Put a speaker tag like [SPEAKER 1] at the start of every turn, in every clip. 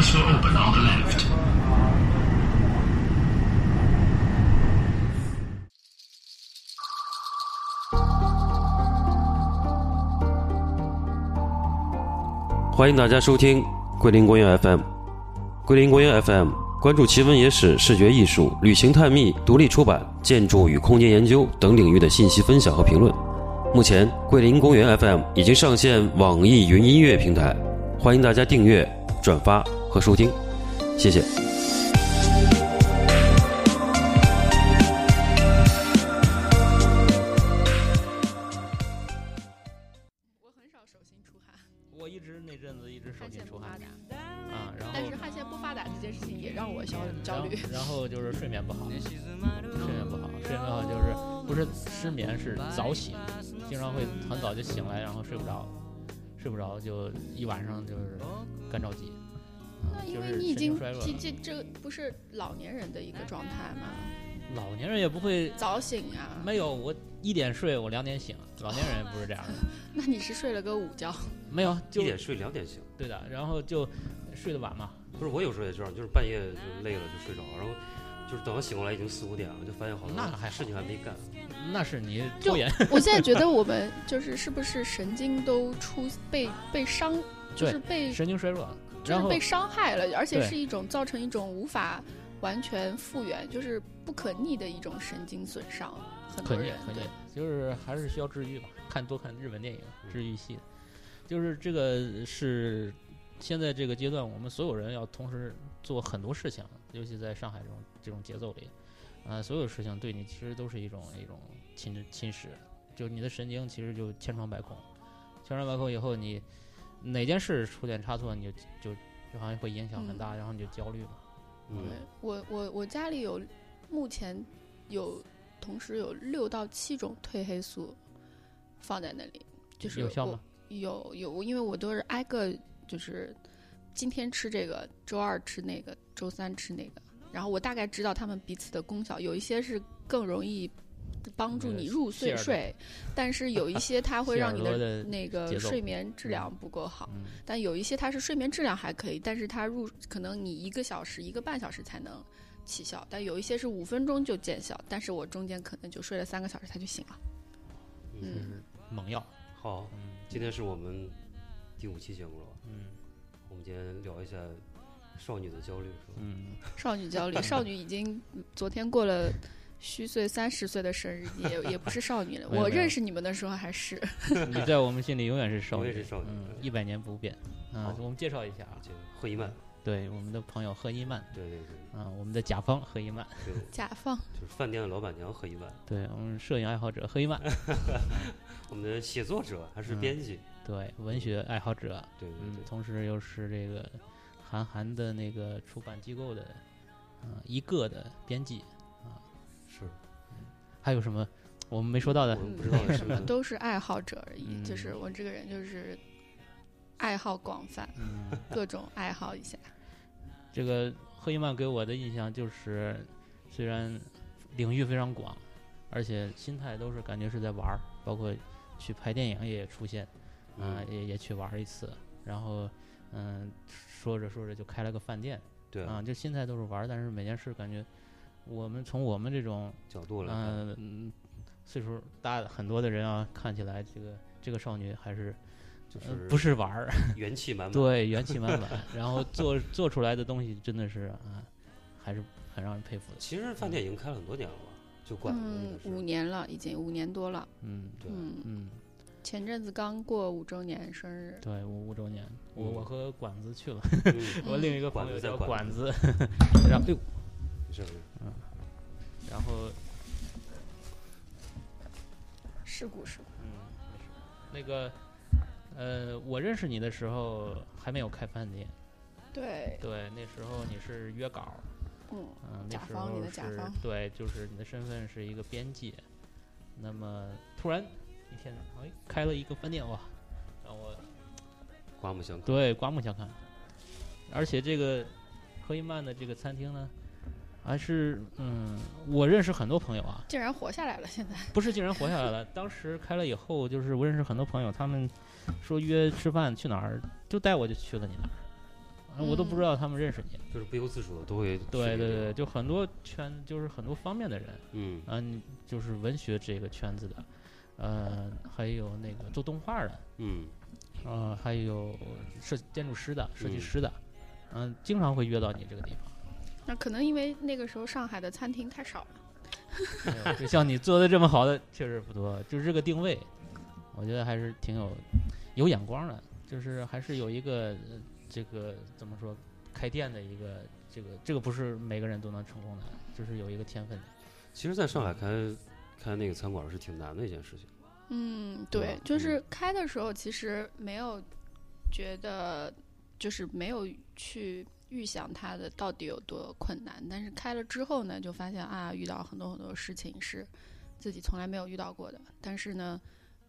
[SPEAKER 1] on the left.
[SPEAKER 2] FM 欢迎大家收听桂林公园 FM。桂林公园 FM 关注奇闻野史、视觉艺术、旅行探秘、独立出版、建筑与空间研究等领域的信息分享和评论。目前，桂林公园 FM 已经上线网易云音乐平台，欢迎大家订阅、转发和收听，谢谢。
[SPEAKER 3] 我很少手心出汗，
[SPEAKER 4] 我一直那阵子一直手
[SPEAKER 3] 汗
[SPEAKER 4] 心
[SPEAKER 3] 腺
[SPEAKER 4] 出
[SPEAKER 3] 不
[SPEAKER 4] 汗
[SPEAKER 3] 发达。
[SPEAKER 4] 啊，然后
[SPEAKER 3] 但是汗腺不发达这件事情也让我焦
[SPEAKER 4] 嗯
[SPEAKER 3] 焦虑。
[SPEAKER 4] 然后然后就是睡眠 不好，睡眠不好，睡眠不好就是不是失眠是早醒，经常会很早就醒来，然后睡不着，睡不着就一晚上就是干着急。啊
[SPEAKER 3] 那因
[SPEAKER 4] 就
[SPEAKER 3] 为
[SPEAKER 4] 是
[SPEAKER 3] 你已
[SPEAKER 4] 神
[SPEAKER 3] 经
[SPEAKER 4] 经衰弱
[SPEAKER 3] 这
[SPEAKER 4] 了
[SPEAKER 3] 这这不是老年人的一个状态吗？
[SPEAKER 4] 老年人也不会
[SPEAKER 3] 早醒啊，
[SPEAKER 4] 没有我一点睡我两点醒，老年人也不是 这样的，
[SPEAKER 3] 那你是睡了个午 觉，
[SPEAKER 4] 没有就
[SPEAKER 2] 一点睡，两点醒。
[SPEAKER 4] 对的，然后就睡得晚嘛，
[SPEAKER 2] 不是我有时候也这样，就是半夜就累了就睡着，然后就是等我醒过来已经四五点了，就发现好
[SPEAKER 4] 那还
[SPEAKER 2] 像
[SPEAKER 4] 好
[SPEAKER 2] 事情还没干。
[SPEAKER 4] 那是你
[SPEAKER 3] 就
[SPEAKER 4] 拖延，
[SPEAKER 3] 我现在觉得我们就是是不是神经都出被被伤，就
[SPEAKER 4] 对
[SPEAKER 3] 是被
[SPEAKER 4] 神经衰弱了，
[SPEAKER 3] 就
[SPEAKER 4] 然
[SPEAKER 3] 是
[SPEAKER 4] 后
[SPEAKER 3] 被伤害了，而且
[SPEAKER 4] 对
[SPEAKER 3] 是一种造成一种无法完全复原，就是不可逆的一种神经损伤。很
[SPEAKER 4] 可
[SPEAKER 3] 多
[SPEAKER 4] 以
[SPEAKER 3] 人
[SPEAKER 4] 可
[SPEAKER 3] 对
[SPEAKER 4] 以，就是还是需要治愈吧，看多看日本电影治愈系的，就是这个是现在这个阶段，我们所有人要同时做很多事情，尤其在上海这种这种节奏里，啊、所有事情对你其实都是一种一种侵侵蚀，就你的神经其实就千疮百孔，千疮百孔以后你哪件事出点差错，你就就就好像会影响很大，然后你就焦虑嘛，
[SPEAKER 2] 嗯
[SPEAKER 3] 对，我我我家里有，目前有同时有六到七种褪黑素放在那里，就是
[SPEAKER 4] 有效
[SPEAKER 3] 我
[SPEAKER 4] 吗？
[SPEAKER 3] 有有，因为我都是挨个，就是今天吃这个，周二吃那个，周三吃那个，然后我大概知道它们彼此的功效，有一些是更容易。帮助
[SPEAKER 4] 那个
[SPEAKER 3] 你入睡
[SPEAKER 4] 谢耳朵
[SPEAKER 3] 睡，但是有一些它 会
[SPEAKER 4] 谢
[SPEAKER 3] 让
[SPEAKER 4] 耳
[SPEAKER 3] 你
[SPEAKER 4] 朵
[SPEAKER 3] 的
[SPEAKER 4] 的
[SPEAKER 3] 那个
[SPEAKER 4] 节奏
[SPEAKER 3] 睡眠质量不够好。
[SPEAKER 4] 嗯，
[SPEAKER 3] 但有一些它是睡眠质量还可以，但是它入可能你一个小时、一个半小时才能起效，但有一些是五分钟就见效，但是我中间可能就睡了三个小时它就醒 了。
[SPEAKER 4] 就
[SPEAKER 3] 嗯
[SPEAKER 4] 是猛药，
[SPEAKER 2] 好，
[SPEAKER 4] 嗯
[SPEAKER 2] 今天是我们第五期节目了吧？
[SPEAKER 4] 嗯
[SPEAKER 2] 我们今天聊一下少女的焦虑，是吧？
[SPEAKER 4] 嗯。
[SPEAKER 3] 少女焦 虑，少女已经昨天过了。虚岁三十岁的生日也也不是少女了。
[SPEAKER 4] 没有
[SPEAKER 3] 我
[SPEAKER 4] 没有
[SPEAKER 3] 认识你们的时候还 是
[SPEAKER 4] 你在我们心里永远是少
[SPEAKER 2] 永
[SPEAKER 4] 女，
[SPEAKER 2] 远是少女
[SPEAKER 4] 嗯，一百年不变。
[SPEAKER 2] 好
[SPEAKER 4] 啊，我们介绍一下啊，
[SPEAKER 2] 这个贺一曼，
[SPEAKER 4] 对我们的朋友贺一曼，
[SPEAKER 2] 对对对
[SPEAKER 4] 啊，我们的甲方贺一曼，
[SPEAKER 2] 对，
[SPEAKER 3] 甲方，
[SPEAKER 2] 就是饭店的老板娘贺一曼，
[SPEAKER 4] 对我们摄影爱好者贺 一曼，
[SPEAKER 2] 我们的写作者还是
[SPEAKER 4] 嗯
[SPEAKER 2] 编辑，
[SPEAKER 4] 对文学爱好者，
[SPEAKER 2] 对对
[SPEAKER 4] 嗯
[SPEAKER 2] 对，，
[SPEAKER 4] 同时又是这个韩寒的那个出版机构的，啊，一个的编辑，嗯
[SPEAKER 2] 是
[SPEAKER 4] 还有什么我们没说到的
[SPEAKER 2] 我？们不知道的身份。
[SPEAKER 3] 都是爱好者而已。
[SPEAKER 4] 嗯
[SPEAKER 3] 就是我这个人就是爱好广泛，
[SPEAKER 4] 嗯，
[SPEAKER 3] 各种爱好一下。
[SPEAKER 4] 这个赫伊曼给我的印象就是，虽然领域非常广，而且心态都是感觉是在玩儿，包括去拍电影也出现，啊、
[SPEAKER 2] 嗯
[SPEAKER 4] 也也去玩儿一次，然后嗯、说着说着就开了个饭店，
[SPEAKER 2] 对
[SPEAKER 4] 啊、就心态都是玩儿，但是每件事感觉我们从我们这种
[SPEAKER 2] 角度来看，
[SPEAKER 4] 嗯、嗯岁数大的很多的人啊，看起来这个这个少女还是、
[SPEAKER 2] 就
[SPEAKER 4] 呃
[SPEAKER 2] 是
[SPEAKER 4] 不是玩儿，
[SPEAKER 2] 元气满满，
[SPEAKER 4] 对，元气满满，然后做做出来的东西真的是啊，还是很让人佩服的。
[SPEAKER 2] 其实饭店已经开了很多年了吧？就管了
[SPEAKER 3] 嗯，
[SPEAKER 2] 应
[SPEAKER 3] 五
[SPEAKER 2] 该是
[SPEAKER 3] 年了，已经五年多了。
[SPEAKER 4] 嗯
[SPEAKER 2] 对，
[SPEAKER 3] 嗯，
[SPEAKER 4] 嗯，
[SPEAKER 3] 前阵子刚过五周年生日，
[SPEAKER 4] 对，五五周年，我我和管子去了，
[SPEAKER 2] 嗯
[SPEAKER 4] 我另一个
[SPEAKER 2] 管
[SPEAKER 4] 朋
[SPEAKER 2] 子
[SPEAKER 4] 友
[SPEAKER 2] 在
[SPEAKER 4] 叫
[SPEAKER 2] 管
[SPEAKER 4] 管子， 然后哎呦
[SPEAKER 2] 是不是？
[SPEAKER 4] 然后
[SPEAKER 3] 事故事故。
[SPEAKER 4] 嗯，那个呃，我认识你的时候还没有开饭店，
[SPEAKER 3] 对，
[SPEAKER 4] 对，那时候你是约稿，
[SPEAKER 3] 嗯，
[SPEAKER 4] 嗯，
[SPEAKER 3] 甲
[SPEAKER 4] 那时
[SPEAKER 3] 方你
[SPEAKER 4] 候
[SPEAKER 3] 的甲
[SPEAKER 4] 是
[SPEAKER 3] 方
[SPEAKER 4] 对，就是你的身份是一个编辑，那么突然一天，哎，开了一个饭店哇，让我
[SPEAKER 2] 刮目相看。
[SPEAKER 4] 对，刮目相看。而且这个科伊曼的这个餐厅呢，还是嗯，我认识很多朋友啊，
[SPEAKER 3] 竟然活下来了，现在
[SPEAKER 4] 不是竟然活下来了。当时开了以后，就是我认识很多朋友，他们说约吃饭去哪儿，就带我就去了你那儿。啊我都不
[SPEAKER 3] 嗯
[SPEAKER 4] 知道他们认识你。
[SPEAKER 2] 就是不由自主的都会去
[SPEAKER 4] 对对
[SPEAKER 2] 这个
[SPEAKER 4] 对，，就很多圈，就是很多方面的人，
[SPEAKER 2] 嗯
[SPEAKER 4] 啊，你就是文学这个圈子的，呃，还有那个做动画的，
[SPEAKER 2] 嗯
[SPEAKER 4] 呃，还有设建筑师的、设计
[SPEAKER 2] 嗯
[SPEAKER 4] 师的，嗯、经常会约到你这个地方。
[SPEAKER 3] 那可能因为那个时候上海的餐厅太少了，
[SPEAKER 4] 没有 就像你做的这么好的确实不多，就是这个定位，我觉得还是挺有有眼光的，就是还是有一个呃这个怎么说开店的一个这个这个不是每个人都能成功的，就是有一个天分的。
[SPEAKER 2] 其实在上海开开那个餐馆是挺难的一件事情。
[SPEAKER 3] 嗯，
[SPEAKER 2] 对
[SPEAKER 3] 对
[SPEAKER 2] 吧，
[SPEAKER 3] 就是开的时候其实没有觉得，就是没有去预想它的到底有多困难，但是开了之后呢，就发现啊，遇到很多很多事情是自己从来没有遇到过的，但是呢，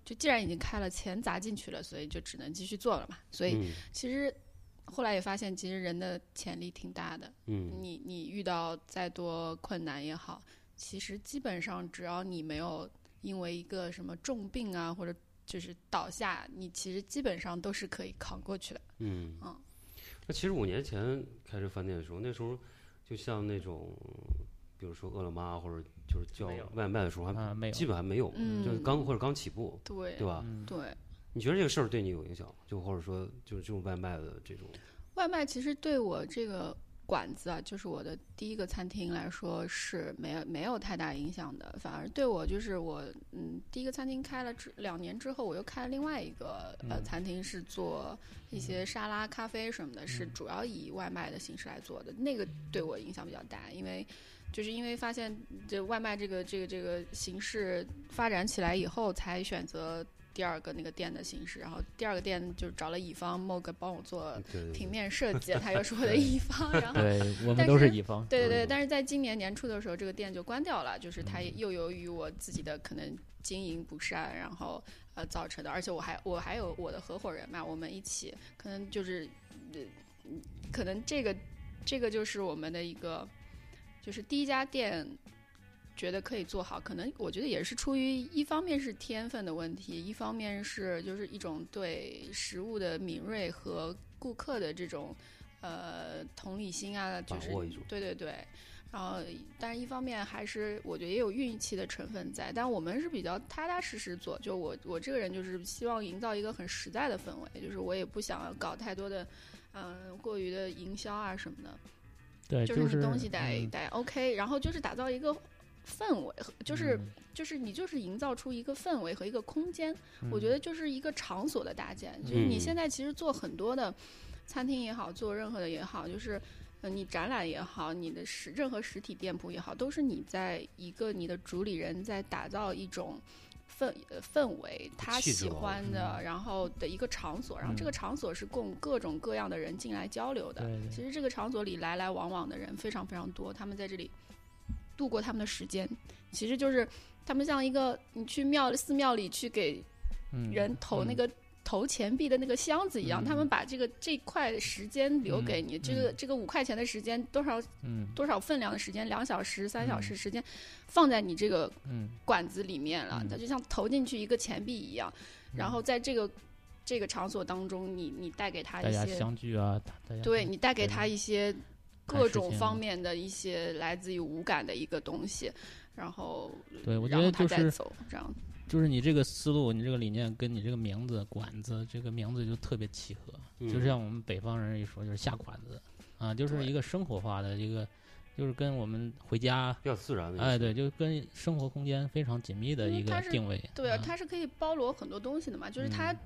[SPEAKER 3] 就既然已经开了，钱砸进去了，所以就只能继续做了嘛。所以
[SPEAKER 2] 嗯
[SPEAKER 3] 其实后来也发现，其实人的潜力挺大的，
[SPEAKER 2] 嗯
[SPEAKER 3] 你你遇到再多困难也好，其实基本上只要你没有因为一个什么重病啊，或者就是倒下，你其实基本上都是可以扛过去的。
[SPEAKER 2] 嗯
[SPEAKER 3] 嗯
[SPEAKER 2] 那其实五年前开这饭店的时候，那时候就像那种，比如说饿了么啊或者就是叫
[SPEAKER 4] 没有
[SPEAKER 2] 外卖的时候，还
[SPEAKER 4] 啊、没有，
[SPEAKER 2] 基本还没有，
[SPEAKER 3] 嗯
[SPEAKER 2] 就是刚或者刚起步，
[SPEAKER 3] 对
[SPEAKER 2] 对吧？
[SPEAKER 4] 嗯，
[SPEAKER 3] 对
[SPEAKER 2] 你觉得这个事儿对你有影响吗？就或者说就是这种外卖的这种，
[SPEAKER 3] 外卖其实对我这个馆子啊，就是我的第一个餐厅来说是没有没有太大影响的，反而对我就是我嗯，第一个餐厅开了之两年之后，我又开了另外一个呃
[SPEAKER 4] 嗯
[SPEAKER 3] 餐厅，是做一些沙拉、咖啡什么的，是
[SPEAKER 4] 嗯
[SPEAKER 3] 主要以外卖的形式来做的，那个对我影响比较大，因为。就是因为发现这外卖这个这个这个形式发展起来以后，才选择第二个那个店的形式。然后第二个店就找了乙方 m 哥帮我做
[SPEAKER 2] 对对
[SPEAKER 3] 平
[SPEAKER 2] 对，
[SPEAKER 3] 呃面设计，他又是我的乙方，然后。
[SPEAKER 4] 对 我们
[SPEAKER 3] 但
[SPEAKER 4] 都是
[SPEAKER 3] 是
[SPEAKER 4] 乙方，
[SPEAKER 3] 对对
[SPEAKER 2] 对
[SPEAKER 3] 对，但是在今年年初的时候，这个店就关掉了，就是它又由于我自己的可能经营不善，然后呃造成的，而且我还我还有我的合伙人嘛，我们一起可能就是，呃嗯可能这个这个就是我们的一个，就是第一家店觉得可以做好，可能我觉得也是出于一方面是天分的问题，一方面是就是一种对食物的敏锐和顾客的这种呃同理心啊，就
[SPEAKER 2] 把
[SPEAKER 3] 是
[SPEAKER 2] 握一种
[SPEAKER 3] 对对对。然后，但是一方面还是我觉得也有运气的成分在，但我们是比较踏踏实实做。就我我这个人就是希望营造一个很实在的氛围，就是我也不想要搞太多的，嗯、过于的营销啊什么的。
[SPEAKER 4] 对，
[SPEAKER 3] 就是是你东西得
[SPEAKER 4] 嗯
[SPEAKER 3] 得 OK，然后就是打造一个氛围，和就是
[SPEAKER 4] 嗯
[SPEAKER 3] 就是你就是营造出一个氛围和一个空间，我觉
[SPEAKER 4] 嗯
[SPEAKER 3] 得就是一个场所的搭建。就是你
[SPEAKER 2] 嗯
[SPEAKER 3] 现在其实做很多的餐厅也好，做任何的也好，就是。呃你展览也好，你的实任何实体店铺也好，都是你在一个你的主理人在打造一种氛呃氛围，他
[SPEAKER 2] 气质
[SPEAKER 3] 喜
[SPEAKER 2] 吧
[SPEAKER 3] 欢的，
[SPEAKER 4] 嗯
[SPEAKER 3] 然后的一个场所，然后这个场所是供各种各样的人进来交流的。
[SPEAKER 4] 对对
[SPEAKER 3] 其实这个场所里来来往往的人非常非常多，他们在这里度过他们的时间，其实就是他们像一个你去庙寺庙里去给
[SPEAKER 4] 嗯
[SPEAKER 3] 人投那
[SPEAKER 4] 嗯
[SPEAKER 3] 个投钱币的那个箱子一样，
[SPEAKER 4] 嗯
[SPEAKER 3] 他们把这个这块时间留给你，
[SPEAKER 4] 嗯
[SPEAKER 3] 这个
[SPEAKER 4] 嗯
[SPEAKER 3] 这个五块钱的时间，多少
[SPEAKER 4] 嗯
[SPEAKER 3] 多少分量的时间，两小时、三小时
[SPEAKER 4] 嗯
[SPEAKER 3] 时间，放在你这个
[SPEAKER 4] 嗯
[SPEAKER 3] 管子里面了，
[SPEAKER 4] 嗯
[SPEAKER 3] 它就像投进去一个钱币一样，然后在这个这个场所当中，你你带给他
[SPEAKER 4] 大
[SPEAKER 3] 一
[SPEAKER 4] 家
[SPEAKER 3] 些
[SPEAKER 4] 相聚啊，大大家
[SPEAKER 3] 对你带给
[SPEAKER 4] 对
[SPEAKER 3] 他一些
[SPEAKER 4] 看
[SPEAKER 3] 各
[SPEAKER 4] 事
[SPEAKER 3] 种
[SPEAKER 4] 情
[SPEAKER 3] 方面的一些来自于五感的一个东西，然后
[SPEAKER 4] 对我觉
[SPEAKER 3] 然后
[SPEAKER 4] 得
[SPEAKER 3] 他
[SPEAKER 4] 就
[SPEAKER 3] 再
[SPEAKER 4] 是
[SPEAKER 3] 走这样。
[SPEAKER 4] 就是你这个思路，你这个理念跟你这个名字“馆子”这个名字就特别契合，
[SPEAKER 2] 嗯
[SPEAKER 4] 就像我们北方人一说就是下馆子啊，就是
[SPEAKER 3] 对
[SPEAKER 4] 一个生活化的一个，就是跟我们回家，
[SPEAKER 2] 比较自然的。
[SPEAKER 4] 哎，对，，就跟生活空间非常紧密的
[SPEAKER 3] 因为
[SPEAKER 4] 一
[SPEAKER 3] 嗯它
[SPEAKER 4] 个
[SPEAKER 3] 是
[SPEAKER 4] 定位。
[SPEAKER 3] 对
[SPEAKER 4] 啊
[SPEAKER 3] 啊，它是可以包罗很多东西的嘛，就是它
[SPEAKER 4] 嗯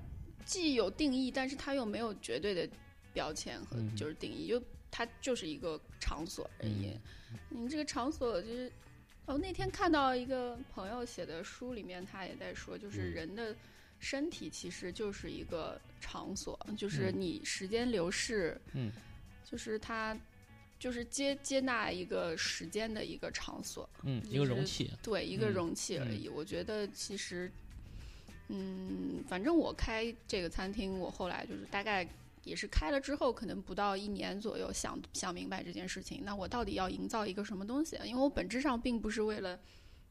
[SPEAKER 3] 既有定义，但是它又没有绝对的标签和
[SPEAKER 4] 嗯
[SPEAKER 3] 就是定义，就它就是一个场所而已。
[SPEAKER 4] 嗯
[SPEAKER 3] 你这个场所就是，哦，那天看到一个朋友写的书里面，他也在说，就是
[SPEAKER 2] 嗯
[SPEAKER 3] 人的身体其实就是一个场所，就是
[SPEAKER 4] 嗯
[SPEAKER 3] 你时间流逝，
[SPEAKER 4] 嗯，
[SPEAKER 3] 就是它。就是接接纳一个时间的一个场所，
[SPEAKER 4] 嗯，
[SPEAKER 3] 就
[SPEAKER 4] 一个容
[SPEAKER 3] 是
[SPEAKER 4] 器，
[SPEAKER 3] 对，一个
[SPEAKER 4] 嗯
[SPEAKER 3] 容器而已。我觉得其实，嗯，反正我开这个餐厅，我后来就是大概也是开了之后，可能不到一年左右想，想明白这件事情。那我到底要营造一个什么东西？啊因为我本质上并不是为了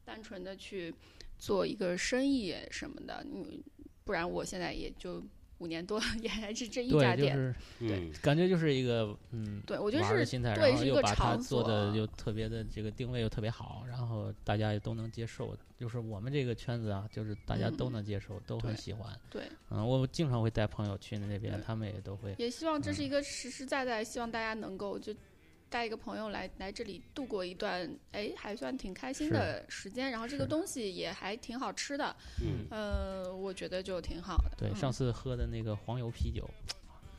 [SPEAKER 3] 单纯嗯的去做一个生意什么的，你不然我现在也就。五年多 也还是这一家
[SPEAKER 4] 对，就
[SPEAKER 3] 店。
[SPEAKER 4] 是
[SPEAKER 2] 嗯，
[SPEAKER 4] 感觉就是一个嗯，
[SPEAKER 3] 对我觉得
[SPEAKER 4] 玩儿的
[SPEAKER 3] 是
[SPEAKER 4] 心态，
[SPEAKER 3] 对
[SPEAKER 4] 然后
[SPEAKER 3] 是一
[SPEAKER 4] 又
[SPEAKER 3] 个
[SPEAKER 4] 把它
[SPEAKER 3] 场
[SPEAKER 4] 做的
[SPEAKER 3] 所
[SPEAKER 4] 又特别的这个定位又特别好，然后大家也都能接受，就是我们这个圈子啊，就是大家都
[SPEAKER 3] 嗯
[SPEAKER 4] 能接受，都很
[SPEAKER 3] 对
[SPEAKER 4] 喜欢。
[SPEAKER 3] 对，
[SPEAKER 4] 嗯，我经常会带朋友去那边，
[SPEAKER 3] 对
[SPEAKER 4] 他们也都会。
[SPEAKER 3] 也希望这是
[SPEAKER 4] 嗯
[SPEAKER 3] 一个实实在在，希望大家能够就带一个朋友来来这里度过一段哎还算挺开心
[SPEAKER 4] 是
[SPEAKER 3] 的时间，然后这个
[SPEAKER 4] 是
[SPEAKER 3] 东西也还挺好吃的，
[SPEAKER 2] 嗯，
[SPEAKER 3] 呃，我觉得就挺好的。
[SPEAKER 4] 对，
[SPEAKER 3] 嗯
[SPEAKER 4] 上次喝的那个黄油啤酒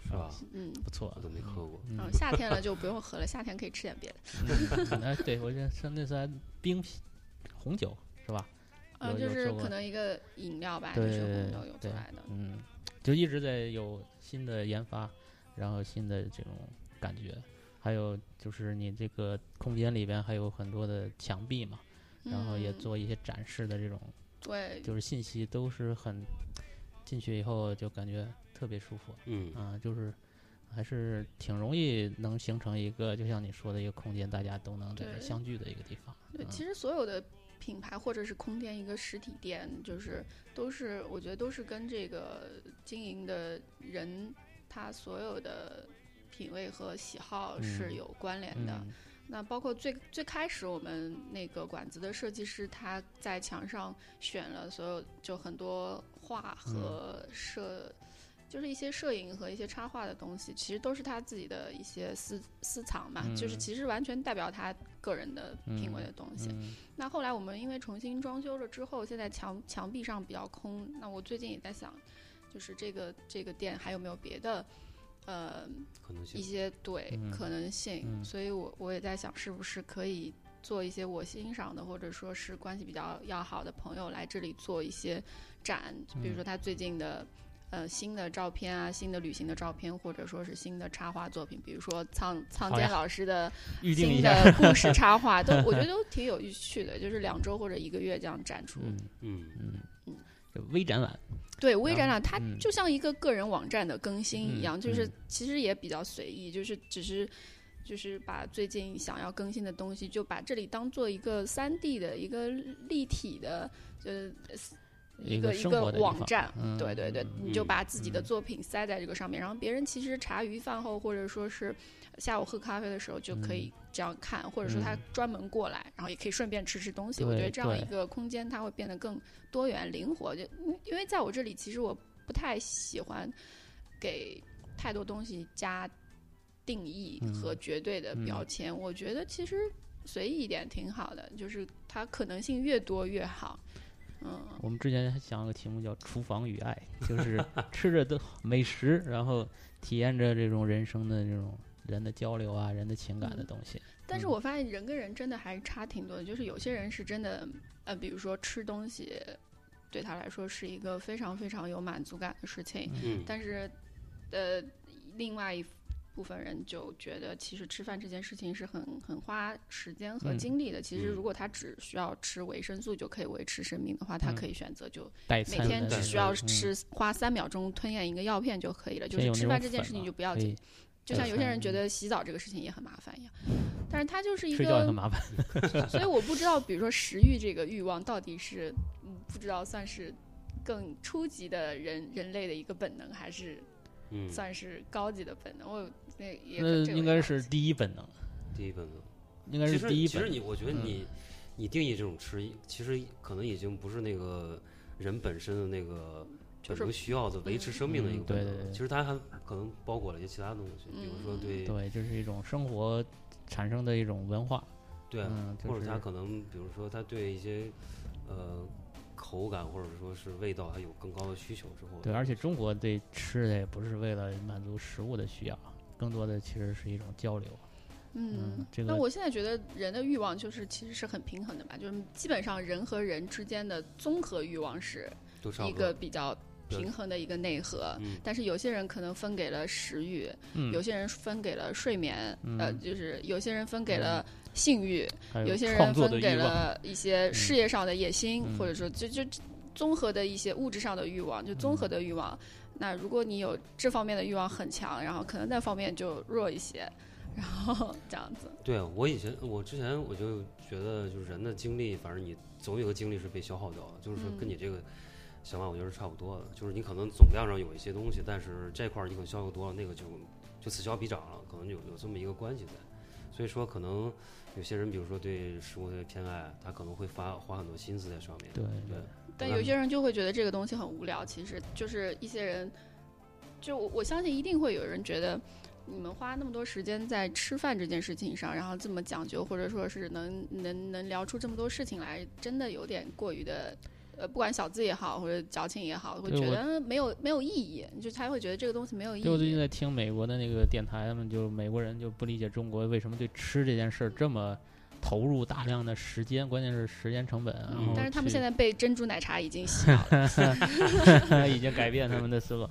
[SPEAKER 2] 是吧？
[SPEAKER 3] 嗯。
[SPEAKER 4] 不错
[SPEAKER 2] 我，都没喝过。
[SPEAKER 4] 嗯
[SPEAKER 3] 嗯，夏天了就不用喝了，夏天可以吃点别的。
[SPEAKER 4] 嗯，哎，对我觉得像那次还冰啤红酒是吧？
[SPEAKER 3] 嗯，
[SPEAKER 4] 有
[SPEAKER 3] 就
[SPEAKER 4] 有
[SPEAKER 3] 是
[SPEAKER 4] 做过
[SPEAKER 3] 可能一个饮料吧，就
[SPEAKER 4] 对
[SPEAKER 3] 哎是红豆有出
[SPEAKER 4] 对
[SPEAKER 3] 来的。
[SPEAKER 4] 嗯，就一直在有新的研发，然后新的这种感觉，还有就是你这个空间里边还有很多的墙壁嘛，然后也
[SPEAKER 3] 嗯
[SPEAKER 4] 做一些展示的这种，
[SPEAKER 3] 对，
[SPEAKER 4] 就是信息都是很进去以后就感觉特别舒服
[SPEAKER 2] 嗯
[SPEAKER 4] 啊、就是。还是挺容易能形成一个，就像你说的一个空间，大家都能在这儿
[SPEAKER 3] 对
[SPEAKER 4] 相聚的一个地方。
[SPEAKER 3] 对，
[SPEAKER 4] 嗯
[SPEAKER 3] 其实所有的品牌或者是空间一个实体店，就是都是我觉得都是跟这个经营的人他所有的品味和喜好是
[SPEAKER 4] 嗯
[SPEAKER 3] 有关联的。
[SPEAKER 4] 嗯
[SPEAKER 3] 那包括最最开始我们那个馆子的设计师，他在墙上选了所有就很多画
[SPEAKER 4] 嗯
[SPEAKER 3] 和摄，就是一些摄影和一些插画的东西，其实都是他自己的一些私私藏嘛，
[SPEAKER 4] 嗯
[SPEAKER 3] 就是其实完全代表他个人的品味的东西。
[SPEAKER 4] 嗯
[SPEAKER 3] 那后来我们因为重新装修了之后，现在墙墙壁上比较空。那我最近也在想，就是这个这个店还有没有别的，呃，
[SPEAKER 2] 可能
[SPEAKER 3] 一
[SPEAKER 2] 性。
[SPEAKER 3] 些对、
[SPEAKER 4] 嗯
[SPEAKER 3] 可能性，
[SPEAKER 4] 嗯
[SPEAKER 3] 所以我我也在想，是不是可以做一些我欣赏的，或者说是关系比较要好的朋友来这里做一些展，就比如
[SPEAKER 4] 嗯
[SPEAKER 3] 说他最近的。呃，新的照片啊，新的旅行的照片，或者说是新的插画作品，比如说苍苍
[SPEAKER 4] 好
[SPEAKER 3] 坚
[SPEAKER 4] 呀
[SPEAKER 3] 老师的
[SPEAKER 4] 预定一
[SPEAKER 3] 新
[SPEAKER 4] 下，
[SPEAKER 3] 的故事插画， 都我觉得都挺有趣的，就是两周或者一个月这样展出。
[SPEAKER 4] 嗯
[SPEAKER 2] 嗯
[SPEAKER 4] 嗯
[SPEAKER 3] 嗯，
[SPEAKER 4] 就微展览，
[SPEAKER 3] 对微展
[SPEAKER 4] 然后
[SPEAKER 3] 览，它
[SPEAKER 4] 嗯
[SPEAKER 3] 就像一个个人网站的更新一样，
[SPEAKER 4] 嗯
[SPEAKER 3] 就是
[SPEAKER 4] 嗯
[SPEAKER 3] 其实也比较随意，就是只是就是把最近想要更新的东西，就把这里当做一个三 D 的一个立体的，呃，
[SPEAKER 4] 一
[SPEAKER 3] 个
[SPEAKER 4] 个
[SPEAKER 3] 一
[SPEAKER 4] 生
[SPEAKER 3] 个
[SPEAKER 4] 活的地
[SPEAKER 3] 网
[SPEAKER 4] 方
[SPEAKER 3] 站，
[SPEAKER 4] 嗯
[SPEAKER 3] 对对对
[SPEAKER 4] 嗯，
[SPEAKER 3] 你就
[SPEAKER 2] 嗯
[SPEAKER 3] 把自己的
[SPEAKER 4] 嗯
[SPEAKER 3] 作品塞在这个上面，然后别人其实茶余饭后或者说是下午喝咖啡的时候就可以这样看，或者说他
[SPEAKER 4] 嗯
[SPEAKER 3] 专门过来，然后也可以顺便吃吃东西。我
[SPEAKER 4] 对
[SPEAKER 3] 觉得这样
[SPEAKER 4] 对
[SPEAKER 3] 一个空间它会变得更多元灵活，就因因为在我这里其实我不太喜欢给太多东西加定义
[SPEAKER 4] 嗯
[SPEAKER 3] 和绝对的
[SPEAKER 4] 嗯
[SPEAKER 3] 标签，我觉得其实随意一点挺好的，就是它可能性越多越好。嗯，
[SPEAKER 4] 我们之前还想了个题目叫“厨房与爱”，就是 吃着的美食，然后体验着这种人生的这种人的交流啊，人的情感的
[SPEAKER 3] 嗯
[SPEAKER 4] 东西。
[SPEAKER 3] 但是
[SPEAKER 4] 嗯
[SPEAKER 3] 我发现人跟人真的还是差挺多的，就是有些人是真的，呃，比如说吃东西，对他来说是一个非常非常有满足感的事情，
[SPEAKER 2] 嗯，
[SPEAKER 3] 但是，呃，另外一部分人就觉得，其实吃饭这件事情是很很花时间和
[SPEAKER 4] 嗯
[SPEAKER 3] 精力的。其实，
[SPEAKER 2] 嗯
[SPEAKER 3] 如果他只需要吃维生素就可以维持生命的话，他
[SPEAKER 4] 嗯
[SPEAKER 3] 可以选择就
[SPEAKER 4] 代
[SPEAKER 3] 每
[SPEAKER 4] 餐
[SPEAKER 3] 天
[SPEAKER 4] 的
[SPEAKER 3] 只
[SPEAKER 4] 那
[SPEAKER 3] 需
[SPEAKER 4] 种
[SPEAKER 3] 要
[SPEAKER 4] 嗯
[SPEAKER 3] 吃花三秒钟吞咽一个药片就可以了。就
[SPEAKER 4] 现在
[SPEAKER 3] 是吃
[SPEAKER 4] 有那种
[SPEAKER 3] 饭这件
[SPEAKER 4] 粉
[SPEAKER 3] 事情
[SPEAKER 4] 嘛
[SPEAKER 3] 就不要
[SPEAKER 4] 可
[SPEAKER 3] 紧
[SPEAKER 4] 以，
[SPEAKER 3] 就
[SPEAKER 4] 代
[SPEAKER 3] 像有些人
[SPEAKER 4] 餐
[SPEAKER 3] 觉得洗澡这个事情也很麻烦一样，但是它就是一
[SPEAKER 4] 睡觉也很
[SPEAKER 3] 个，
[SPEAKER 4] 麻烦。
[SPEAKER 3] 所以我不知道，比如说食欲这个欲望到底是，嗯，不知道算是更初级的人人类的一个本能，还是
[SPEAKER 2] 嗯，
[SPEAKER 3] 算是高级的本能？我那也
[SPEAKER 4] 那
[SPEAKER 3] 这个也
[SPEAKER 4] 应该
[SPEAKER 3] 好
[SPEAKER 4] 是
[SPEAKER 3] 奇
[SPEAKER 4] 第一本能，
[SPEAKER 2] 第一本能。
[SPEAKER 4] 应该
[SPEAKER 2] 其
[SPEAKER 4] 是
[SPEAKER 2] 实
[SPEAKER 4] 第一
[SPEAKER 2] 其实
[SPEAKER 4] 本能。
[SPEAKER 2] 你，我觉得
[SPEAKER 4] 嗯
[SPEAKER 2] 你，你定义这种吃，其实可能已经不是那个人本身的那个
[SPEAKER 3] 就
[SPEAKER 2] 本
[SPEAKER 3] 是
[SPEAKER 2] 能需要的维持生命的一个
[SPEAKER 4] 嗯
[SPEAKER 2] 本
[SPEAKER 4] 对对
[SPEAKER 2] 能。
[SPEAKER 4] 对
[SPEAKER 2] 其实它还可能包裹了一些其他东西，比如说
[SPEAKER 3] 嗯
[SPEAKER 2] 对
[SPEAKER 4] 对，就是一种生活产生的一种文化。
[SPEAKER 2] 对啊，
[SPEAKER 4] 嗯，就
[SPEAKER 2] 或者
[SPEAKER 4] 是
[SPEAKER 2] 它可能比如说它对一些呃口感或者说是味道还有更高的需求之后，
[SPEAKER 4] 对，而且中国对吃的也不是为了满足食物的需要，更多的其实是一种交流。
[SPEAKER 3] 嗯
[SPEAKER 4] 嗯，这
[SPEAKER 3] 那
[SPEAKER 4] 个
[SPEAKER 3] 我现在觉得人的欲望就是其实是很平衡的吧，就是基本上人和人之间的综合欲望是
[SPEAKER 2] 都差
[SPEAKER 3] 一
[SPEAKER 2] 不多
[SPEAKER 3] 个。比较平衡的一个内核。
[SPEAKER 2] 嗯
[SPEAKER 3] 但是有些人可能分给了食欲，
[SPEAKER 4] 嗯
[SPEAKER 3] 有些人分给了睡眠，呃，
[SPEAKER 4] 嗯
[SPEAKER 3] 就是有些人分给了性欲，
[SPEAKER 4] 还有
[SPEAKER 3] 有些
[SPEAKER 4] 创
[SPEAKER 3] 人
[SPEAKER 4] 作
[SPEAKER 3] 分
[SPEAKER 4] 的
[SPEAKER 3] 给
[SPEAKER 4] 欲望。
[SPEAKER 3] 了一些事业上的野心，
[SPEAKER 4] 嗯
[SPEAKER 3] 或者说就就综合的一些物质上的欲望，就综合的欲望。那如果你有这方面的欲望很强，然后可能那方面就弱一些，然后这样子，
[SPEAKER 2] 对啊，我以前我之前我就觉得，就是人的精力，反正你总有个精力是被消耗掉的，就是说跟
[SPEAKER 3] 嗯
[SPEAKER 2] 你这个想法我觉得是差不多的，就是你可能总量上有一些东西，但是这块儿你可能消费多了，那个就就此消彼长了，可能有有这么一个关系在。所以说，可能有些人，比如说对食物的偏爱，他可能会发花很多心思在上面。
[SPEAKER 4] 对
[SPEAKER 2] 对，
[SPEAKER 3] 但
[SPEAKER 2] 那
[SPEAKER 3] 有些人就会觉得这个东西很无聊，其实就是一些人，就我我相信一定会有人觉得，你们花那么多时间在吃饭这件事情上，然后这么讲究，或者说是能能能聊出这么多事情来，真的有点过于的。呃，不管小资也好，或者矫情也好，会
[SPEAKER 4] 对
[SPEAKER 3] 觉
[SPEAKER 4] 我
[SPEAKER 3] 得嗯没有没有意义，你就才会觉得这个东西没有意
[SPEAKER 4] 对，我最近
[SPEAKER 3] 义。
[SPEAKER 4] 在听美国的那个电台，他们就美国人就不理解中国为什么对吃这件事儿这么投入大量的时间，关键是时间成本。啊然
[SPEAKER 2] 嗯
[SPEAKER 4] 后
[SPEAKER 3] 但是他们
[SPEAKER 4] 去
[SPEAKER 3] 现在被珍珠奶茶已经洗脑了。
[SPEAKER 4] 已经改变他们的思路。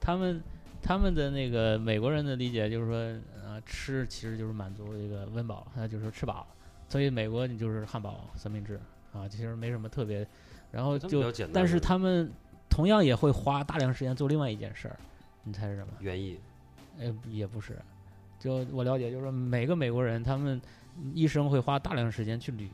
[SPEAKER 4] 他们他们的那个美国人的理解就是说，呃，吃其实就是满足这个温饱，那就是吃饱了。所以美国你就是汉堡、三明治啊，其实没什么特别。然后
[SPEAKER 2] 他们比
[SPEAKER 4] 就
[SPEAKER 2] 较，简单。
[SPEAKER 4] 但是他们同样也会花大量时间做另外一件事儿，你猜是什么？
[SPEAKER 2] 原意，
[SPEAKER 4] 呃，也不是。就我了解，就是说每个美国人他们一生会花大量时间去旅游，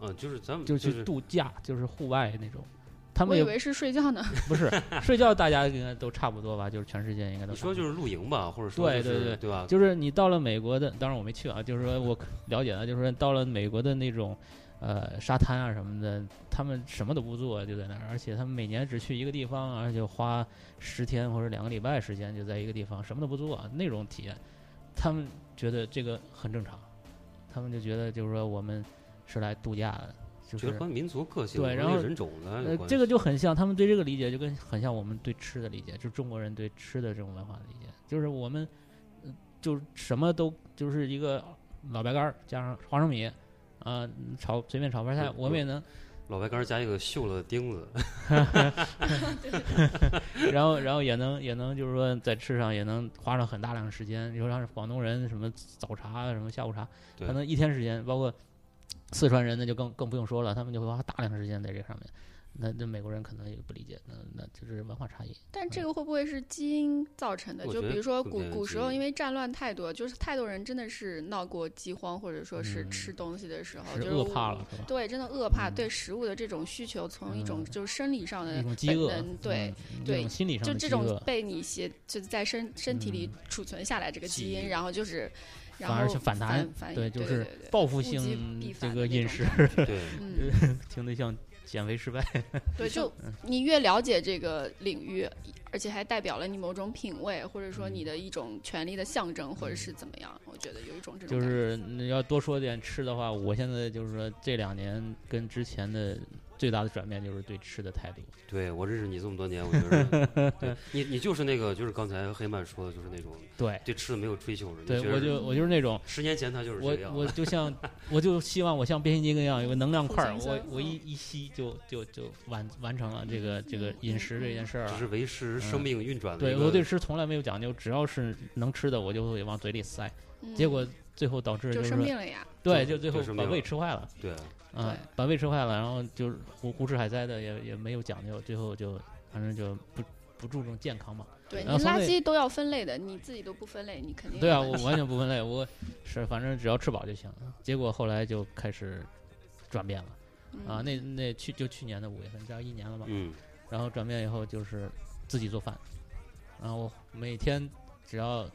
[SPEAKER 2] 嗯，就是咱们
[SPEAKER 4] 就是去度假，就是户外那种。 他
[SPEAKER 3] 我
[SPEAKER 4] 们
[SPEAKER 3] 以
[SPEAKER 4] 也
[SPEAKER 3] 为是睡觉呢，
[SPEAKER 4] 不是睡觉，大家应该都差不多吧？就是全世界应该都
[SPEAKER 2] 你
[SPEAKER 4] 差
[SPEAKER 2] 说
[SPEAKER 4] 不多。
[SPEAKER 2] 就是露营吧，或者说
[SPEAKER 4] 对
[SPEAKER 2] 就是
[SPEAKER 4] 对对
[SPEAKER 2] 对吧？
[SPEAKER 4] 就是你到了美国的，当然我没去啊，就是说我了解的，就是说到了美国的那种，呃，沙滩啊什么的，他们什么都不做就在那儿，而且他们每年只去一个地方，而且花十天或者两个礼拜时间就在一个地方，什么都不做、那种体验，他们觉得这个很正常，他们就觉得就是说我们是来度假的，就
[SPEAKER 2] 觉得
[SPEAKER 4] 是
[SPEAKER 2] 和民族个性
[SPEAKER 4] 对
[SPEAKER 2] 和
[SPEAKER 4] 然
[SPEAKER 2] 那个
[SPEAKER 4] 后
[SPEAKER 2] 人种的有
[SPEAKER 4] 呃，
[SPEAKER 2] 关
[SPEAKER 4] 这
[SPEAKER 2] 系
[SPEAKER 4] 个就很像他们对这个理解，就跟很像我们对吃的理解，就是中国人对吃的这种文化的理解，就是我们，呃就是什么都就是一个老白干儿加上花生米，啊、炒随便炒盘菜
[SPEAKER 2] 嗯，
[SPEAKER 4] 我们也能，
[SPEAKER 2] 老白干儿加一个锈了的钉 子，
[SPEAKER 4] 然后然后也能也能就是说在吃上也能花上很大量的时间，你说像是广东人什么早茶啊什么下午茶，
[SPEAKER 2] 对
[SPEAKER 4] 可能一天时间，包括四川人那就更更不用说了，他们就会花大量的时间在这上面。那那美国人可能也不理解，那那就是文化差异。
[SPEAKER 3] 但这
[SPEAKER 4] 嗯
[SPEAKER 3] 个会不会是基因造成的？
[SPEAKER 2] 我
[SPEAKER 3] 就
[SPEAKER 2] 觉
[SPEAKER 3] 比
[SPEAKER 2] 得
[SPEAKER 3] 如说
[SPEAKER 2] 可
[SPEAKER 3] 古
[SPEAKER 2] 能
[SPEAKER 3] 古
[SPEAKER 2] 是
[SPEAKER 3] 时候，因为战乱太多，就是太多人真的是闹过饥荒，或者说是
[SPEAKER 4] 嗯
[SPEAKER 3] 吃东西的时候，
[SPEAKER 4] 是
[SPEAKER 3] 哦就是
[SPEAKER 4] 饿
[SPEAKER 3] 我
[SPEAKER 4] 怕了，是吧？
[SPEAKER 3] 对，真的饿怕，
[SPEAKER 4] 嗯
[SPEAKER 3] 对食物的这种需求，从一种
[SPEAKER 4] 嗯
[SPEAKER 3] 就是生理上的
[SPEAKER 4] 一种饥
[SPEAKER 3] 呃本
[SPEAKER 4] 饿
[SPEAKER 3] 能，，对，
[SPEAKER 4] 嗯
[SPEAKER 3] 对
[SPEAKER 4] 一种心理上
[SPEAKER 3] 就
[SPEAKER 4] 的
[SPEAKER 3] 这
[SPEAKER 4] 饥
[SPEAKER 3] 种
[SPEAKER 4] 饿，嗯
[SPEAKER 3] 被你写就是在身身体里储存下来这个基
[SPEAKER 2] 记忆
[SPEAKER 3] 因，然后就是，然
[SPEAKER 4] 反而
[SPEAKER 3] 后
[SPEAKER 4] 去反弹
[SPEAKER 3] 反
[SPEAKER 4] 对
[SPEAKER 3] 对，
[SPEAKER 4] 就
[SPEAKER 3] 对
[SPEAKER 4] 是
[SPEAKER 3] 对对
[SPEAKER 4] 报复
[SPEAKER 3] 物极
[SPEAKER 4] 性
[SPEAKER 3] 必
[SPEAKER 4] 这
[SPEAKER 3] 反
[SPEAKER 4] 个
[SPEAKER 3] 的那种
[SPEAKER 4] 饮食，
[SPEAKER 2] 对，
[SPEAKER 3] 嗯，
[SPEAKER 4] 听得像减肥 失败。
[SPEAKER 3] 对，就
[SPEAKER 4] 嗯
[SPEAKER 3] 你越了解这个领域，而且还代表了你某种品味，或者
[SPEAKER 4] 嗯
[SPEAKER 3] 说你的一种权力的象征，或者是怎么样？我觉得有一种这种感
[SPEAKER 4] 就
[SPEAKER 3] 觉
[SPEAKER 4] 是你要多说点吃的话，我现在就是说这两年跟之前的最大的转变就是对吃的态度。
[SPEAKER 2] 对我认识你这么多年，我觉得 对你你就是那个就是刚才黑曼说的，就是那种
[SPEAKER 4] 对，
[SPEAKER 2] 对吃的没有追求的人。
[SPEAKER 4] 对
[SPEAKER 2] 你觉得
[SPEAKER 4] 我就我就是那种。
[SPEAKER 2] 十年前他就是这
[SPEAKER 4] 我
[SPEAKER 2] 个样
[SPEAKER 4] 我
[SPEAKER 2] 子，
[SPEAKER 4] 就像， 我就希望我像变形金刚一样有个能量块儿，
[SPEAKER 3] 互相
[SPEAKER 4] 我
[SPEAKER 3] 相
[SPEAKER 4] 我一
[SPEAKER 3] 嗯
[SPEAKER 4] 一吸就就就完完成了这个这个饮食这件事儿
[SPEAKER 2] 只
[SPEAKER 4] 了。
[SPEAKER 2] 是维持生命运转的一
[SPEAKER 4] 嗯对
[SPEAKER 2] 个。
[SPEAKER 4] 我对吃从来没有讲究，只要是能吃的我就会往嘴里塞，
[SPEAKER 3] 嗯
[SPEAKER 4] 结果最后导致
[SPEAKER 3] 就
[SPEAKER 4] 就是
[SPEAKER 3] 生
[SPEAKER 4] 说
[SPEAKER 3] 病了呀。
[SPEAKER 4] 对，
[SPEAKER 2] 就
[SPEAKER 4] 就最
[SPEAKER 2] 就
[SPEAKER 4] 后
[SPEAKER 2] 是没
[SPEAKER 4] 把
[SPEAKER 2] 有
[SPEAKER 4] 胃
[SPEAKER 2] 了
[SPEAKER 4] 吃坏了，
[SPEAKER 2] 对
[SPEAKER 4] 嗯
[SPEAKER 3] 对，
[SPEAKER 4] 把胃吃坏了，然后就是胡胡吃海塞的，也也没有讲究，最后就反正就不不注重健康嘛。
[SPEAKER 3] 对你
[SPEAKER 4] 然后从
[SPEAKER 3] 垃
[SPEAKER 4] 那
[SPEAKER 3] 圾都要分类的，你自己都不分类，你肯定
[SPEAKER 4] 呃对啊，
[SPEAKER 3] 有
[SPEAKER 4] 我
[SPEAKER 3] 问题
[SPEAKER 4] 完全不分类，我是反正只要吃饱就行。结果后来就开始转变了
[SPEAKER 3] 嗯
[SPEAKER 4] 啊，那那去就去年的五月份，这要一年了嘛，
[SPEAKER 2] 嗯，
[SPEAKER 4] 然后转变以后就是自己做饭，然后我每天只要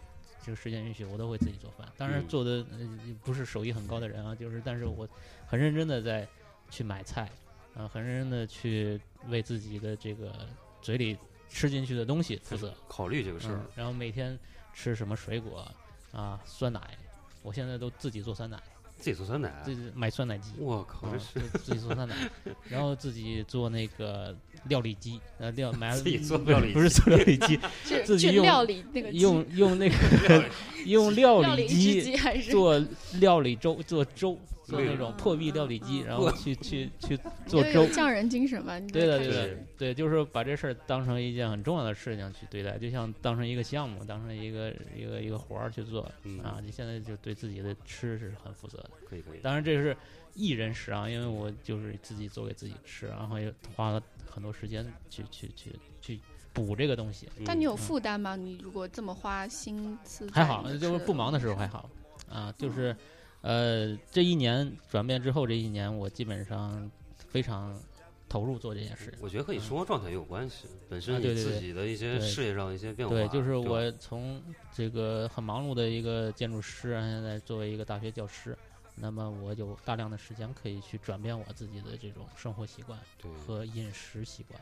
[SPEAKER 4] 这个时间允许，我都会自己做饭。当然
[SPEAKER 2] 嗯
[SPEAKER 4] 做的、呃、不是手艺很高的人啊，就是但是我很认真的在去买菜，啊、很认真的去为自己的这个嘴里吃进去的东西负责。
[SPEAKER 2] 考虑这个事儿
[SPEAKER 4] 嗯，，然后每天吃什么水果啊、酸奶，我现在都自己做酸奶，
[SPEAKER 2] 自己做酸奶啊，
[SPEAKER 4] 自己买酸奶机。
[SPEAKER 2] 我靠，
[SPEAKER 4] 啊
[SPEAKER 2] 这是
[SPEAKER 4] 就自己做酸奶，然后自己做那个料理机，呃，料买了
[SPEAKER 2] 自己做料理
[SPEAKER 4] 不是做料理机，
[SPEAKER 3] 是
[SPEAKER 4] 自己
[SPEAKER 3] 去
[SPEAKER 4] 用
[SPEAKER 3] 料理那个鸡
[SPEAKER 4] 用用那个用
[SPEAKER 3] 料
[SPEAKER 4] 料
[SPEAKER 3] 理
[SPEAKER 4] 理
[SPEAKER 3] 一只
[SPEAKER 4] 机
[SPEAKER 3] 鸡还是
[SPEAKER 4] 做料理粥，做粥，做
[SPEAKER 2] 对
[SPEAKER 4] 那种破壁料理机，然后去去 去
[SPEAKER 3] 你
[SPEAKER 4] 做
[SPEAKER 3] 就
[SPEAKER 4] 粥
[SPEAKER 3] 嗯有。匠人精神吧？你
[SPEAKER 4] 对
[SPEAKER 3] 就
[SPEAKER 4] 的，
[SPEAKER 3] 开始
[SPEAKER 4] 对的
[SPEAKER 2] 是，
[SPEAKER 4] 对，就是说把这事儿当成一件很重要的事情去对待，就像当成一个项目，当成一个一个一个活儿去做
[SPEAKER 2] 嗯
[SPEAKER 4] 啊。你现在就对自己的吃是很负责的。
[SPEAKER 2] 可以可以，
[SPEAKER 4] 当然这是一人食啊，因为我就是自己做给自己吃，然后也花了很多时间去去去去补这个东西。
[SPEAKER 3] 但
[SPEAKER 2] 嗯
[SPEAKER 3] 你有负担吗？你如果这么花心思在
[SPEAKER 4] 还
[SPEAKER 3] 你
[SPEAKER 4] 好
[SPEAKER 3] 的，吃
[SPEAKER 4] 就是嗯
[SPEAKER 3] 的
[SPEAKER 4] 不忙的时候
[SPEAKER 3] 上
[SPEAKER 4] 还好啊，就是呃，这一年转变之后，这一年我基本上非常投入做这件事。
[SPEAKER 2] 我觉得和你生活状态也有关系，本
[SPEAKER 4] 啊
[SPEAKER 2] 身
[SPEAKER 4] 对
[SPEAKER 2] 你
[SPEAKER 4] 对
[SPEAKER 2] 自
[SPEAKER 4] 对
[SPEAKER 2] 己的一些
[SPEAKER 4] 对
[SPEAKER 2] 事业上的一些变化，
[SPEAKER 4] 对，就是
[SPEAKER 2] 吧
[SPEAKER 4] 我从这个很忙碌的一个建筑师，现在作为一个大学教师，那么我有大量的时间可以去转变我自己的这种生活习惯
[SPEAKER 2] 对嗯
[SPEAKER 4] 和饮食习惯。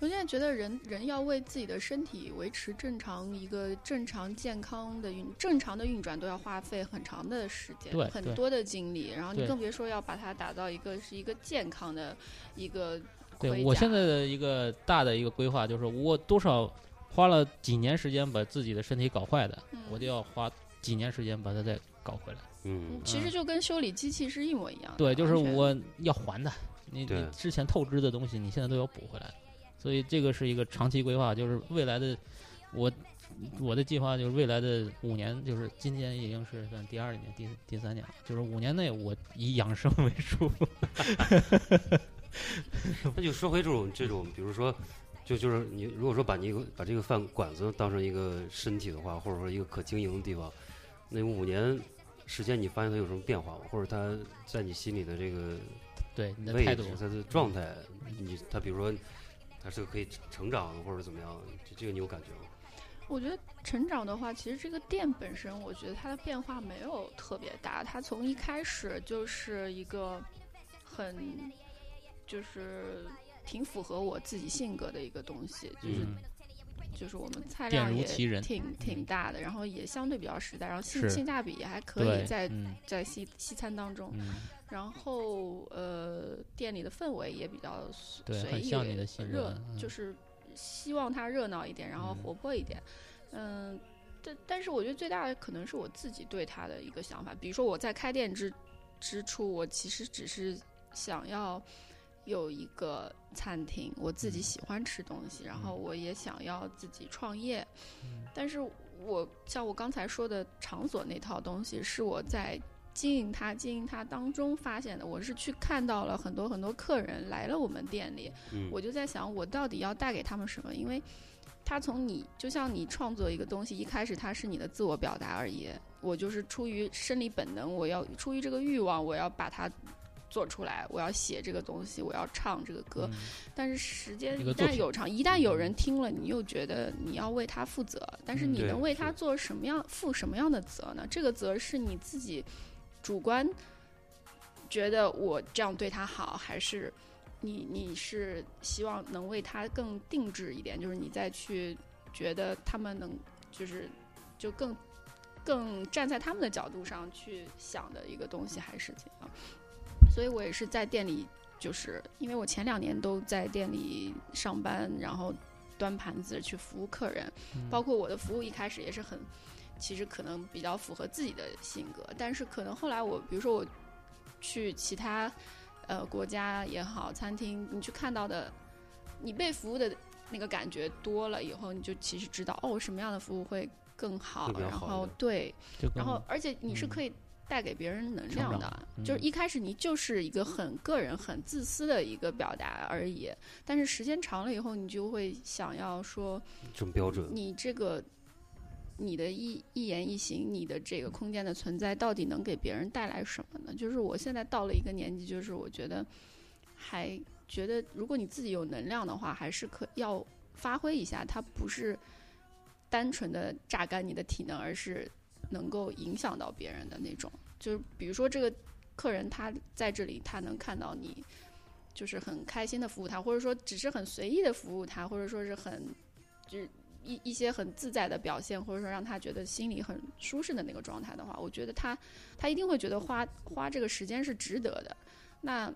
[SPEAKER 3] 我现在觉得人人要为自己的身体维持正常一个正常健康的运正常的运转，都要花费很长的时间
[SPEAKER 4] 对，
[SPEAKER 3] 很
[SPEAKER 4] 对
[SPEAKER 3] 多的精力，然后你
[SPEAKER 4] 对
[SPEAKER 3] 更别说要把它打造一个是一个健康的一个盔甲。
[SPEAKER 4] 对我现在的一个大的一个规划就是，我多少花了几年时间把自己的身体搞坏的，
[SPEAKER 3] 嗯
[SPEAKER 4] 我就要花几年时间把它再搞回来。
[SPEAKER 2] 嗯
[SPEAKER 3] 嗯其实就跟修理机器是一模一样的。
[SPEAKER 4] 对，就是
[SPEAKER 3] 完全
[SPEAKER 4] 我要还的，你
[SPEAKER 2] 对
[SPEAKER 4] 你之前透支的东西，你现在都要补回来，所以这个是一个长期规划，就是未来的我我的计划就是未来的五年，就是今年已经是算第二年、第第三年了，就是五年内我以养生为主。
[SPEAKER 2] 那就说回这种这种，比如说，就就是你如果说把你把这个饭馆子当成一个身体的话，或者说一个可经营的地方，那五年时间你发现它有什么变化吗？或者它在你心里的这个
[SPEAKER 4] 对你的
[SPEAKER 2] 位
[SPEAKER 4] 态
[SPEAKER 2] 置
[SPEAKER 4] 度，、
[SPEAKER 2] 它的状态，你它比如说它是可以成长的，或者怎么样，这这个你有感觉吗？
[SPEAKER 3] 我觉得成长的话，其实这个店本身，我觉得它的变化没有特别大。它从一开始就是一个很，就是挺符合我自己性格的一个东西，就是、
[SPEAKER 4] 嗯，
[SPEAKER 3] 就是我们菜
[SPEAKER 4] 店
[SPEAKER 3] 量
[SPEAKER 4] 如
[SPEAKER 3] 也
[SPEAKER 4] 其人
[SPEAKER 3] 挺挺
[SPEAKER 4] 嗯
[SPEAKER 3] 大的，然后也相对比较实在，然后性
[SPEAKER 4] 是
[SPEAKER 3] 性价比也还可
[SPEAKER 4] 对
[SPEAKER 3] 以，在
[SPEAKER 4] 嗯
[SPEAKER 3] 在西西餐当中，
[SPEAKER 4] 嗯，
[SPEAKER 3] 然后呃，店里的氛围也比较随
[SPEAKER 4] 对
[SPEAKER 3] 随
[SPEAKER 4] 很
[SPEAKER 3] 意
[SPEAKER 4] 像你的性格
[SPEAKER 3] 热，
[SPEAKER 4] 嗯
[SPEAKER 3] 就是希望它热闹一点，然后
[SPEAKER 4] 嗯
[SPEAKER 3] 活泼一点，嗯。但但是我觉得最大的可能是我自己对它的一个想法，比如说我在开店之之初，我其实只是想要有一个餐厅，我自己
[SPEAKER 4] 嗯
[SPEAKER 3] 喜欢吃东西，然后
[SPEAKER 4] 嗯
[SPEAKER 3] 我也想要自己创业，
[SPEAKER 4] 嗯
[SPEAKER 3] 但是我像我刚才说的场所那套东西，是我在经营它、经营它当中发现的。我是去看到了很多很多客人来了我们店里，
[SPEAKER 2] 嗯，
[SPEAKER 3] 我就在想，我到底要带给他们什么？因为他从你就像你创作一个东西，一开始它是你的自我表达而已。我就是出于生理本能，我要出于这个欲望，我要把它做出来，我要写这个东西，我要唱这个歌。
[SPEAKER 4] 嗯
[SPEAKER 3] 但是时间
[SPEAKER 4] 一
[SPEAKER 3] 一
[SPEAKER 4] 个作
[SPEAKER 3] 旦
[SPEAKER 4] 品
[SPEAKER 3] 有长，一旦有人听了，你又觉得你要为他负责，但是
[SPEAKER 4] 嗯
[SPEAKER 3] 你
[SPEAKER 2] 对
[SPEAKER 3] 能为他
[SPEAKER 2] 是
[SPEAKER 3] 做什么样负什么样的责呢？这个责是你自己主观觉得我这样对他好，还是你你是希望能为他更定制一点？就是你再去觉得他们能就是就更更站在他们的角度上去想的一个东西，还是怎样？所以我也是在店里，就是因为我前两年都在店里上班，然后端盘子去服务客人，
[SPEAKER 4] 嗯
[SPEAKER 3] 包括我的服务一开始也是很，其实可能比较符合自己的性格，但是可能后来我，比如说我去其他呃国家也好，餐厅你去看到的，你被服务的那个感觉多了以后，你就其实知道哦什么样的服务会更好
[SPEAKER 2] 会，比较
[SPEAKER 3] 然
[SPEAKER 2] 好一
[SPEAKER 3] 后
[SPEAKER 2] 点
[SPEAKER 3] 对，
[SPEAKER 4] 就
[SPEAKER 3] 然
[SPEAKER 4] 跟
[SPEAKER 3] 后而且你是
[SPEAKER 4] 嗯
[SPEAKER 3] 可以带给别人能
[SPEAKER 4] 成
[SPEAKER 3] 量
[SPEAKER 4] 长
[SPEAKER 3] 的，
[SPEAKER 4] 嗯
[SPEAKER 3] 就是一开始你就是一个很个人、很自私的一个表达而已，但是时间长了以后，你就会想要说，
[SPEAKER 2] 这么标准，
[SPEAKER 3] 你这个。你的一一言一行，你的这个空间的存在，到底能给别人带来什么呢？就是我现在到了一个年纪，就是我觉得还觉得，如果你自己有能量的话，还是可要发挥一下。它不是单纯的榨干你的体能，而是能够影响到别人的那种。就是比如说这个客人他在这里，他能看到你就是很开心的服务他，或者说只是很随意的服务他，或者说是很就是一一些很自在的表现，或者说让他觉得心里很舒适的那个状态的话，我觉得他他一定会觉得花花这个时间是值得的。那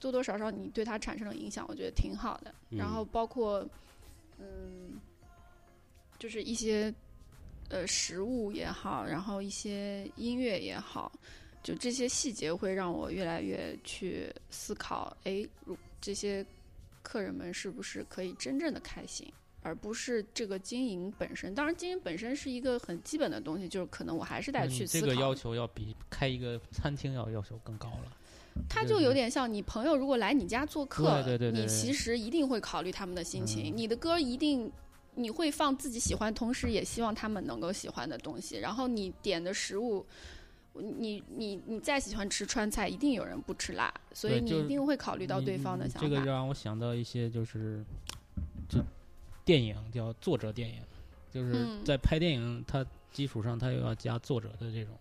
[SPEAKER 3] 多多少少你对他产生了影响，我觉得挺好的。然后包括，嗯，就是一些呃食物也好，然后一些音乐也好，就这些细节会让我越来越去思考，哎，如这些客人们是不是可以真正的开心，而不是这个经营本身。当然，经营本身是一个很基本的东西，就是可能我还是
[SPEAKER 4] 那
[SPEAKER 3] 得
[SPEAKER 4] 你
[SPEAKER 3] 去思
[SPEAKER 4] 嗯这
[SPEAKER 3] 考。
[SPEAKER 4] 个要求要比开一个餐厅要要求更高了。
[SPEAKER 3] 他
[SPEAKER 4] 就
[SPEAKER 3] 就是有点像你朋友，如果来你家做客，
[SPEAKER 4] 对对对对
[SPEAKER 3] 你
[SPEAKER 4] 对
[SPEAKER 3] 其实一定会考虑他们的心情，
[SPEAKER 4] 嗯
[SPEAKER 3] 你的歌一定你会放自己喜欢，同时也希望他们能够喜欢的东西，然后你点的食物。你你你再喜欢吃川菜，一定有人不吃辣，所以
[SPEAKER 4] 对
[SPEAKER 3] 你
[SPEAKER 4] 就
[SPEAKER 3] 一定会考虑到
[SPEAKER 4] 你
[SPEAKER 3] 对方的
[SPEAKER 4] 你
[SPEAKER 3] 想法。
[SPEAKER 4] 这个让我想到一些就是，就电影叫作者电影，就是
[SPEAKER 3] 嗯
[SPEAKER 4] 在拍电影它基础上，它又要加作者的这种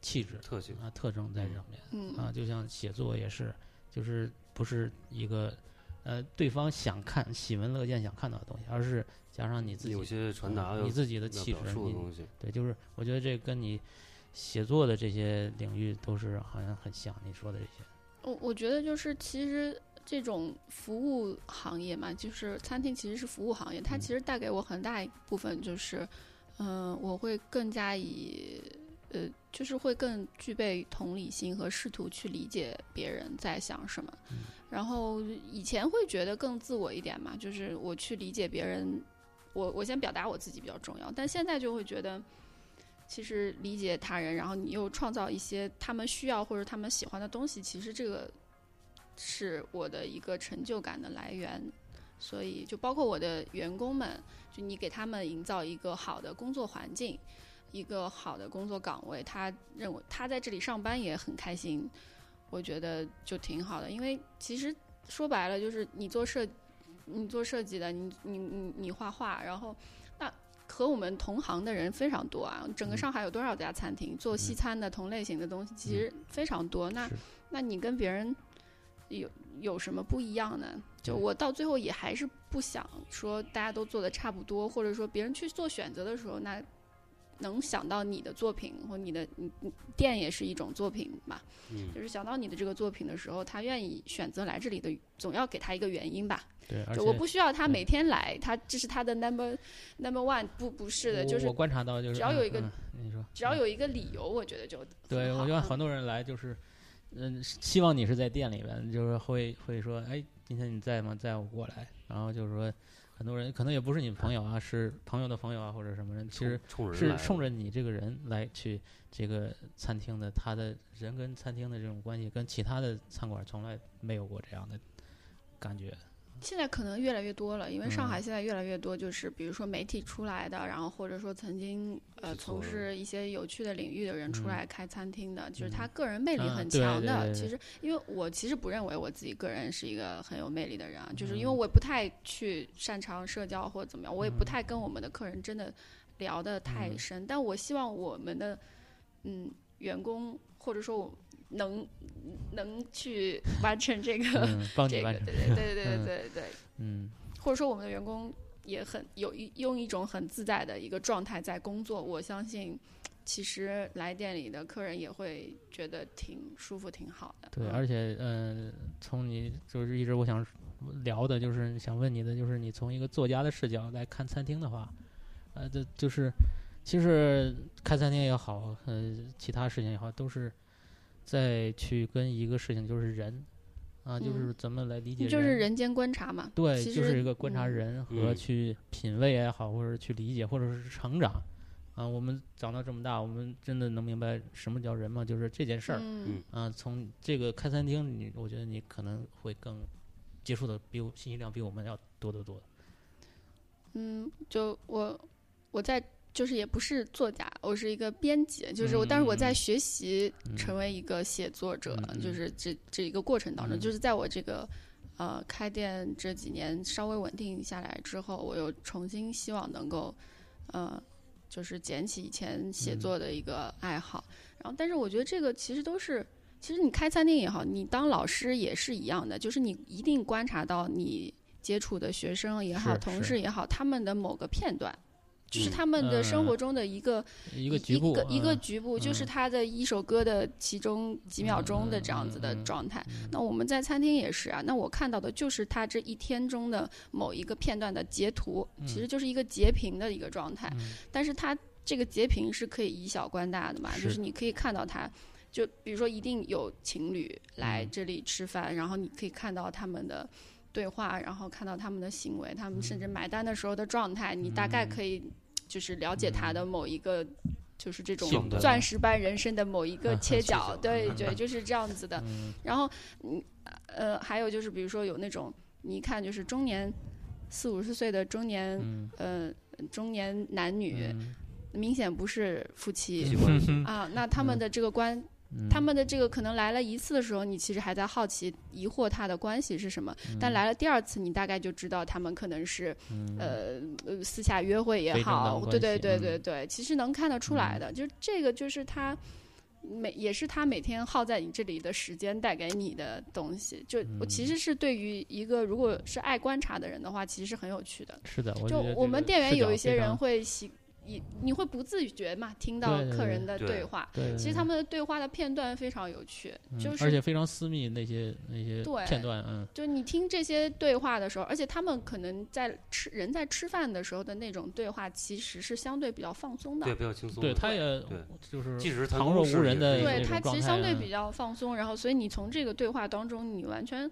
[SPEAKER 4] 气质
[SPEAKER 2] 特性。
[SPEAKER 4] 啊特征在上面
[SPEAKER 3] 嗯
[SPEAKER 4] 啊，就像写作也是，就是不是一个呃对方想看喜闻乐见想看到的东西，而是加上你自己嗯
[SPEAKER 2] 有些传达要
[SPEAKER 4] 你自己的
[SPEAKER 2] 要
[SPEAKER 4] 气
[SPEAKER 2] 表
[SPEAKER 4] 质，
[SPEAKER 2] 述的
[SPEAKER 4] 你
[SPEAKER 2] 东西，
[SPEAKER 4] 对，就是我觉得这跟你写作的这些领域都是好像很像你说的这些。
[SPEAKER 3] 我我觉得就是其实这种服务行业嘛，就是餐厅其实是服务行业，它
[SPEAKER 4] 嗯
[SPEAKER 3] 其实带给我很大一部分就是，嗯、我会更加以呃，就是会更具备同理心和试图去理解别人在想什么。然后以前会觉得更自我一点嘛，就是我去理解别人，我我先表达我自己比较重要，但现在就会觉得。其实理解他人，然后你又创造一些他们需要或者他们喜欢的东西，其实这个是我的一个成就感的来源。所以，就包括我的员工们，就你给他们营造一个好的工作环境，一个好的工作岗位，他认为他在这里上班也很开心，我觉得就挺好的。因为其实说白了，就是你做设，你做设计的，你你你你画画，然后那和我们同行的人非常多啊。整个
[SPEAKER 4] 嗯
[SPEAKER 3] 上海有多少家餐厅做西餐的同类型的东西，其实非常多。那
[SPEAKER 4] 嗯是
[SPEAKER 3] 那你跟别人有有什么不一样呢？就
[SPEAKER 4] 对
[SPEAKER 3] 我到最后也还是不想说大家都做的差不多，或者说别人去做选择的时候，那能想到你的作品或你的你你店也是一种作品吧，
[SPEAKER 2] 嗯，
[SPEAKER 3] 就是想到你的这个作品的时候，他愿意选择来这里的，总要给他一个原因吧。
[SPEAKER 4] 对，而且嗯
[SPEAKER 3] 就我不需要他
[SPEAKER 4] 对
[SPEAKER 3] 每天来，他这是他的 number number one，不不是的，
[SPEAKER 4] 我
[SPEAKER 3] 就是
[SPEAKER 4] 我观察到，就是
[SPEAKER 3] 只要有一个
[SPEAKER 4] 嗯嗯你说
[SPEAKER 3] 只要
[SPEAKER 4] 嗯
[SPEAKER 3] 有一个理由，我觉得就很
[SPEAKER 4] 对，
[SPEAKER 3] 好
[SPEAKER 4] 我觉得
[SPEAKER 3] 嗯
[SPEAKER 4] 很多人来就是，嗯，希望你是在店里边，就是会会说，哎，今天你在吗？在我过来。然后就是说，很多人可能也不是你朋友啊，是朋友的朋友啊，或者什么人，其实
[SPEAKER 2] 冲人
[SPEAKER 4] 是
[SPEAKER 2] 来
[SPEAKER 4] 冲
[SPEAKER 2] 的
[SPEAKER 4] 着你这个人来去这个餐厅的，他的人跟餐厅的这种关系，跟其他的餐馆从来没有过这样的感 觉。
[SPEAKER 3] 现在可能越来越多了，因为上
[SPEAKER 4] 嗯
[SPEAKER 3] 海现在越来越多，就是比如说媒体出来的，然后或者说曾经呃
[SPEAKER 2] 是做
[SPEAKER 3] 从事一些有趣的领域的人出
[SPEAKER 4] 嗯
[SPEAKER 3] 来开餐厅的，就是
[SPEAKER 4] 嗯
[SPEAKER 3] 他个人魅力
[SPEAKER 4] 啊
[SPEAKER 3] 很
[SPEAKER 4] 对
[SPEAKER 3] 强
[SPEAKER 4] 对
[SPEAKER 3] 的。
[SPEAKER 4] 对
[SPEAKER 3] 其
[SPEAKER 4] 对
[SPEAKER 3] 实，因为我其实不认为我自己个人是一个很有魅力的人，啊，就是因为
[SPEAKER 4] 嗯
[SPEAKER 3] 我不太去擅长社交或怎么样，我也不
[SPEAKER 4] 嗯
[SPEAKER 3] 太跟我们的客人真的聊得太
[SPEAKER 4] 嗯
[SPEAKER 3] 深，但我希望我们的嗯员工或者说我能能去完成这个。
[SPEAKER 4] 嗯，帮
[SPEAKER 3] 这
[SPEAKER 4] 你
[SPEAKER 3] 个
[SPEAKER 4] 完成。
[SPEAKER 3] 对对对对对
[SPEAKER 4] 嗯
[SPEAKER 3] 对对，
[SPEAKER 4] 嗯，
[SPEAKER 3] 或者说我们的员工也很有一用一种很自在的一个状态在工作，我相信其实来店里的客人也会觉得挺舒服、挺好的。
[SPEAKER 4] 对，
[SPEAKER 3] 嗯
[SPEAKER 4] 而且嗯，从你就是一直我想聊的，就是想问你的，就是你从一个作家的视角来看餐厅的话，呃，这就是其实开餐厅也好，呃，其他事情也好，都是在去跟一个事情，就是人啊，就是
[SPEAKER 3] 嗯
[SPEAKER 4] 怎么来理解人，
[SPEAKER 3] 就是人间观察嘛，
[SPEAKER 4] 对，
[SPEAKER 3] 其
[SPEAKER 4] 就
[SPEAKER 3] 实
[SPEAKER 4] 是一个观察
[SPEAKER 3] 嗯
[SPEAKER 4] 人和
[SPEAKER 2] 嗯
[SPEAKER 4] 去品味也好，或者去理解，或者是成长。啊，我们长到这么大，我们真的能明白什么叫人吗？就是这件事儿，
[SPEAKER 3] 嗯
[SPEAKER 4] 啊，从这个开餐厅，你我觉得你可能会更接触的比我信息量比我们要多得多。
[SPEAKER 3] 嗯，就我我在。就是也不是作家，我是一个编辑，就是我，但是我在
[SPEAKER 4] 嗯
[SPEAKER 3] 学习
[SPEAKER 4] 嗯
[SPEAKER 3] 成为一个写作者，
[SPEAKER 4] 嗯嗯
[SPEAKER 3] 就是这这一个过程当中，
[SPEAKER 4] 嗯
[SPEAKER 3] 就是在我这个呃开店这几年稍微稳定下来之后，我又重新希望能够呃就是捡起以前写
[SPEAKER 4] 嗯
[SPEAKER 3] 作的一个爱好，然后但是我觉得这个其实都是。其实你开餐厅也好，你当老师也是一样的，就是你一定观察到你接触的学生也好，
[SPEAKER 4] 是
[SPEAKER 3] 同
[SPEAKER 4] 是
[SPEAKER 3] 事也好，他们的某个片段，就是
[SPEAKER 2] 嗯
[SPEAKER 3] 他们的生活
[SPEAKER 4] 嗯
[SPEAKER 3] 中的一个
[SPEAKER 4] 一
[SPEAKER 3] 一
[SPEAKER 4] 个局部，
[SPEAKER 3] 一个一个
[SPEAKER 4] 嗯
[SPEAKER 3] 局部，就是
[SPEAKER 4] 嗯
[SPEAKER 3] 他的一首歌的其中几秒钟的
[SPEAKER 4] 嗯
[SPEAKER 3] 这样子的
[SPEAKER 4] 嗯嗯
[SPEAKER 3] 状态。
[SPEAKER 4] 嗯
[SPEAKER 3] 那我们在餐厅也是啊，那我看到的就是他这一天中的某一个片段的截图，其实就是一个截屏的一个状态，
[SPEAKER 4] 嗯
[SPEAKER 3] 但是它这个截屏是可以以小观大的嘛，就是是你可以看到他。就比如说，一定有情侣来
[SPEAKER 4] 嗯
[SPEAKER 3] 这里吃饭，然后你可以看到他们的对话，然后看到他们的行为，他们甚至买单的时候的状态，你大概
[SPEAKER 4] 嗯
[SPEAKER 3] 可以就是了解他的某一个，就是这种
[SPEAKER 2] 性格
[SPEAKER 3] 钻石般人生的某一个切
[SPEAKER 2] 角，
[SPEAKER 3] 角对
[SPEAKER 4] 嗯
[SPEAKER 3] 对，就是这样子的。
[SPEAKER 4] 嗯
[SPEAKER 3] 然后，嗯呃，还有就是，比如说有那种你一看就是中年四五十岁的中年，
[SPEAKER 4] 嗯
[SPEAKER 3] 呃，中年男女，
[SPEAKER 4] 嗯
[SPEAKER 3] 明显不是夫妻
[SPEAKER 2] 喜欢
[SPEAKER 3] 啊。那他们的这个关，
[SPEAKER 4] 嗯
[SPEAKER 3] 他们的这个可能来了一次的时候，你其实还在好奇、疑惑他的关系是什么，但来了第二次，你大概就知道他们可能是
[SPEAKER 4] 嗯
[SPEAKER 3] 呃呃私下约会也
[SPEAKER 4] 非正当
[SPEAKER 3] 好，
[SPEAKER 4] 关
[SPEAKER 3] 对对
[SPEAKER 4] 系
[SPEAKER 3] 对
[SPEAKER 4] 嗯
[SPEAKER 3] 对对，其实能看得出来的，就是这个就是他每也是他每天耗在你这里的时间带给你的东西。就我
[SPEAKER 4] 嗯
[SPEAKER 3] 其实是对于一个如果是爱观察的人的话，其实是很有趣的。
[SPEAKER 4] 是的，
[SPEAKER 3] 就
[SPEAKER 4] 觉得
[SPEAKER 3] 我
[SPEAKER 4] 这
[SPEAKER 3] 们
[SPEAKER 4] 个
[SPEAKER 3] 店员
[SPEAKER 4] 视
[SPEAKER 3] 有
[SPEAKER 4] 角
[SPEAKER 3] 一些
[SPEAKER 4] 非
[SPEAKER 3] 人
[SPEAKER 4] 常
[SPEAKER 3] 会喜，你你会不自觉嘛听到
[SPEAKER 4] 对对
[SPEAKER 3] 客
[SPEAKER 4] 对
[SPEAKER 3] 人的
[SPEAKER 2] 对
[SPEAKER 3] 对话。
[SPEAKER 4] 对，
[SPEAKER 3] 其实他们的对话的片段非常有趣，
[SPEAKER 4] 嗯
[SPEAKER 3] 就
[SPEAKER 4] 而
[SPEAKER 3] 是
[SPEAKER 4] 且非常私密那些那些
[SPEAKER 3] 对
[SPEAKER 4] 片段，嗯，
[SPEAKER 3] 就你听这些对话的时候，而且他们可能在吃人在吃饭的时候的那种对话，其实是相对比较放松的
[SPEAKER 2] 对，。比较轻松。
[SPEAKER 4] 对，他也
[SPEAKER 2] 对
[SPEAKER 4] 就是
[SPEAKER 2] 即使是
[SPEAKER 4] 旁若无人的
[SPEAKER 2] 对
[SPEAKER 4] 那
[SPEAKER 3] 对，
[SPEAKER 4] 种
[SPEAKER 3] 它其
[SPEAKER 4] 状
[SPEAKER 3] 实
[SPEAKER 4] 态
[SPEAKER 3] 相对
[SPEAKER 4] 嗯
[SPEAKER 3] 比较放松，然后所以你从这个对话当中，你完全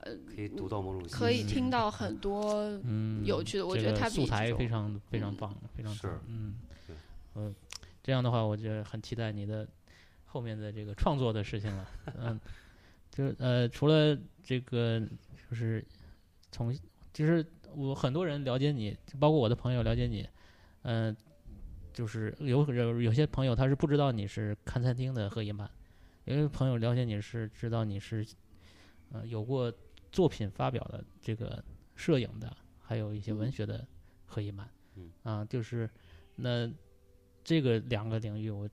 [SPEAKER 2] 可以读到某种信息
[SPEAKER 3] 可以听到很多
[SPEAKER 4] 嗯
[SPEAKER 3] 有趣的我
[SPEAKER 4] 这
[SPEAKER 3] 觉得
[SPEAKER 4] 个
[SPEAKER 3] 它比
[SPEAKER 4] 素
[SPEAKER 3] 这
[SPEAKER 4] 材
[SPEAKER 3] 种
[SPEAKER 4] 非常非常
[SPEAKER 3] 嗯
[SPEAKER 4] 棒，非常
[SPEAKER 2] 是
[SPEAKER 4] 棒嗯
[SPEAKER 2] 对，
[SPEAKER 4] 嗯，这样的话，我觉得很期待你的后面的这个创作的事情了，嗯，就是呃，除了这个，就是从其实我很多人了解你，包括我的朋友了解你，嗯、就是有有有些朋友他是不知道你是看餐厅的和银盘，有些朋友了解你是知道你是呃有过作品发表的这个摄影的，还有一些文学的和银盘，
[SPEAKER 2] 嗯
[SPEAKER 4] 啊，就是那这个两个领域我。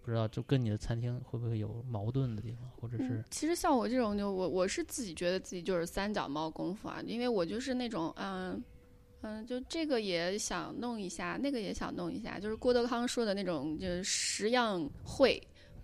[SPEAKER 4] 不知道，就跟你的餐厅会不会有矛盾的地方，或者是
[SPEAKER 3] 嗯，其实像我这种就我我是自己觉得自己就是三脚猫功夫啊，因为我就是那种嗯嗯，就这个也想弄一下，那个也想弄一下，就是郭德纲说的那种，就是十样会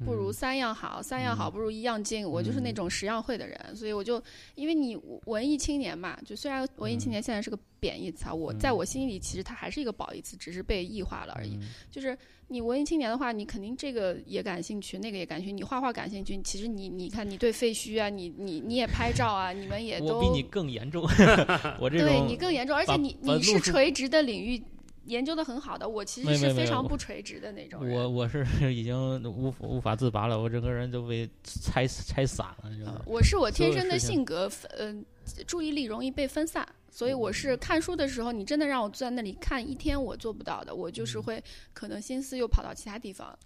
[SPEAKER 3] 不如
[SPEAKER 4] 嗯
[SPEAKER 3] 三样好，三样好不如一样精。我就是那种十样会的人，所以我就因为你文艺青年嘛，就虽然文艺青年现在是个贬义词啊，我在
[SPEAKER 4] 嗯
[SPEAKER 3] 我心里其实它还是一个褒义词，只是被异化了而已。
[SPEAKER 4] 嗯
[SPEAKER 3] 就是你文艺青年的话，你肯定这个也感兴趣，那个也感兴趣，你画画感兴趣。其实你你看，你对废墟啊，你你你也拍照啊，你们也
[SPEAKER 4] 我
[SPEAKER 3] 都
[SPEAKER 4] 比你更严重， 我这种
[SPEAKER 3] 对你更严重，而且
[SPEAKER 4] 把
[SPEAKER 3] 你
[SPEAKER 4] 把
[SPEAKER 3] 你
[SPEAKER 4] 路
[SPEAKER 3] 是
[SPEAKER 4] 数
[SPEAKER 3] 垂直的领域研究的很好的，我其
[SPEAKER 4] 没
[SPEAKER 3] 实
[SPEAKER 4] 没
[SPEAKER 3] 是
[SPEAKER 4] 没
[SPEAKER 3] 非常
[SPEAKER 4] 我
[SPEAKER 3] 不垂直的那种人。
[SPEAKER 4] 我我是已经无法无法自拔了，我整个人都被拆拆散了，就是
[SPEAKER 3] 呃我是我天
[SPEAKER 4] 嗯所有
[SPEAKER 3] 生的
[SPEAKER 4] 事情
[SPEAKER 3] 性格，嗯、注意力容易被分散，所以我
[SPEAKER 4] 嗯
[SPEAKER 3] 是看书的时候，你真的让我坐在那里看一天，我做不到的，我就是
[SPEAKER 4] 嗯
[SPEAKER 3] 会可能心思又跑到其他地方，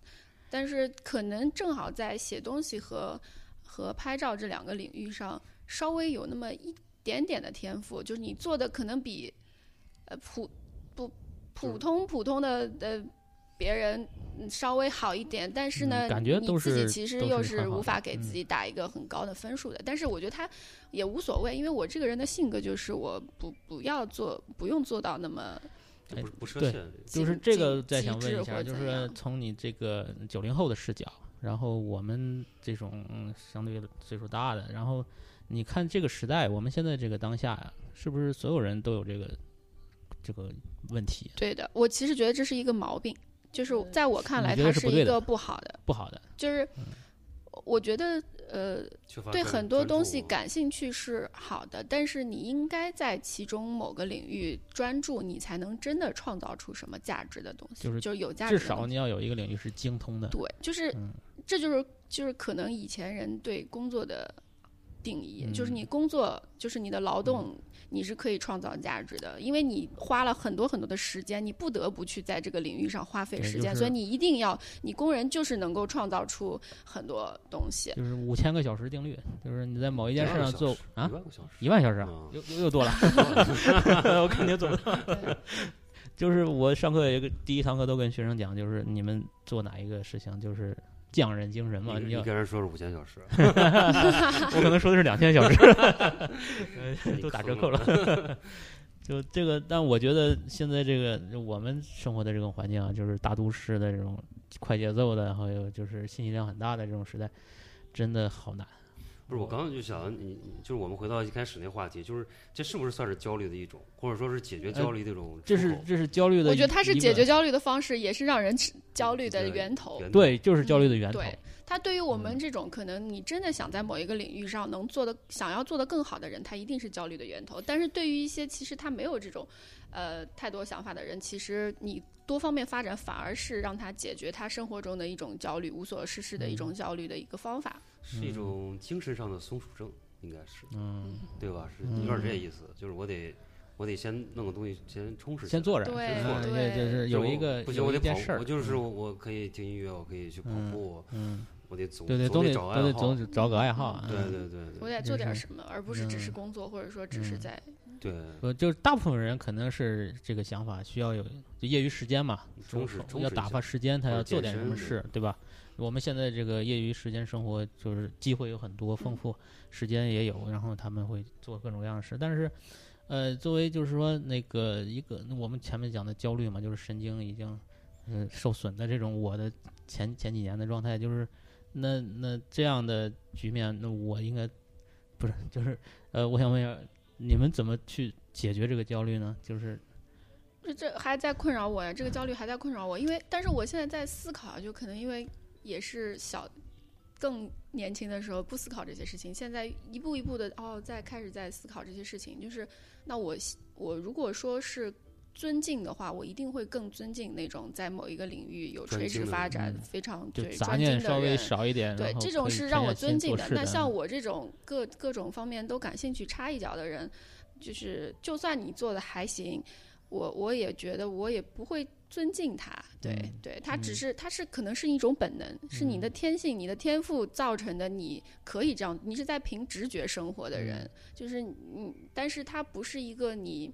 [SPEAKER 3] 但是可能正好在写东西和和拍照这两个领域上稍微有那么一点点的天赋，就是你做的可能比呃普不普通普通的呃别人嗯稍微好一点，但是呢，
[SPEAKER 4] 嗯感觉
[SPEAKER 3] 你
[SPEAKER 4] 都
[SPEAKER 3] 自己
[SPEAKER 4] 是
[SPEAKER 3] 其实
[SPEAKER 4] 都
[SPEAKER 3] 又
[SPEAKER 4] 是很
[SPEAKER 3] 是
[SPEAKER 4] 好
[SPEAKER 3] 无
[SPEAKER 4] 的
[SPEAKER 3] 法给自
[SPEAKER 4] 嗯
[SPEAKER 3] 己打一个很高的分数的。但是我觉得他也无所谓，因为我这个人的性格就是我不不要做，不用做到那么
[SPEAKER 2] 就不不设
[SPEAKER 4] 对
[SPEAKER 2] 限。
[SPEAKER 4] 就是
[SPEAKER 3] 极
[SPEAKER 4] 这个
[SPEAKER 3] 极
[SPEAKER 4] 再想
[SPEAKER 3] 极致
[SPEAKER 4] 问一下，
[SPEAKER 3] 或者
[SPEAKER 4] 就
[SPEAKER 3] 怎
[SPEAKER 4] 是
[SPEAKER 3] 样
[SPEAKER 4] 从你这个九零后的视角，然后我们这种嗯相对岁数大的，然后你看这个时代，我们现在这个当下呀，是不是所有人都有这个这个问题？
[SPEAKER 3] 对的。我其实觉得这是一个毛病，就是在我看来，
[SPEAKER 4] 你觉
[SPEAKER 3] 它
[SPEAKER 4] 得是不
[SPEAKER 3] 是
[SPEAKER 4] 对
[SPEAKER 3] 一
[SPEAKER 4] 的嗯
[SPEAKER 3] 个不好的，
[SPEAKER 4] 不好的，
[SPEAKER 3] 就是我觉得呃，
[SPEAKER 2] 缺
[SPEAKER 4] 啊
[SPEAKER 2] 乏
[SPEAKER 3] 对
[SPEAKER 2] 专
[SPEAKER 3] 很多
[SPEAKER 2] 专
[SPEAKER 3] 东
[SPEAKER 2] 注
[SPEAKER 3] 西感兴趣是好的，但是你应该在其中某个领域专注，你才能真的创造出什么价值的东西，
[SPEAKER 4] 就是
[SPEAKER 3] 有价值
[SPEAKER 4] 至
[SPEAKER 3] 的
[SPEAKER 4] 少
[SPEAKER 3] 东西
[SPEAKER 4] 你要有一个领域是精通的。
[SPEAKER 3] 对，就是、
[SPEAKER 4] 嗯
[SPEAKER 3] 这就是就是可能以前人对工作的定义，就是
[SPEAKER 4] 嗯
[SPEAKER 3] 你工作就是你的劳动，你是可以创造价值的，因为你花了很多很多的时间，你不得不去在这个领域上花费
[SPEAKER 4] 对
[SPEAKER 3] 时
[SPEAKER 4] 就
[SPEAKER 3] 间，所以
[SPEAKER 4] 是
[SPEAKER 3] 你一定要，你工人就是能够创造出很多东西。
[SPEAKER 4] 就是五千个小时定律，就是你在某一件事上做啊
[SPEAKER 2] 一万个小时，
[SPEAKER 4] 一万小时啊
[SPEAKER 2] 嗯
[SPEAKER 4] 又又 又多了， 我肯定做不到。 就是我上课有一个第一堂课都跟学生讲，就是你们做哪一个事情，就是匠人精神嘛。
[SPEAKER 2] 你
[SPEAKER 4] 你
[SPEAKER 2] 你
[SPEAKER 4] 要
[SPEAKER 2] 跟人说是五千小时，
[SPEAKER 4] 我可能说的是两 千小时， 呃都打折扣了。就这个，但我觉得现在这个我们生活的这种环境啊，就是大都市的这种快节奏的，还有就是信息量很大的这种时代，真的好难。
[SPEAKER 2] 不是我刚刚就想你，你就是我们回到一开始那话题，就是这是不是算是焦虑的一种，或者说是解决焦虑的一种出口？
[SPEAKER 4] 呃这是这是焦虑的一，
[SPEAKER 3] 哦我觉得它是
[SPEAKER 4] 一
[SPEAKER 3] 解
[SPEAKER 4] 个
[SPEAKER 3] 决焦虑的方式，也是让人焦虑的
[SPEAKER 2] 对
[SPEAKER 3] 源头。
[SPEAKER 2] 源头
[SPEAKER 4] 对，就是焦虑的源头。
[SPEAKER 3] 嗯对，他对于我们
[SPEAKER 4] 嗯
[SPEAKER 3] 这种可能你真的想在某一个领域上能做的、想要做的更好的人，他一定是焦虑的源头。但是对于一些其实他没有这种，呃，太多想法的人，其实你多方面发展反而是让他解决他生活中的一种焦虑、无所事事
[SPEAKER 4] 嗯
[SPEAKER 3] 的一种焦虑的一个方法。
[SPEAKER 2] 是一种精神上的松鼠症，应该是，
[SPEAKER 4] 嗯，
[SPEAKER 2] 对吧？是有点这意思，就是我得我得先弄个东西先充实起来，
[SPEAKER 4] 先做着，
[SPEAKER 3] 对
[SPEAKER 2] 先
[SPEAKER 4] 嗯
[SPEAKER 2] 做着。
[SPEAKER 4] 这
[SPEAKER 3] 对
[SPEAKER 4] 就是
[SPEAKER 2] 就
[SPEAKER 4] 有一
[SPEAKER 2] 我
[SPEAKER 4] 个
[SPEAKER 2] 不行，
[SPEAKER 4] 有
[SPEAKER 2] 我
[SPEAKER 4] 一
[SPEAKER 2] 得
[SPEAKER 4] 件
[SPEAKER 2] 跑
[SPEAKER 4] 事儿，
[SPEAKER 2] 我就是我，我可以听音乐，我可以去跑
[SPEAKER 4] 嗯
[SPEAKER 2] 步，
[SPEAKER 4] 嗯，
[SPEAKER 2] 我得总
[SPEAKER 4] 对对，
[SPEAKER 2] 总
[SPEAKER 4] 都
[SPEAKER 2] 得
[SPEAKER 4] 得
[SPEAKER 2] 找
[SPEAKER 4] 都
[SPEAKER 2] 爱好
[SPEAKER 4] 得
[SPEAKER 2] 嗯
[SPEAKER 4] 总，得找个爱好啊。
[SPEAKER 2] 对对对
[SPEAKER 3] 我
[SPEAKER 2] 对
[SPEAKER 3] 得做
[SPEAKER 4] 就
[SPEAKER 3] 点
[SPEAKER 4] 是
[SPEAKER 3] 什么，而不是只是
[SPEAKER 4] 嗯
[SPEAKER 3] 工作，或者说只是
[SPEAKER 4] 嗯
[SPEAKER 3] 在
[SPEAKER 2] 对，
[SPEAKER 4] 呃，就是大部分人可能是这个想法，需要有就业余时间嘛，
[SPEAKER 2] 充
[SPEAKER 4] 就
[SPEAKER 2] 实
[SPEAKER 4] 是
[SPEAKER 2] 充
[SPEAKER 4] 要
[SPEAKER 2] 实一
[SPEAKER 4] 打
[SPEAKER 2] 下
[SPEAKER 4] 发时间，他
[SPEAKER 2] 或者
[SPEAKER 4] 要做
[SPEAKER 2] 健
[SPEAKER 4] 点什么
[SPEAKER 2] 身
[SPEAKER 4] 事，对吧？我们现在这个业余时间生活就是机会有很多，
[SPEAKER 3] 嗯
[SPEAKER 4] 丰富时间也有，然后他们会做各种各样的事。但是，呃，作为就是说那个一个我们前面讲的焦虑嘛，就是神经已经嗯、呃受损的这种，我的前前几年的状态就是，那那这样的局面，那我应该不是就是呃，我想问一下，你们怎么去解决这个焦虑呢？就是
[SPEAKER 3] 这这还在困扰我呀，这个焦虑还在困扰我，因为但是我现在在思考，啊就可能因为也是小，更年轻的时候不思考这些事情，现在一步一步的哦，在开始在思考这些事情，就是那我希我如果说是。尊敬的话，我一定会更尊敬那种在某一个领域有
[SPEAKER 2] 专
[SPEAKER 3] 垂
[SPEAKER 2] 精
[SPEAKER 3] 直
[SPEAKER 2] 的
[SPEAKER 3] 发
[SPEAKER 2] 人
[SPEAKER 3] 展、
[SPEAKER 4] 嗯
[SPEAKER 3] 非常
[SPEAKER 4] 就
[SPEAKER 3] 对
[SPEAKER 4] 杂
[SPEAKER 3] 专精
[SPEAKER 4] 念
[SPEAKER 3] 的
[SPEAKER 4] 稍微
[SPEAKER 3] 人
[SPEAKER 4] 少一点，
[SPEAKER 3] 对
[SPEAKER 4] 然，后
[SPEAKER 3] 这种
[SPEAKER 4] 可以
[SPEAKER 3] 是
[SPEAKER 4] 沉
[SPEAKER 3] 让
[SPEAKER 4] 下
[SPEAKER 3] 我
[SPEAKER 4] 心
[SPEAKER 3] 尊敬
[SPEAKER 4] 做
[SPEAKER 3] 的。
[SPEAKER 4] 事嗯
[SPEAKER 3] 那像我这种各各种方面都感兴趣、插一脚的人，就是就算你做的还行，我我也觉得我也不会尊敬他。对、
[SPEAKER 4] 嗯
[SPEAKER 3] 对，他只
[SPEAKER 4] 嗯
[SPEAKER 3] 是他是可能是一种本能，是你的天性、你的天赋造成的。你可以这样，你是在凭直觉生活的人，
[SPEAKER 4] 嗯
[SPEAKER 3] 就是你，但是他不是一个你。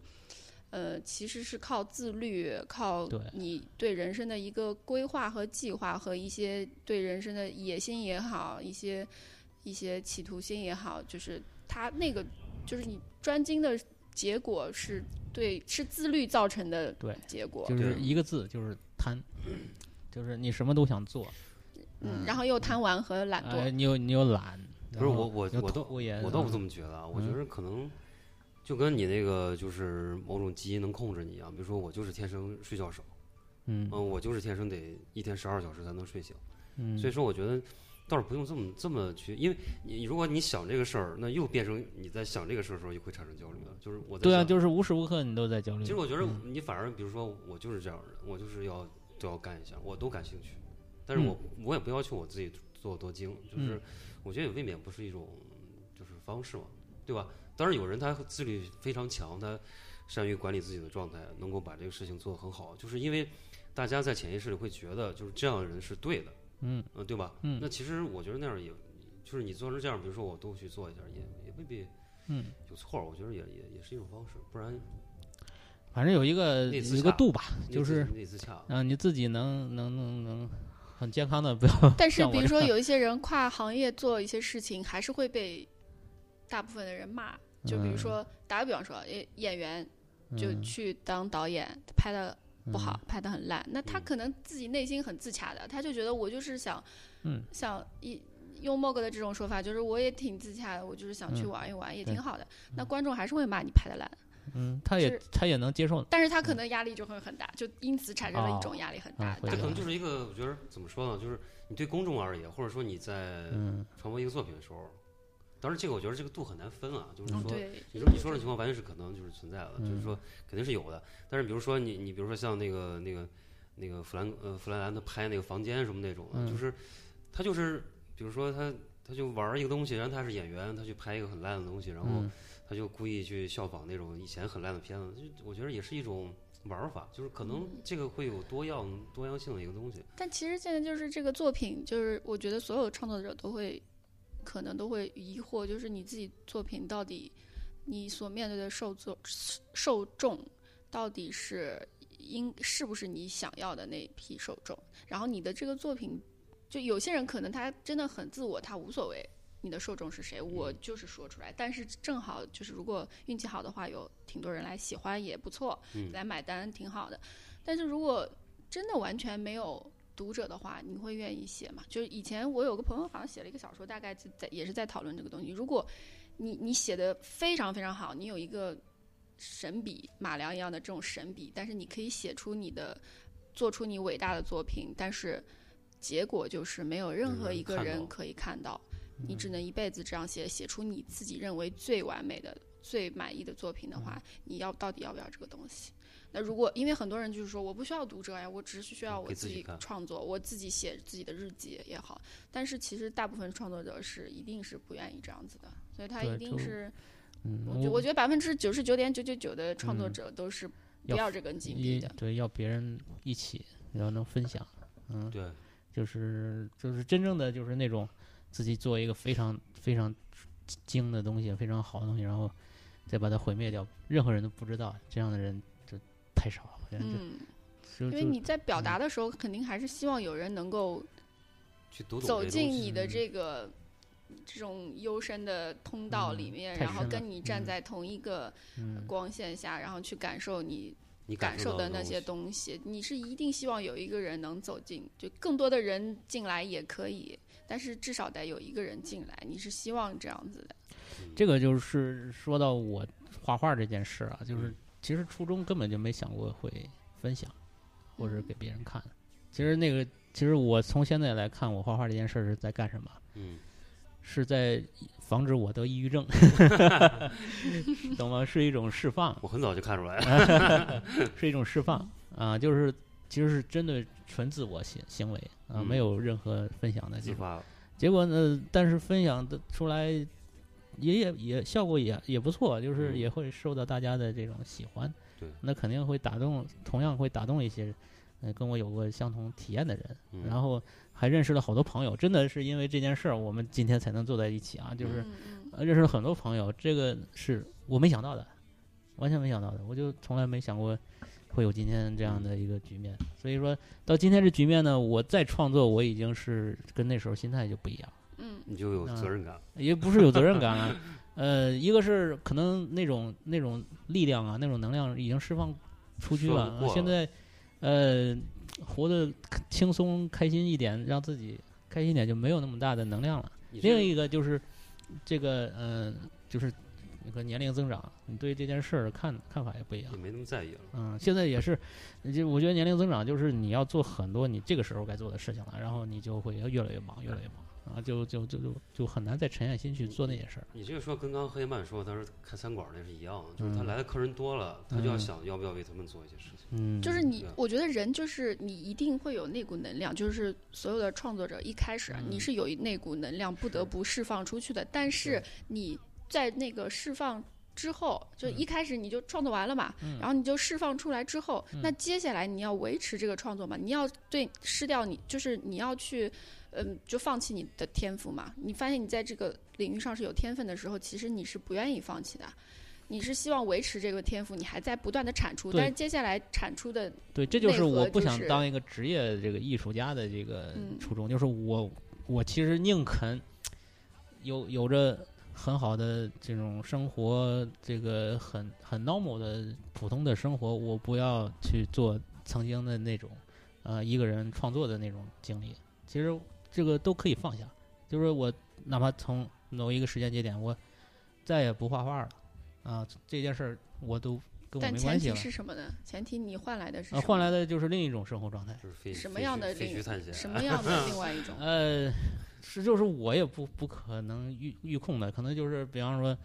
[SPEAKER 3] 呃，其实是靠自律，靠
[SPEAKER 4] 对
[SPEAKER 3] 你对人生的一个规划和计划，和一些对人生的野心也好，一些一些企图心也好，就是他那个就是你专精的结果是对是自律造成的
[SPEAKER 4] 对
[SPEAKER 3] 结果，
[SPEAKER 4] 就是
[SPEAKER 2] 对
[SPEAKER 4] 一个字，就是 贪，就是你什么都想做，
[SPEAKER 3] 嗯，然后又贪玩和懒
[SPEAKER 4] 呃，
[SPEAKER 3] 惰，
[SPEAKER 4] 你又你又懒，
[SPEAKER 2] 不是我我我都
[SPEAKER 4] 拖延，
[SPEAKER 2] 我倒不这
[SPEAKER 4] 么，
[SPEAKER 2] 么觉得啊，我觉
[SPEAKER 4] 嗯
[SPEAKER 2] 得可能就跟你那个就是某种基因能控制你一样，比如说我就是天生睡觉少，
[SPEAKER 4] 嗯
[SPEAKER 2] 嗯，我就是天生得一天十二小时才能睡醒，
[SPEAKER 4] 嗯，
[SPEAKER 2] 所以说我觉得倒是不用这么这么去，因为你如果你想这个事儿，那又变成你在想这个事儿的时候就会产生焦虑了，就是我在
[SPEAKER 4] 对啊，
[SPEAKER 2] 想
[SPEAKER 4] 就是无时无刻你都在焦虑。
[SPEAKER 2] 其实我觉得
[SPEAKER 4] 嗯
[SPEAKER 2] 你反而，比如说我就是这样的人，我就是要都要干一下，我都感兴趣，但是
[SPEAKER 4] 嗯
[SPEAKER 2] 我、我也不要求我自己做多精，就是
[SPEAKER 4] 嗯
[SPEAKER 2] 我觉得也未免不是一种就是方式嘛，对吧？当然有人他自律非常强，他善于管理自己的状态，能够把这个事情做得很好，就是因为大家在潜意识里会觉得就是这样的人是对的，
[SPEAKER 4] 嗯
[SPEAKER 2] 嗯，对吧？
[SPEAKER 4] 嗯
[SPEAKER 2] 那其实我觉得那样也就是你做成这样，比如说我都去做一下，也也未必
[SPEAKER 4] 嗯，
[SPEAKER 2] 有错儿，我觉得也也也是一种方式，不然
[SPEAKER 4] 反正有一个
[SPEAKER 2] 内
[SPEAKER 4] 有
[SPEAKER 2] 自
[SPEAKER 4] 一个
[SPEAKER 2] 洽
[SPEAKER 4] 度吧，
[SPEAKER 2] 那
[SPEAKER 4] 就
[SPEAKER 2] 自
[SPEAKER 4] 是
[SPEAKER 2] 那自洽。
[SPEAKER 4] 啊，你自己能能能能很健康的，不要。
[SPEAKER 3] 但是
[SPEAKER 4] 像我
[SPEAKER 3] 比如
[SPEAKER 4] 这
[SPEAKER 3] 说
[SPEAKER 4] 样
[SPEAKER 3] 有一些人跨行业做一些事情，还是会被大部分的人骂。就比如
[SPEAKER 4] 嗯
[SPEAKER 3] 说，打个比方说，诶演员就
[SPEAKER 4] 嗯
[SPEAKER 3] 去当导演，拍的不好，拍的很烂。那他
[SPEAKER 2] 嗯
[SPEAKER 3] 可能自己内心很自洽的，他就觉得我就是想，
[SPEAKER 4] 嗯
[SPEAKER 3] 想一用莫哥的这种说法，就是我也挺自洽的，我就是想去玩一玩，也
[SPEAKER 4] 嗯对
[SPEAKER 3] 挺好的。那观众还是会骂你拍的烂，
[SPEAKER 4] 嗯，他也
[SPEAKER 3] 就是
[SPEAKER 4] 他也能接受，
[SPEAKER 3] 但是他可能压力就会很大，就因此产生了一种压力很大
[SPEAKER 4] 啊嗯会
[SPEAKER 3] 的
[SPEAKER 2] 这
[SPEAKER 3] 大
[SPEAKER 4] 有
[SPEAKER 2] 可能
[SPEAKER 3] 家。
[SPEAKER 2] 就是一个，我觉得怎么说呢，就是你对公众而言，或者说你在
[SPEAKER 4] 嗯
[SPEAKER 2] 传播一个作品的时候，当然这个我觉得这个度很难分啊，就是
[SPEAKER 3] 嗯，
[SPEAKER 2] 说，
[SPEAKER 3] 对，
[SPEAKER 2] 你说你说的情况完全是可能就是存在的，就是
[SPEAKER 4] 嗯
[SPEAKER 2] 说肯定是有的。但是比如说你你比如说像那个那个那个弗兰呃弗兰兰他拍那个房间什么那种的，
[SPEAKER 4] 嗯
[SPEAKER 2] 就是他就是比如说他他就玩一个东西，然后他是演员，他去拍一个很烂的东西，然后
[SPEAKER 4] 嗯
[SPEAKER 2] 他就故意去效仿那种以前很烂的片子，就我觉得也是一种玩儿法，就是可
[SPEAKER 3] 嗯
[SPEAKER 2] 能这个会有多样多样性的一个东西。
[SPEAKER 3] 但其实现在就是这个作品，就是我觉得所有创作者都会，可能都会疑惑，就是你自己作品到底，你所面对的受众受众到底是应是不是你想要的那批受众？然后你的这个作品，就有些人可能他真的很自我，他无所谓。你的受众是谁？我就是说出来，但是正好就是，如果运气好的话，有挺多人来喜欢也不错，
[SPEAKER 2] 嗯
[SPEAKER 3] 来买单挺好的。但是如果真的完全没有读者的话，你会愿意写吗？就是以前我有个朋友好像写了一个小说，大概就在也是在讨论这个东西。如果你你写的非常非常好，你有一个神笔马良一样的这种神笔，但是你可以写出你的，做出你伟大的作品，但是结果就是没有任何一个
[SPEAKER 2] 没有人看到
[SPEAKER 3] 人
[SPEAKER 2] 嗯
[SPEAKER 3] 可以看到，你只能一辈子这样写，写出你自己认为最完美的、最满意的作品的
[SPEAKER 2] 嗯
[SPEAKER 3] 话，你要到底要不要这个东西？那如果因为很多人就是说我不需要读者呀，我只是
[SPEAKER 4] 嗯
[SPEAKER 3] 需要我
[SPEAKER 2] 给自己
[SPEAKER 3] 己
[SPEAKER 2] 看
[SPEAKER 3] 创作，我自己写自己的日记也好，但是其实大部分创作者是一定是不愿意这样子的，所以他
[SPEAKER 4] 对
[SPEAKER 3] 一定
[SPEAKER 4] 就是嗯，
[SPEAKER 3] 我觉我觉得百分之九十九点九九九的创作者都是不
[SPEAKER 4] 要
[SPEAKER 3] 要这根筋
[SPEAKER 4] 一
[SPEAKER 3] 逼的，
[SPEAKER 4] 对要别人一起，然后能分享，嗯，
[SPEAKER 2] 对，
[SPEAKER 4] 就是就是真正的就是那种自己做一个非常非常精的东西，非常好的东西，然后再把它毁灭掉，任何人都不知道，这样的人就太少了。我觉得
[SPEAKER 3] 嗯，
[SPEAKER 4] 就
[SPEAKER 3] 因
[SPEAKER 4] 就
[SPEAKER 3] 为你在表
[SPEAKER 4] 嗯
[SPEAKER 3] 达的时候，肯定还是希望有人能够
[SPEAKER 2] 去读懂
[SPEAKER 3] 走
[SPEAKER 2] 这
[SPEAKER 3] 进
[SPEAKER 2] 东西
[SPEAKER 3] 你的这个这种幽深的通道里
[SPEAKER 4] 嗯
[SPEAKER 3] 面，
[SPEAKER 4] 太
[SPEAKER 3] 然后
[SPEAKER 4] 深了
[SPEAKER 3] 跟你站
[SPEAKER 4] 嗯
[SPEAKER 3] 在同一个
[SPEAKER 4] 嗯
[SPEAKER 3] 光线下，然后去感受你
[SPEAKER 2] 你
[SPEAKER 3] 感受
[SPEAKER 2] 到
[SPEAKER 3] 的
[SPEAKER 2] 的
[SPEAKER 3] 那些
[SPEAKER 2] 东
[SPEAKER 3] 东西。你是一定希望有一个人能走进，就更多的人进来也可以，但是至少得有一个人进来，你是希望这样子的。
[SPEAKER 2] 嗯
[SPEAKER 4] 这个就是说到我画画这件事啊，就是
[SPEAKER 2] 嗯
[SPEAKER 4] 其实初中根本就没想过会分享或者
[SPEAKER 3] 嗯
[SPEAKER 4] 给别人看。其实那个，其实我从现在来看，我画画这件事儿是在干什么？
[SPEAKER 2] 西，嗯，
[SPEAKER 4] 是在防止我得抑 郁症， 懂吗？是一种释放，
[SPEAKER 2] 我很早就看出来 了，
[SPEAKER 4] 是一种释放啊，就是其实是针对纯自我行行为啊，
[SPEAKER 2] 嗯
[SPEAKER 4] 没有任何分享的这
[SPEAKER 2] 自
[SPEAKER 4] 种。
[SPEAKER 2] 发了，
[SPEAKER 4] 结果呢，但是分享的出来也也也效果也也不错，就是
[SPEAKER 2] 嗯
[SPEAKER 4] 也会受到大家的这种喜欢。
[SPEAKER 2] 对
[SPEAKER 4] 那肯定会打动，同样会打动一些。呃，跟我有过相同体验的人，
[SPEAKER 2] 嗯
[SPEAKER 4] 然后还认识了好多朋友，真的是因为这件事儿，我们今天才能坐在一起啊！就是
[SPEAKER 3] 嗯嗯
[SPEAKER 4] 呃认识了很多朋友，这个是我没想到的，完全没想到的，我就从来没想过会有今天这样的一个局面。所以说到今天这局面呢，我再创作，我已经是跟那时候心态就不一样，
[SPEAKER 3] 嗯
[SPEAKER 2] 你就有
[SPEAKER 4] 嗯
[SPEAKER 2] 责任感了，
[SPEAKER 4] 也不是有责任 感了。呃，一个是可能那种那种力量啊，那种能量已经释放出去
[SPEAKER 2] 释放
[SPEAKER 4] 了，
[SPEAKER 2] 过了
[SPEAKER 4] 现在呃活得轻松开心一点，让自己开心一点，就没有那么大的能量了。
[SPEAKER 2] 你
[SPEAKER 4] 另
[SPEAKER 2] 是
[SPEAKER 4] 一个就是这个，嗯、就是那个年龄增长，你对这件事儿看看法也不一样
[SPEAKER 2] 也。没那么在意了，
[SPEAKER 4] 嗯，现在也是，呃就我觉得年龄增长就是你要做很多你这个时候该做的事情了，然后你就会越来越忙，越来越忙，然后就就就就就很难再沉下心去做那些事儿。
[SPEAKER 2] 你这个说跟刚刚黑曼说，他说开餐馆那是一样的，就是他
[SPEAKER 4] 嗯
[SPEAKER 2] 来的客人多了，他就要
[SPEAKER 4] 嗯
[SPEAKER 2] 想要不要为他们做一些事情。
[SPEAKER 4] 嗯，
[SPEAKER 3] 就是你
[SPEAKER 2] 对，
[SPEAKER 3] 我觉得人就是你一定会有那股能量，就是所有的创作者一开始啊
[SPEAKER 4] 嗯
[SPEAKER 3] 你是有那股能量不得
[SPEAKER 4] 是
[SPEAKER 3] 不释放出去的，但是
[SPEAKER 4] 是
[SPEAKER 3] 你在那个释放之后，就
[SPEAKER 4] 嗯
[SPEAKER 3] 一开始你就创作完了嘛，
[SPEAKER 4] 嗯
[SPEAKER 3] 然后你就释放出来之后，那接下来你要维持这个创作嘛，你要对失掉你，就是你要去，嗯，就放弃你的天赋嘛。你发现你在这个领域上是有天分的时候，其实你是不愿意放弃的。你是希望维持这个天赋，你还在不断的产出，
[SPEAKER 4] 对
[SPEAKER 3] 但是接下来产出的
[SPEAKER 4] 对，这就是
[SPEAKER 3] 内核
[SPEAKER 4] 我不
[SPEAKER 3] 就
[SPEAKER 4] 想
[SPEAKER 3] 是
[SPEAKER 4] 当一个职业这个艺术家的这个
[SPEAKER 3] 嗯
[SPEAKER 4] 初衷，就是我我其实宁肯有有着很好的这种生活，这个很很 normal 的普通的生活，我不要去做曾经的那种呃一个人创作的那种经历。其实这个都可以放下，就是我哪怕从某一个时间节点，我再也不画画了啊，这件事儿我都跟我
[SPEAKER 3] 但
[SPEAKER 4] 没
[SPEAKER 3] 前
[SPEAKER 4] 关系
[SPEAKER 3] 提
[SPEAKER 4] 了。
[SPEAKER 3] 是什么呢？前提你换来的是什
[SPEAKER 4] 呃，
[SPEAKER 3] 么？
[SPEAKER 4] 换来的就是另一种生活状态。
[SPEAKER 2] 就是废
[SPEAKER 3] 什么
[SPEAKER 2] 废
[SPEAKER 3] 样
[SPEAKER 2] 墟
[SPEAKER 3] 的
[SPEAKER 2] 废
[SPEAKER 3] 领
[SPEAKER 2] 墟探险？
[SPEAKER 3] 什么样的另外 一种？
[SPEAKER 4] 呃，是就是我也不不可能预预控的，可能就是比方说，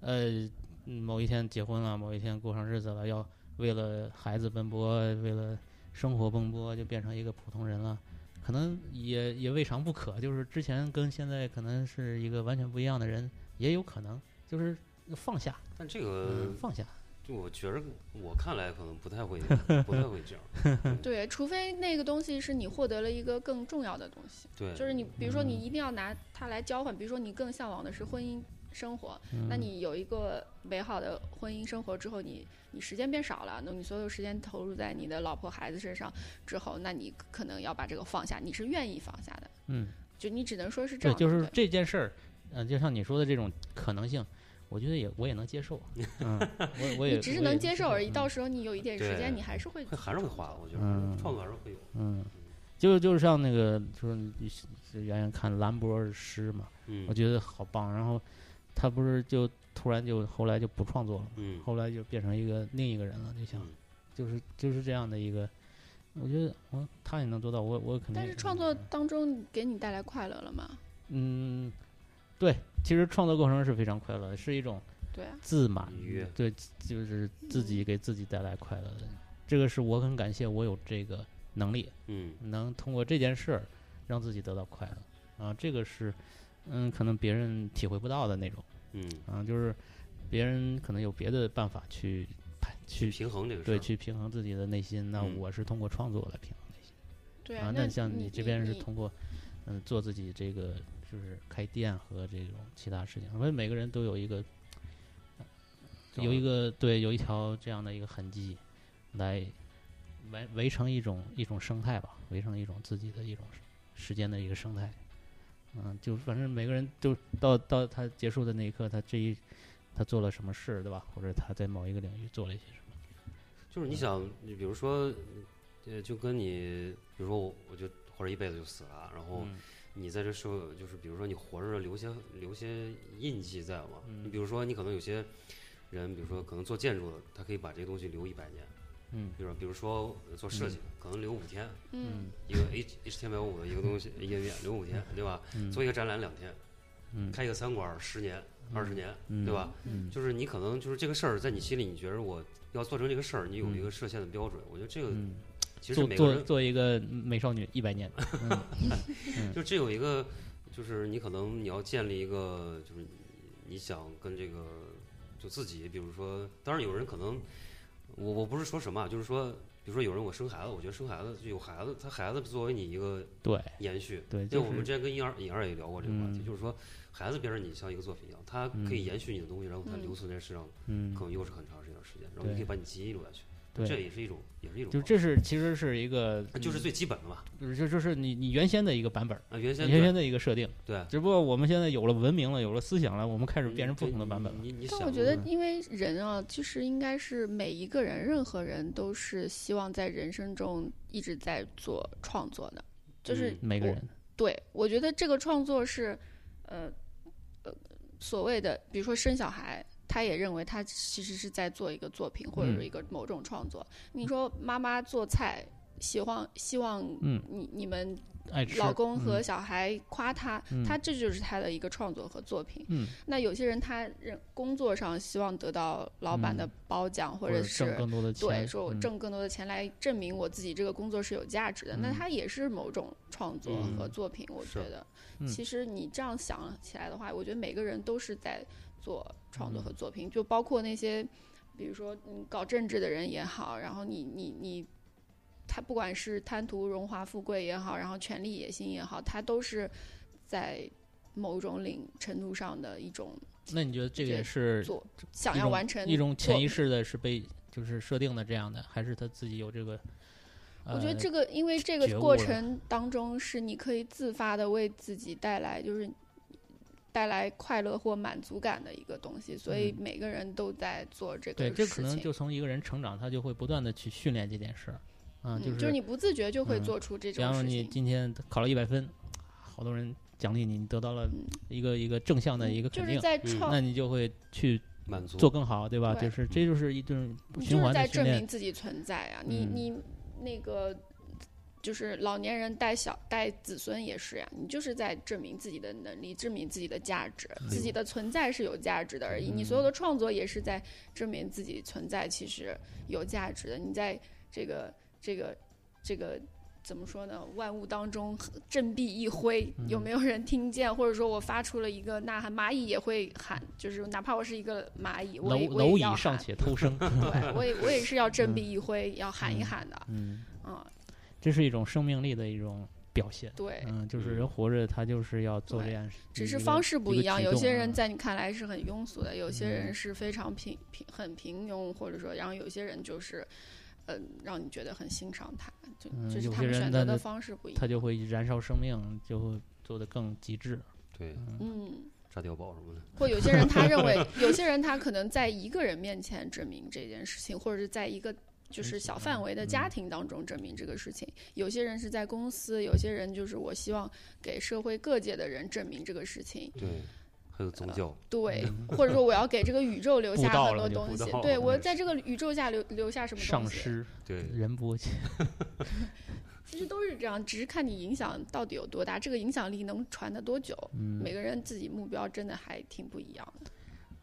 [SPEAKER 4] 呃，某一天结婚了，某一天过上日子了，要为了孩子奔波，为了生活奔波，就变成一个普通人了。可能也也未尝不可，就是之前跟现在可能是一个完全不一样的人，也有可能就是放下，
[SPEAKER 2] 但这个
[SPEAKER 4] 嗯，放下，
[SPEAKER 2] 就我觉着我看来可能不太会，不太会这样。
[SPEAKER 3] 对，除非那个东西是你获得了一个更重要的东西。
[SPEAKER 2] 对，
[SPEAKER 3] 就是你，比如说你
[SPEAKER 4] 嗯
[SPEAKER 3] 一定要拿它来交换，比如说你更向往的是婚姻生活，那
[SPEAKER 4] 嗯
[SPEAKER 3] 你有一个美好的婚姻生活之后，你你时间变少了，那你所有时间投入在你的老婆孩子身上之后，那你可能要把这个放下，你是愿意放下的，
[SPEAKER 4] 嗯。
[SPEAKER 3] 就你只能说是这
[SPEAKER 4] 对，
[SPEAKER 3] 样，
[SPEAKER 4] 就是
[SPEAKER 3] 对
[SPEAKER 4] 这件事儿，嗯、就像你说的这种可能性，我觉得也我也能接受， 嗯，我我
[SPEAKER 3] 不对
[SPEAKER 4] 也
[SPEAKER 3] 你只是
[SPEAKER 4] 我也
[SPEAKER 3] 能接受而已。
[SPEAKER 4] 嗯
[SPEAKER 3] 到时候你有一点时
[SPEAKER 2] 对
[SPEAKER 3] 间，你还是会
[SPEAKER 2] 会还是会花，我觉得
[SPEAKER 4] 嗯
[SPEAKER 2] 创作还是会有。
[SPEAKER 4] 嗯，就就是像那个，就是你是原来看兰博的诗嘛，
[SPEAKER 2] 嗯
[SPEAKER 4] 我觉得好棒。然后他不是就突然就后来就不创作了嘛，
[SPEAKER 2] 嗯，
[SPEAKER 4] 后来就变成一个另一个人了，就像
[SPEAKER 2] 嗯
[SPEAKER 4] 就是就是这样的一个，我觉得我他也能做到，我我肯定也能做到。
[SPEAKER 3] 但是创作当中给你带来快乐了吗？
[SPEAKER 4] 嗯，对，其实创作过程是非常快乐的，是一种
[SPEAKER 3] 对啊，
[SPEAKER 4] 自满
[SPEAKER 2] 愉悦，
[SPEAKER 4] 对，就是自己给自己带来快乐的，这个是我很感谢我有这个能力，
[SPEAKER 2] 嗯，
[SPEAKER 4] 能通过这件事儿让自己得到快乐啊，这个是嗯，可能别人体会不到的那种
[SPEAKER 2] 嗯，
[SPEAKER 4] 啊，就是别人可能有别的办法去判去
[SPEAKER 2] 平衡这个事
[SPEAKER 4] 对
[SPEAKER 2] 儿。
[SPEAKER 4] 去平衡自己的内心，那
[SPEAKER 2] 嗯
[SPEAKER 4] 我是通过创作来平衡内心。
[SPEAKER 3] 对
[SPEAKER 4] 啊，
[SPEAKER 3] 那
[SPEAKER 4] 那像
[SPEAKER 3] 你
[SPEAKER 4] 这边是
[SPEAKER 3] 你
[SPEAKER 4] 通过，嗯，做自己这个就是开店和这种其他事情，我们每个人都有一个，呃
[SPEAKER 2] 这
[SPEAKER 4] 有
[SPEAKER 2] 样
[SPEAKER 4] 一个对，有一条这样的一个痕迹，来围围成一种一种生态吧，围成一种自己的一种时间的一个生态。嗯，就反正每个人都到到他结束的那一刻，他这一他做了什么事，对吧？或者他在某一个领域做了一些什么，
[SPEAKER 2] 就是你
[SPEAKER 4] 嗯
[SPEAKER 2] 想，你比如说，呃，就跟你，比如说我我就活着一辈子就死了，然后
[SPEAKER 4] 嗯
[SPEAKER 2] 你在这社会，就是比如说你活着留些留些印记在嘛。你
[SPEAKER 4] 嗯
[SPEAKER 2] 比如说，你可能有些人，比如说可能做建筑的，他可以把这个东西留一百年。
[SPEAKER 4] 嗯
[SPEAKER 2] 比如比如说呃做设计的，可能留五天，
[SPEAKER 3] 嗯，
[SPEAKER 2] 一个 H HTML 五的一个东西页面留五天，对吧？
[SPEAKER 4] 嗯
[SPEAKER 2] 做一个展览两天，
[SPEAKER 4] 嗯
[SPEAKER 2] 开一个餐馆十年、二十年，
[SPEAKER 4] 嗯
[SPEAKER 2] 对吧？
[SPEAKER 4] 嗯
[SPEAKER 2] 就是你可能就是这个事儿，在你心里，你觉得我要做成这个事儿，你有
[SPEAKER 4] 嗯
[SPEAKER 2] 一个设限的标准。我觉得这个
[SPEAKER 4] 嗯。
[SPEAKER 2] 其实
[SPEAKER 4] 做
[SPEAKER 2] 每个
[SPEAKER 4] 做
[SPEAKER 2] 人
[SPEAKER 4] 做一个美少女一百年，嗯
[SPEAKER 2] 就这有一个，就是你可能你要建立一个，就是你你想跟这个就自己，比如说，当然有人可能，我我不是说什么啊，就是说，比如说有人我生孩子，我觉得生孩子就有孩子，他孩子作为你一个
[SPEAKER 4] 对
[SPEAKER 2] 延续。
[SPEAKER 4] 对，
[SPEAKER 2] 对，
[SPEAKER 4] 就
[SPEAKER 2] 我们
[SPEAKER 4] 是
[SPEAKER 2] 之前跟颖儿颖儿也聊过这个话题，
[SPEAKER 4] 嗯
[SPEAKER 2] 就是说，孩子变成你像一个作品一样，他可以延续你的东西，然后他留存在世上，
[SPEAKER 4] 嗯
[SPEAKER 2] 可，能又是很长时间的时间，然后你
[SPEAKER 4] 对
[SPEAKER 2] 可以把你基因留下去，这
[SPEAKER 4] 对，
[SPEAKER 2] 也是一种，也是一种
[SPEAKER 4] 就
[SPEAKER 2] 方式，
[SPEAKER 4] 这是其实是一个，
[SPEAKER 2] 啊就是最基本的嘛。
[SPEAKER 4] 就就就是你你原先的一个版本儿，
[SPEAKER 2] 啊，原先
[SPEAKER 4] 你原
[SPEAKER 2] 对
[SPEAKER 4] 先的一个设定，
[SPEAKER 2] 对，
[SPEAKER 4] 只不过我们现在有了文明了，有了思想了，我们开始
[SPEAKER 2] 你
[SPEAKER 4] 变成不
[SPEAKER 2] 嗯对
[SPEAKER 4] 同的版本了。
[SPEAKER 2] 你你
[SPEAKER 3] 但
[SPEAKER 2] 想，
[SPEAKER 3] 我觉得
[SPEAKER 4] 嗯，
[SPEAKER 3] 因为人啊，其实应该是每一个人、任何人都是希望在人生中一直在做创作的，就是
[SPEAKER 2] 嗯
[SPEAKER 4] 每个
[SPEAKER 3] 我
[SPEAKER 4] 人，
[SPEAKER 3] 对，我觉得这个创作是，呃，呃，所谓的，比如说生小孩，他也认为他其实是在做一个作品或者
[SPEAKER 4] 嗯
[SPEAKER 3] 是一个某种创作。你说妈妈做菜，希望希望
[SPEAKER 4] 嗯
[SPEAKER 3] 你你们
[SPEAKER 4] 爱吃
[SPEAKER 3] 老公和
[SPEAKER 4] 嗯
[SPEAKER 3] 小孩夸他，
[SPEAKER 4] 嗯
[SPEAKER 3] 他这就是他的一个创作和作品。
[SPEAKER 4] 嗯
[SPEAKER 3] 那有些人他认工作上希望得到老板的
[SPEAKER 4] 嗯
[SPEAKER 3] 褒奖，
[SPEAKER 4] 或
[SPEAKER 3] 者
[SPEAKER 4] 挣
[SPEAKER 3] 是
[SPEAKER 4] 更多的钱，
[SPEAKER 3] 对，说我
[SPEAKER 4] 嗯
[SPEAKER 3] 挣更多的钱来证明我自己这个工作是有价值的，那
[SPEAKER 4] 嗯
[SPEAKER 3] 它也是某种创作和作品。我觉
[SPEAKER 2] 是
[SPEAKER 3] 得，
[SPEAKER 4] 嗯
[SPEAKER 3] 其实你这样想起来的话，我觉得每个人都是在做创作和
[SPEAKER 4] 嗯
[SPEAKER 3] 作品，就包括那些，比如说你搞政治的人也好，然后你你你。他不管是贪图荣华富贵也好，然后权力野心也好，他都是在某种领程度上的一种
[SPEAKER 4] 那你觉得这个也
[SPEAKER 3] 这
[SPEAKER 4] 是
[SPEAKER 3] 做想
[SPEAKER 4] 一
[SPEAKER 3] 要
[SPEAKER 4] 种
[SPEAKER 3] 完成
[SPEAKER 4] 一种潜意
[SPEAKER 3] 作
[SPEAKER 4] 识的是被就是设定的这样的，还是他自己有这个？
[SPEAKER 3] 我觉得
[SPEAKER 4] 呃
[SPEAKER 3] 这个，因为这个
[SPEAKER 4] 觉悟
[SPEAKER 3] 过
[SPEAKER 4] 了
[SPEAKER 3] 程当中是你可以自发的为自己带来，就是带来快乐或满足感的一个东西，所以
[SPEAKER 4] 嗯
[SPEAKER 3] 每个人都在做这个
[SPEAKER 4] 对，这
[SPEAKER 3] 事
[SPEAKER 4] 可能
[SPEAKER 3] 情。
[SPEAKER 4] 就从一个人成长，他就会不断的去训练这件事儿，啊，
[SPEAKER 3] 嗯
[SPEAKER 4] 就
[SPEAKER 3] 就是你不自觉就会
[SPEAKER 4] 嗯
[SPEAKER 3] 做出这
[SPEAKER 4] 比
[SPEAKER 3] 种
[SPEAKER 4] 方说
[SPEAKER 3] 事
[SPEAKER 4] 你
[SPEAKER 3] 情。
[SPEAKER 4] 今天考了一百分，好多人奖励你，你得到了一个一个正向的一个
[SPEAKER 3] 嗯就
[SPEAKER 4] 肯
[SPEAKER 3] 是
[SPEAKER 4] 定，
[SPEAKER 3] 在
[SPEAKER 2] 嗯
[SPEAKER 3] 创，
[SPEAKER 4] 那你就会去
[SPEAKER 2] 满足
[SPEAKER 4] 做更好，对吧？
[SPEAKER 3] 对
[SPEAKER 4] 就是这就是一种
[SPEAKER 3] 你
[SPEAKER 4] 循
[SPEAKER 3] 就是
[SPEAKER 4] 环
[SPEAKER 3] 在
[SPEAKER 4] 的训
[SPEAKER 3] 证明
[SPEAKER 4] 练，
[SPEAKER 3] 自己存在啊！你
[SPEAKER 4] 嗯
[SPEAKER 3] 你那个就是老年人带小带子孙也是呀、你就是在证明自己的能力，证明自己的价值，自己的存在是有价值的而已。你
[SPEAKER 4] 嗯
[SPEAKER 3] 所有的创作也是在证明自己存在其实有价值的。你在这个这个这个。怎么说呢？万物当中 振臂一挥，有
[SPEAKER 4] 嗯
[SPEAKER 3] 没有人听见？或者说我发出了一个呐喊，蚂蚁也会喊，就是哪怕我是一个蚂蚁，我
[SPEAKER 4] 蝼
[SPEAKER 3] 也我
[SPEAKER 4] 蝼
[SPEAKER 3] 也要
[SPEAKER 4] 蚁
[SPEAKER 3] 喊
[SPEAKER 4] 尚。且偷 生，
[SPEAKER 3] 对，我也我也是要振臂一挥，要喊一
[SPEAKER 4] 哎嗯
[SPEAKER 3] 喊的。
[SPEAKER 4] 嗯，
[SPEAKER 3] 嗯，
[SPEAKER 4] 这是一种生命力的一种表现。
[SPEAKER 3] 对，
[SPEAKER 4] 嗯，就是
[SPEAKER 2] 嗯
[SPEAKER 4] 人活着，他就是要做
[SPEAKER 3] 对
[SPEAKER 4] 这样，
[SPEAKER 3] 只是
[SPEAKER 4] 一个
[SPEAKER 3] 方式不
[SPEAKER 4] 一个
[SPEAKER 3] 一样。
[SPEAKER 4] 举
[SPEAKER 3] 有
[SPEAKER 4] 动
[SPEAKER 3] 些人
[SPEAKER 4] 嗯
[SPEAKER 3] 在你看来是很庸俗的，有些人
[SPEAKER 4] 嗯
[SPEAKER 3] 是非常平平很平庸，或者说，然后有些人就是，嗯、让你觉得很欣赏他，就
[SPEAKER 4] 嗯
[SPEAKER 3] 就是
[SPEAKER 4] 有
[SPEAKER 3] 他
[SPEAKER 4] 些
[SPEAKER 3] 们
[SPEAKER 4] 人
[SPEAKER 3] 选
[SPEAKER 4] 他
[SPEAKER 3] 择的
[SPEAKER 4] 的
[SPEAKER 3] 方式不一样
[SPEAKER 4] 他。就会燃烧生命，就会做得更极致。
[SPEAKER 2] 对
[SPEAKER 3] 嗯，
[SPEAKER 2] 炸碉堡什么的。
[SPEAKER 3] 或有些人他认 为，有些人他可能在一个人面前证明这件事情，或者是在一个。就是小范围的
[SPEAKER 4] 嗯
[SPEAKER 3] 家庭当中证明这个事情，有些人是在公司，有些人就是我希望给社会各界的人证明这个事情，
[SPEAKER 2] 对，
[SPEAKER 4] 嗯
[SPEAKER 2] 还有宗教，
[SPEAKER 3] 对，或者说我要给这个宇宙留
[SPEAKER 4] 布
[SPEAKER 3] 下
[SPEAKER 4] 道
[SPEAKER 3] 很多
[SPEAKER 4] 了就
[SPEAKER 3] 东
[SPEAKER 2] 布
[SPEAKER 3] 西
[SPEAKER 2] 道，
[SPEAKER 3] 对
[SPEAKER 2] 了
[SPEAKER 3] 我
[SPEAKER 2] 那
[SPEAKER 3] 在这个宇宙下留留下什么
[SPEAKER 4] 上
[SPEAKER 3] 东西，
[SPEAKER 4] 师
[SPEAKER 2] 对，
[SPEAKER 4] 仁波 切，
[SPEAKER 3] 其实都是这样，只是看你影响到底有多大，这个影响力能传得多久。
[SPEAKER 4] 嗯
[SPEAKER 3] 每个人自己目标真的还挺不一样的。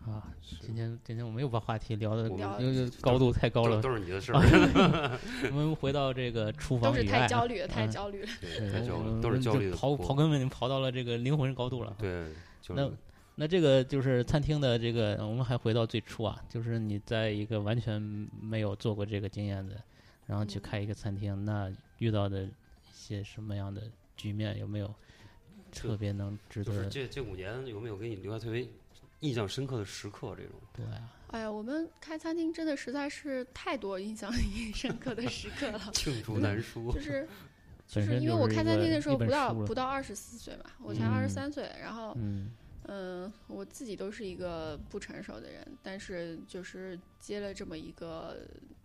[SPEAKER 4] 啊，
[SPEAKER 2] 是
[SPEAKER 4] 今天今天我们又把话题聊的
[SPEAKER 2] 我
[SPEAKER 3] 们
[SPEAKER 4] 又又高度太高
[SPEAKER 2] 都
[SPEAKER 4] 了，啊
[SPEAKER 2] 都是你的事 儿，
[SPEAKER 4] 我们回到这个厨
[SPEAKER 3] 都
[SPEAKER 4] 房
[SPEAKER 3] 是
[SPEAKER 4] 以
[SPEAKER 3] 太
[SPEAKER 4] 外，
[SPEAKER 3] 焦虑了，太
[SPEAKER 4] 嗯
[SPEAKER 3] 焦虑了。
[SPEAKER 2] 对
[SPEAKER 4] 对
[SPEAKER 2] 太焦
[SPEAKER 4] 我
[SPEAKER 2] 虑
[SPEAKER 4] 们
[SPEAKER 2] 了，都是焦
[SPEAKER 4] 就
[SPEAKER 2] 虑的
[SPEAKER 4] 刨
[SPEAKER 2] 锅
[SPEAKER 4] 刨根问底，刨到了这个灵魂高度了。啊
[SPEAKER 2] 对，就
[SPEAKER 4] 那
[SPEAKER 2] 是
[SPEAKER 4] 那这个就是餐厅的这个，我们还回到最初啊，就是你在一个完全没有做过这个经验的，然后去
[SPEAKER 3] 嗯
[SPEAKER 4] 开一个餐厅，那遇到的一些什么样的局面，有没有特别能值
[SPEAKER 2] 就是
[SPEAKER 4] 得
[SPEAKER 2] 这这五年有没有给你留下特别印象深刻的时刻？ 这种
[SPEAKER 4] 对啊？
[SPEAKER 3] 哎呀，我们开餐厅真的实在是太多印象 深刻的时刻了，
[SPEAKER 2] 罄竹难书
[SPEAKER 3] 就，是就
[SPEAKER 4] 本
[SPEAKER 3] 是
[SPEAKER 4] 身
[SPEAKER 3] 因为
[SPEAKER 4] 就
[SPEAKER 3] 我
[SPEAKER 4] 是
[SPEAKER 3] 开
[SPEAKER 4] 一
[SPEAKER 3] 餐
[SPEAKER 4] 个
[SPEAKER 3] 厅的时候
[SPEAKER 4] 一本
[SPEAKER 3] 不到
[SPEAKER 4] 书了
[SPEAKER 3] 不到二十四岁吧，我才二
[SPEAKER 4] 嗯
[SPEAKER 3] 十三岁，然后
[SPEAKER 4] 嗯，
[SPEAKER 3] 嗯，我自己都是一个不成熟的人，但是就是接了这么一个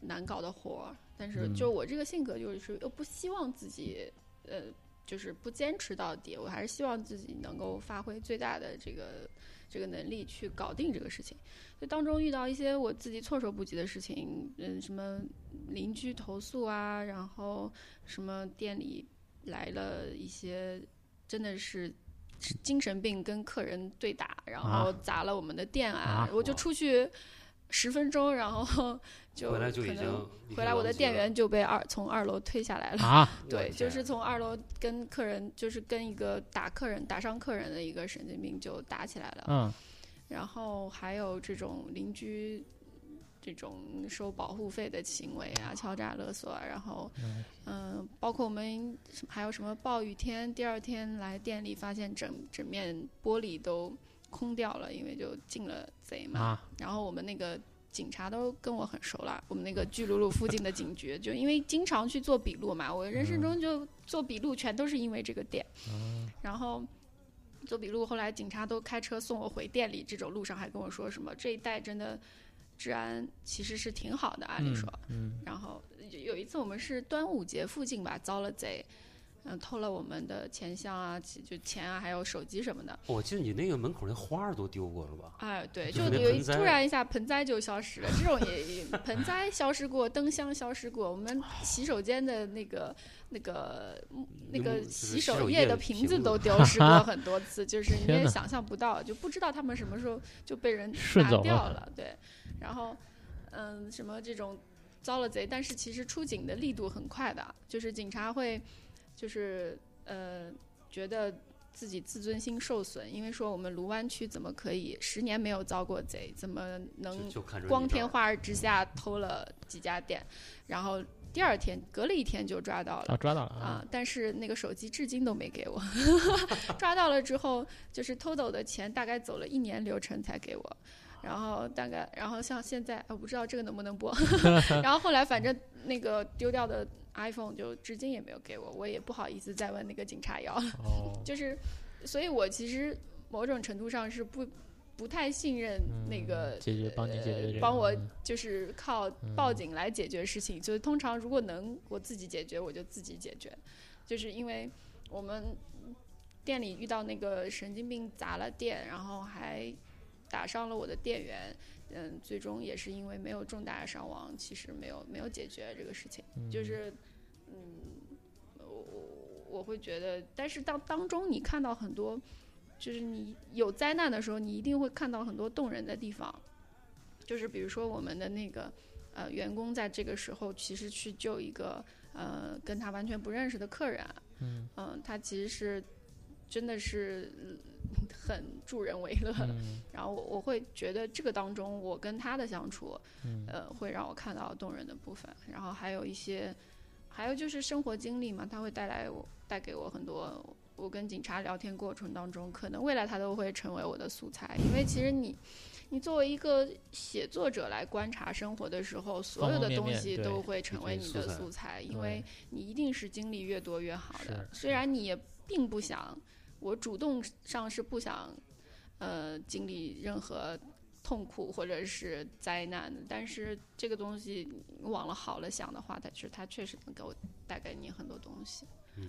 [SPEAKER 3] 难搞的活儿，但是
[SPEAKER 4] 嗯
[SPEAKER 3] 就我这个性格就是又不希望自己呃就是不坚持到底，我还是希望自己能够发挥最大的这个这个能力去搞定这个事情。就当中遇到一些我自己措手不及的事情，嗯，什么邻居投诉啊，然后什么店里来了一些真的是精神病跟客人对打，然后砸了我们的店啊，
[SPEAKER 4] 啊
[SPEAKER 3] 我就出去十分钟，然后就
[SPEAKER 2] 回来就
[SPEAKER 3] 可
[SPEAKER 2] 已经
[SPEAKER 3] 能
[SPEAKER 2] 离
[SPEAKER 3] 回
[SPEAKER 2] 开
[SPEAKER 3] 来我
[SPEAKER 2] 狼
[SPEAKER 3] 的
[SPEAKER 2] 藉
[SPEAKER 3] 店
[SPEAKER 2] 了
[SPEAKER 3] 员就被二从二楼推下来了。
[SPEAKER 4] 啊，
[SPEAKER 3] 对，就是
[SPEAKER 2] 天
[SPEAKER 3] 从二楼跟客人，就是跟一个打客人、打伤客人的一个神经病就打起来了。
[SPEAKER 4] 嗯，
[SPEAKER 3] 然后还有这种邻居这种收保护费的行为啊，敲诈勒索啊，然后
[SPEAKER 4] 嗯
[SPEAKER 3] 嗯、包括我们什还有什么暴雨天，第二天来店里发现整整面玻璃都空掉了，因为就进了贼嘛。
[SPEAKER 4] 啊，
[SPEAKER 3] 然后我们那个警察都跟我很熟了，我们那个巨鹿路附近的警局，就因为经常去做笔录嘛，我人生中就做笔录全都是因为这个店，
[SPEAKER 4] 嗯
[SPEAKER 3] 然后。做笔录，后来警察都开车送我回店里。这种路上还跟我说什么这一带真的治安其实是挺好的，按理
[SPEAKER 4] 嗯
[SPEAKER 3] 说。
[SPEAKER 4] 嗯，
[SPEAKER 3] 然后有有一次我们是端午节附近吧，遭了贼，嗯，偷了我们的钱箱啊，其就钱啊，还有手机什么的。
[SPEAKER 2] 我记得你那个门口那花儿都丢过了吧？
[SPEAKER 3] 哎，对，
[SPEAKER 2] 就
[SPEAKER 3] 就是
[SPEAKER 2] 那
[SPEAKER 3] 有一
[SPEAKER 2] 盆栽
[SPEAKER 3] 突然一下盆栽就消失了，这种也也盆栽消失过，灯箱消失过，我们洗手间的那个那个那
[SPEAKER 2] 那
[SPEAKER 3] 个
[SPEAKER 2] 木就是
[SPEAKER 3] 洗
[SPEAKER 2] 洗手
[SPEAKER 3] 手
[SPEAKER 2] 液
[SPEAKER 3] 液
[SPEAKER 2] 的
[SPEAKER 3] 的
[SPEAKER 2] 瓶
[SPEAKER 3] 瓶子
[SPEAKER 2] 子
[SPEAKER 3] 都丢失过很多次，就是你
[SPEAKER 4] 天
[SPEAKER 3] 也
[SPEAKER 4] 哪
[SPEAKER 3] 想象不到，就不知道他们什么时候就被 人
[SPEAKER 4] 顺
[SPEAKER 3] 拿
[SPEAKER 4] 走
[SPEAKER 3] 掉
[SPEAKER 4] 了
[SPEAKER 3] 了，对，然后嗯，什么这种遭了贼，但是其实出警的力度很快的，就是警察会就是呃觉得自己自尊心受损，因为说我们卢湾区怎么可以十年没有遭过贼，怎么
[SPEAKER 2] 就
[SPEAKER 3] 能
[SPEAKER 2] 就看着
[SPEAKER 3] 光
[SPEAKER 2] 你这
[SPEAKER 3] 天
[SPEAKER 2] 儿
[SPEAKER 3] 化日之下偷了几家店，然后第二天隔了一天就抓到了
[SPEAKER 4] 啊，。抓到了
[SPEAKER 3] 啊！但是那个手机至今都没给我， 抓到了之后，就是偷走的钱大概走了一年流程才给我，然后大概，然后像现在，我啊不知道这个能不能播，然后后来反正那个丢掉的 iPhone 就至今也没有给我，我也不好意思再问那个警察要，
[SPEAKER 4] 哦，
[SPEAKER 3] 就是，所以我其实某种程度上是不不太信任
[SPEAKER 4] 嗯
[SPEAKER 3] 那个呃
[SPEAKER 4] 解决帮你解决这个，
[SPEAKER 3] 帮我
[SPEAKER 4] 嗯
[SPEAKER 3] 就是靠报警来解决事情，就是通常如果能我自己解决，我就自己解决，就是因为我们店里遇到那个神经病砸了店，然后还打伤了我的店员，嗯，最终也是因为没有重大伤亡，其实没有没有解决这个事情，就是嗯，我我我会觉得，但是当当中你看到很多。就是你有灾难的时候，你一定会看到很多动人的地方，就是比如说我们的那个呃员工在这个时候其实去救一个呃跟他完全不认识的客人，
[SPEAKER 4] 嗯
[SPEAKER 3] 嗯、他其实是真的是嗯很助人为乐。
[SPEAKER 4] 嗯
[SPEAKER 3] 然后我我会觉得这个当中我跟他的相处，
[SPEAKER 4] 嗯
[SPEAKER 3] 呃，会让我看到动人的部分。然后还有一些，还有就是生活经历嘛，他会带来我带给我很多。我跟警察聊天过程当中，可能未来他都会成为我的素材，因为其实你，你作为一个写作者来观察生活的时候，所有的东西
[SPEAKER 4] 方方面面对
[SPEAKER 3] 都会成为你的
[SPEAKER 2] 素材
[SPEAKER 3] 素材，因为你一定是经历越多越好的。
[SPEAKER 4] 是
[SPEAKER 3] 虽然你也并不想，我主动上是不想，呃，经历任何痛苦或者是灾难的，但是这个东西你往了好了想的话，它是它确实能给我带给你很多东西。
[SPEAKER 2] 嗯，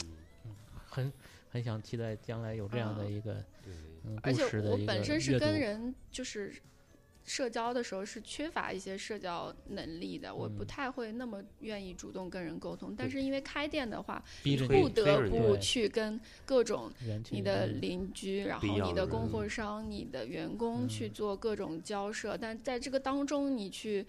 [SPEAKER 4] 很很想期待将来有这样的
[SPEAKER 3] 嗯
[SPEAKER 4] 一个
[SPEAKER 2] 对，
[SPEAKER 4] 嗯
[SPEAKER 3] 而
[SPEAKER 4] 故
[SPEAKER 3] 且
[SPEAKER 4] 事的
[SPEAKER 3] 我
[SPEAKER 4] 一个
[SPEAKER 3] 本身是
[SPEAKER 4] 阅
[SPEAKER 3] 跟
[SPEAKER 4] 读
[SPEAKER 3] 人就是社交的时候是缺乏一些社交能力的，我不
[SPEAKER 4] 嗯
[SPEAKER 3] 太会那么愿意主动跟人沟通。但是因为开店的话，
[SPEAKER 4] 逼着
[SPEAKER 2] 推
[SPEAKER 3] 不
[SPEAKER 4] 你
[SPEAKER 2] 推
[SPEAKER 3] 得
[SPEAKER 2] 着你
[SPEAKER 3] 不
[SPEAKER 4] 对
[SPEAKER 3] 去跟各种
[SPEAKER 4] 人去
[SPEAKER 3] 你的
[SPEAKER 4] 嗯
[SPEAKER 3] 邻居，然
[SPEAKER 2] 不
[SPEAKER 3] 后
[SPEAKER 2] 一样
[SPEAKER 3] 你
[SPEAKER 2] 的
[SPEAKER 3] 的供
[SPEAKER 2] 人
[SPEAKER 3] 货商、你的员工去
[SPEAKER 4] 嗯
[SPEAKER 3] 做各种交涉，但在这个当中，你去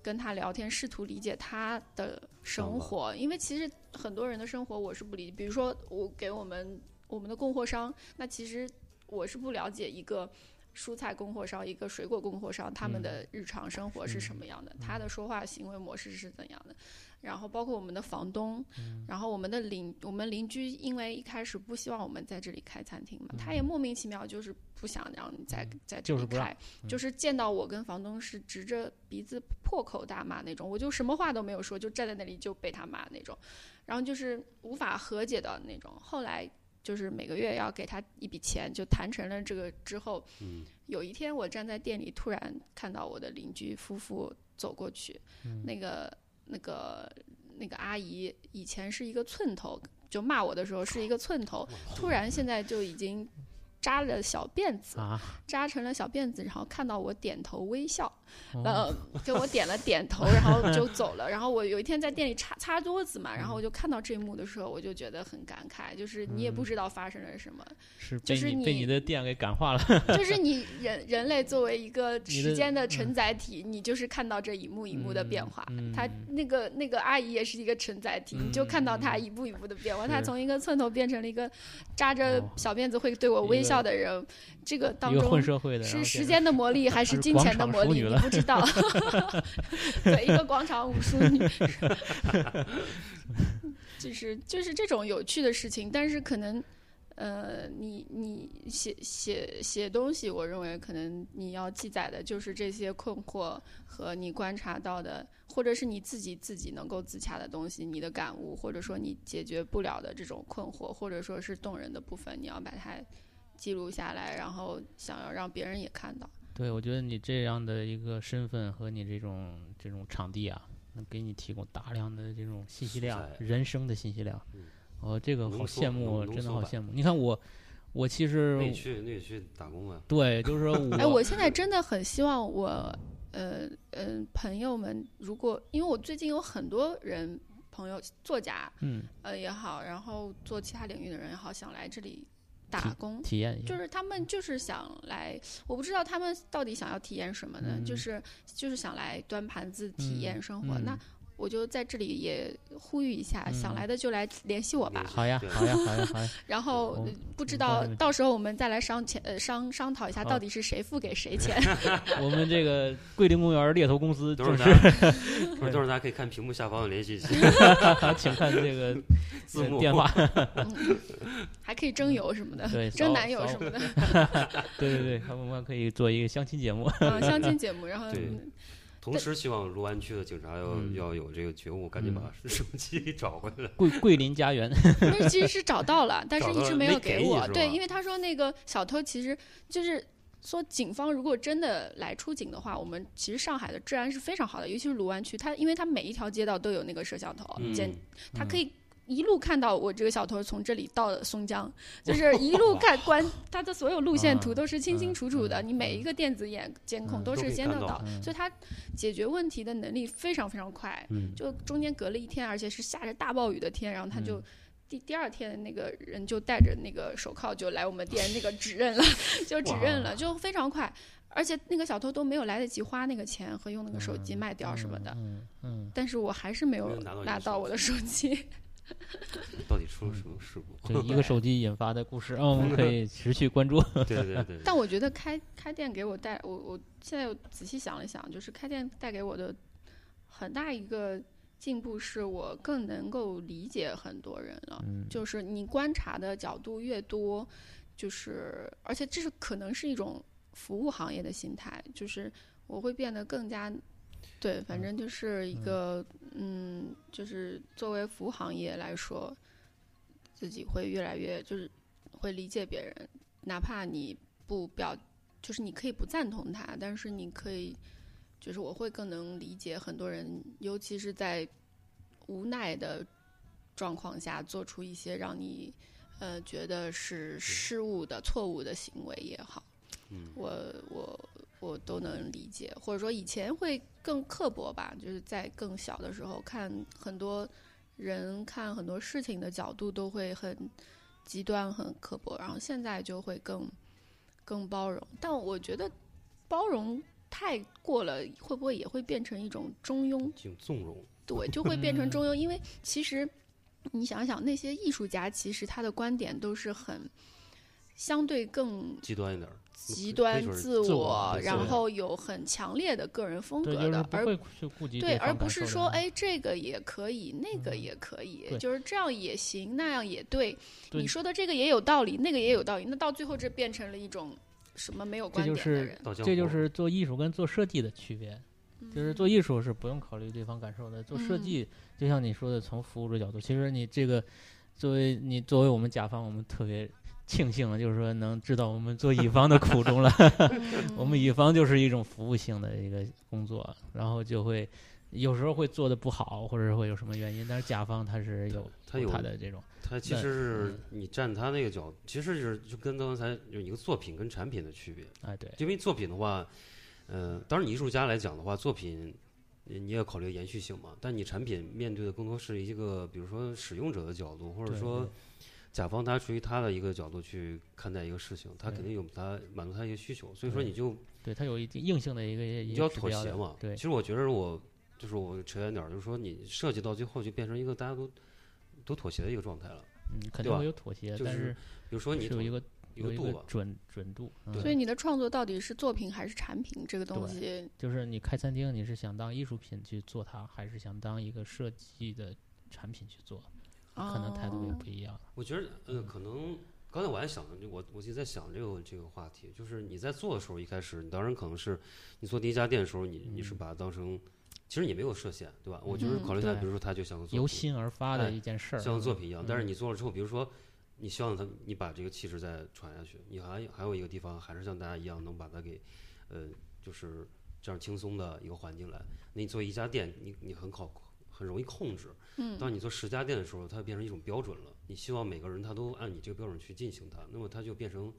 [SPEAKER 3] 跟他聊天，试图理解他的
[SPEAKER 2] 想法
[SPEAKER 3] 生活，因为其实很多人的生活我是不理解。比如说，我给我们我们的供货商，那其实我是不了解一个。蔬菜供货商、一个水果供货商，他们的日常生活是
[SPEAKER 4] 是
[SPEAKER 3] 什么样的，他的说话行为模式是怎样的，然后包括我们的房东，
[SPEAKER 4] 嗯
[SPEAKER 3] 然后我们的邻我们邻居，因为一开始不希望我们在这里开餐厅嘛，他也莫名其妙就是不想让你在在这
[SPEAKER 4] 嗯就是
[SPEAKER 3] 里
[SPEAKER 4] 不让嗯
[SPEAKER 3] 开，就是见到我跟房东是直着鼻子破口大骂那种，我就什么话都没有说，就站在那里就被他骂那种，然后就是无法和解的那种。后来就是每个月要给他一笔钱，就谈成了这个之后，
[SPEAKER 2] 嗯
[SPEAKER 3] 有一天我站在店里，突然看到我的邻居夫妇走过去，
[SPEAKER 4] 嗯
[SPEAKER 3] 那个那个那个阿姨以前是一个寸头，就骂我的时候是一个寸头，
[SPEAKER 4] 嗯
[SPEAKER 3] 突然现在就已经扎了小辫子，
[SPEAKER 4] 啊，
[SPEAKER 3] 扎成了小辫子，然后看到我点头微笑，
[SPEAKER 4] 哦
[SPEAKER 3] 呃，给我点了点 头，然后就走了。然后我有一天在店里擦擦桌子
[SPEAKER 4] 嗯
[SPEAKER 3] 嘛，然后我就看到这一幕的时候，我就觉得很感慨，就是你
[SPEAKER 4] 嗯
[SPEAKER 3] 也不知道发生了什么，
[SPEAKER 4] 是
[SPEAKER 3] 就
[SPEAKER 4] 被
[SPEAKER 3] 是
[SPEAKER 4] 你被
[SPEAKER 3] 你
[SPEAKER 4] 你的店给感化了，
[SPEAKER 3] 就是你人人类作为一个
[SPEAKER 4] 你的
[SPEAKER 3] 时间的承载体，你就是看到这一幕一幕的变化。
[SPEAKER 4] 嗯
[SPEAKER 3] 他
[SPEAKER 4] 嗯
[SPEAKER 3] 那个那个阿姨也是一个承载体，你就看到她
[SPEAKER 4] 嗯
[SPEAKER 3] 一步一步的变化。她
[SPEAKER 4] 是
[SPEAKER 3] 从一个寸头变成了一个扎着
[SPEAKER 4] 哦
[SPEAKER 3] 小辫子会对我微笑的人，这个当
[SPEAKER 4] 一个
[SPEAKER 3] 中
[SPEAKER 4] 混社会的，然
[SPEAKER 3] 是
[SPEAKER 4] 后
[SPEAKER 3] 时
[SPEAKER 4] 变
[SPEAKER 3] 间的 魔力还是金钱的魔力？
[SPEAKER 4] 还是
[SPEAKER 3] 你
[SPEAKER 4] 广场
[SPEAKER 3] 不知道。 对，一个广场舞淑女， 就是就是这种有趣的事情，但是可能。呃，你你写写写东西，我认为可能你要记载的就是这些困惑和你观察到的，或者是你自己自己能够自洽的东西，你的感悟，或者说你解决不了的这种困惑，或者说是动人的部分，你要把它记录下来，然后想要让别人也看到。
[SPEAKER 4] 对，我觉得你这样的一个身份和你这种这种场地啊，能给你提供大量的这种信息量
[SPEAKER 2] 素，材
[SPEAKER 4] 人生的信息量。
[SPEAKER 2] 嗯
[SPEAKER 4] 哦，这个好
[SPEAKER 2] 浓缩
[SPEAKER 4] 羡慕，啊
[SPEAKER 2] 浓浓
[SPEAKER 4] 真的
[SPEAKER 2] 缩
[SPEAKER 4] 好
[SPEAKER 2] 版
[SPEAKER 4] 羡慕。你看我，我其实
[SPEAKER 2] 那你去那你去打工啊？
[SPEAKER 4] 对，就是说
[SPEAKER 3] 哎，
[SPEAKER 4] 我
[SPEAKER 3] 我现在真的很希望我，呃嗯、朋友们，如果因为我最近有很多人朋友，作家
[SPEAKER 4] 嗯，
[SPEAKER 3] 呃也好，然后做其他领域的人也好，想来这里打工，
[SPEAKER 4] 体验一
[SPEAKER 3] 就
[SPEAKER 4] 下，
[SPEAKER 3] 是他们就是想来，我不知道他们到底想要体验什么呢？
[SPEAKER 4] 嗯
[SPEAKER 3] 就是就是想来端盘子体
[SPEAKER 4] 嗯
[SPEAKER 3] 验生活。
[SPEAKER 4] 嗯
[SPEAKER 3] 那我就在这里也呼吁一下，
[SPEAKER 4] 嗯
[SPEAKER 3] 想来的就来联系我吧
[SPEAKER 2] 联。系
[SPEAKER 4] 好呀，
[SPEAKER 2] 对
[SPEAKER 4] 好呀，好呀，好呀，
[SPEAKER 3] 然后
[SPEAKER 4] 哦
[SPEAKER 3] 呃不知
[SPEAKER 4] 嗯到
[SPEAKER 3] 道
[SPEAKER 4] 时候
[SPEAKER 3] 到时候我们再来商钱呃商商讨一下，
[SPEAKER 4] 好
[SPEAKER 3] 到底是谁付给谁钱。
[SPEAKER 4] 我们这个桂林公园猎头公司
[SPEAKER 2] 都
[SPEAKER 4] 就是是，
[SPEAKER 2] 咱，不是都是咱可以看屏幕下方的联 系
[SPEAKER 4] 请看这个
[SPEAKER 2] 字
[SPEAKER 4] 呃
[SPEAKER 2] 幕
[SPEAKER 4] 电话，
[SPEAKER 3] 嗯， 还可以征友什么的，
[SPEAKER 4] 对，
[SPEAKER 3] 征
[SPEAKER 4] 扫
[SPEAKER 3] 男友
[SPEAKER 4] 扫
[SPEAKER 3] 什么的，
[SPEAKER 4] 对对对，我们可以做一个相亲节目，
[SPEAKER 3] 嗯，相亲节目，然后
[SPEAKER 2] 对
[SPEAKER 3] 嗯
[SPEAKER 2] 同时，希望卢湾区的警察要、
[SPEAKER 4] 嗯
[SPEAKER 2] 要有这个觉悟，赶紧把手机给找回来。
[SPEAKER 4] 桂桂林家园，
[SPEAKER 3] 那其实是找 到了，但是
[SPEAKER 2] 找
[SPEAKER 3] 一
[SPEAKER 2] 到
[SPEAKER 3] 直
[SPEAKER 2] 了
[SPEAKER 3] 没
[SPEAKER 2] 没
[SPEAKER 3] 有
[SPEAKER 2] 给
[SPEAKER 3] 给
[SPEAKER 2] 你
[SPEAKER 3] 我
[SPEAKER 2] 是。吧
[SPEAKER 3] 对，因为他说那个小偷其实就是说，警方如果真的来出警的话，我们其实上海的治安是非常好的，尤其是卢湾区，它因为它每一条街道都有那个摄像头，
[SPEAKER 2] 嗯
[SPEAKER 3] 监，它可以。一路看到我这个小偷从这里到松江，就是一路看关他的所有路线
[SPEAKER 2] 嗯
[SPEAKER 3] 图
[SPEAKER 4] 啊
[SPEAKER 3] 都是清清楚楚的，
[SPEAKER 4] 嗯嗯
[SPEAKER 3] 你每一个电子眼监控
[SPEAKER 4] 嗯
[SPEAKER 3] 都
[SPEAKER 2] 都可
[SPEAKER 3] 是
[SPEAKER 2] 以
[SPEAKER 3] 监
[SPEAKER 2] 看
[SPEAKER 3] 测
[SPEAKER 2] 到
[SPEAKER 3] 到，
[SPEAKER 4] 嗯
[SPEAKER 3] 所以他解决问题的能力非常非常快。
[SPEAKER 4] 嗯，
[SPEAKER 3] 就中间隔了一天，而且是下着大暴雨的天，然后他
[SPEAKER 2] 嗯
[SPEAKER 3] 就。第第二天，那个人就戴着那个手铐就来我们店，那个指认了， 就指认了，就非常快，而且那个小偷都没有来得及花那个钱和用那个手机卖掉什么的，
[SPEAKER 4] 嗯嗯，
[SPEAKER 3] 但是我还是没
[SPEAKER 2] 没
[SPEAKER 3] 有
[SPEAKER 2] 有拿到你的
[SPEAKER 3] 拿到
[SPEAKER 2] 手
[SPEAKER 3] 我的手机。
[SPEAKER 2] 到底出了什么事故？
[SPEAKER 4] 这嗯一个手机引发的故事，嗯，我们可以持续关注。
[SPEAKER 2] 对对对 对，
[SPEAKER 3] 但我觉得开开店给我带，我我现在又仔细想了想，就是开店带给我的很大一个进步，是我更能够理解很多人了。
[SPEAKER 4] 嗯
[SPEAKER 3] 就是你观察的角度越多，就是而且这是可能是一种服务行业的心态，就是我会变得更加。对，反正就是一个，嗯就是作为服务行业来说，自己会越来越就是会理解别人，哪怕你不表，就是你可以不赞同他，但是你可以，就是我会更能理解很多人，尤其是在无奈的状况下做出一些让你呃觉得是失误的、错误的行为也好，
[SPEAKER 2] 嗯，
[SPEAKER 3] 我我我都能理解，或者说以前会更刻薄吧，就是在更小的时候看很多人看很多事情的角度都会很极端、很刻薄，然后现在就会更更包容，但我觉得包容。太过了，会不会也会变成一种中庸
[SPEAKER 2] 请纵容。
[SPEAKER 3] 对，就会
[SPEAKER 4] 嗯
[SPEAKER 3] 变成中庸。因为其实你想想，那些艺术家其实他的观点都是很相对更
[SPEAKER 2] 极端一点儿，
[SPEAKER 3] 极端
[SPEAKER 2] 可以说是
[SPEAKER 3] 自
[SPEAKER 4] 自我
[SPEAKER 2] 对
[SPEAKER 3] 然
[SPEAKER 2] 自我
[SPEAKER 3] 后有很强烈的个人风
[SPEAKER 4] 对，
[SPEAKER 3] 格
[SPEAKER 4] 就
[SPEAKER 3] 的
[SPEAKER 4] 是，
[SPEAKER 3] 而
[SPEAKER 4] 不会去顾及
[SPEAKER 3] 对，
[SPEAKER 4] 方
[SPEAKER 3] 而不
[SPEAKER 4] 感
[SPEAKER 3] 是
[SPEAKER 4] 受的
[SPEAKER 3] 说
[SPEAKER 4] 那种，
[SPEAKER 3] 哎这个也可以，那个
[SPEAKER 4] 嗯
[SPEAKER 3] 也可以，
[SPEAKER 4] 对
[SPEAKER 3] 就是这样也行，那样也对。
[SPEAKER 4] 对
[SPEAKER 3] 你说的这个也有道理，那个也有道理，那到最后这变成了一种什么没有观
[SPEAKER 4] 就
[SPEAKER 3] 点的
[SPEAKER 4] 是
[SPEAKER 3] 人，
[SPEAKER 2] 到江
[SPEAKER 4] 这
[SPEAKER 2] 湖
[SPEAKER 4] 就
[SPEAKER 2] 了
[SPEAKER 4] 是做艺术跟做设计的区别。就是 做
[SPEAKER 3] 嗯
[SPEAKER 4] 艺术是不用考虑对方感受的，做设
[SPEAKER 3] 嗯
[SPEAKER 4] 计就像你说的，从服务的角度，其实你这个作为你作为我们甲方，我们特别庆幸，就是说能知道我们做乙方的苦衷了。 我们乙方就是一种服务性的一个工作，然后就会有时候会做的不好，或者是会有什么原因，但是甲方他是有
[SPEAKER 2] 他有
[SPEAKER 4] 他的这种
[SPEAKER 2] 他其
[SPEAKER 4] 那
[SPEAKER 2] 实是
[SPEAKER 4] 嗯
[SPEAKER 2] 你站他那个角，其实就是就跟刚才有一个作品跟产品的区别，
[SPEAKER 4] 啊，对，
[SPEAKER 2] 因为作品的话，嗯、当然你艺术家来讲的话，作品呃你也考虑延续性嘛，但你产品面对的更多是一个比如说使用者的角度，或者
[SPEAKER 4] 对
[SPEAKER 2] 说甲方他出于他的一个角度去看待一个事情，他
[SPEAKER 4] 对
[SPEAKER 2] 肯定有他满足他一个需求，所以说
[SPEAKER 4] 对
[SPEAKER 2] 你就
[SPEAKER 4] 对他有一定硬性的一个一
[SPEAKER 2] 你
[SPEAKER 4] 个
[SPEAKER 2] 就要
[SPEAKER 4] 指
[SPEAKER 2] 妥
[SPEAKER 4] 标
[SPEAKER 2] 协
[SPEAKER 4] 的
[SPEAKER 2] 嘛。
[SPEAKER 4] 对
[SPEAKER 2] 其实我觉得我就是我扯远点儿，就是说你设计到最后就变成一个大家都都妥协的一个状态了。
[SPEAKER 4] 嗯，肯
[SPEAKER 2] 对
[SPEAKER 4] 定
[SPEAKER 2] 吧
[SPEAKER 4] 会有妥协，
[SPEAKER 2] 就
[SPEAKER 4] 但
[SPEAKER 2] 是比如说你
[SPEAKER 4] 是有
[SPEAKER 2] 妥
[SPEAKER 4] 一个
[SPEAKER 2] 有
[SPEAKER 4] 有
[SPEAKER 2] 个
[SPEAKER 4] 一
[SPEAKER 2] 度
[SPEAKER 4] 个
[SPEAKER 2] 吧，
[SPEAKER 4] 准准度，嗯
[SPEAKER 2] 对
[SPEAKER 3] 所以你的创作到底是作品还是产品？这个东
[SPEAKER 4] 对
[SPEAKER 3] 西，
[SPEAKER 4] 就是你开餐厅，你是想当艺术品去做它，还是想当一个设计的产品去做？可能态度也
[SPEAKER 3] 哦
[SPEAKER 4] 不一样。
[SPEAKER 2] 我觉得呃，可能刚才我还想，我我就在想这个这个话题，就是你在做的时候，一开始你当然可能是你做第一家店的时候，你你是把它当成，其实你没有设限，对吧？我就是
[SPEAKER 3] 嗯
[SPEAKER 2] 考虑它，
[SPEAKER 4] 对
[SPEAKER 2] 比如说它就像个作
[SPEAKER 4] 由
[SPEAKER 2] 品，
[SPEAKER 4] 心而发
[SPEAKER 2] 哎
[SPEAKER 4] 的一件事儿，
[SPEAKER 2] 像个作
[SPEAKER 4] 嗯
[SPEAKER 2] 品一样，但是你做了之后，比如说。你希望它，你把这个气质再传下去，你还还有一个地方，还是像大家一样能把它给，呃，就是这样轻松的一个环境来。那你做一家店，你你很考很容易控制，
[SPEAKER 3] 嗯，
[SPEAKER 2] 当你做十家店的时候，它变成一种标准了。你希望每个人他都按你这个标准去进行它，那么它就变成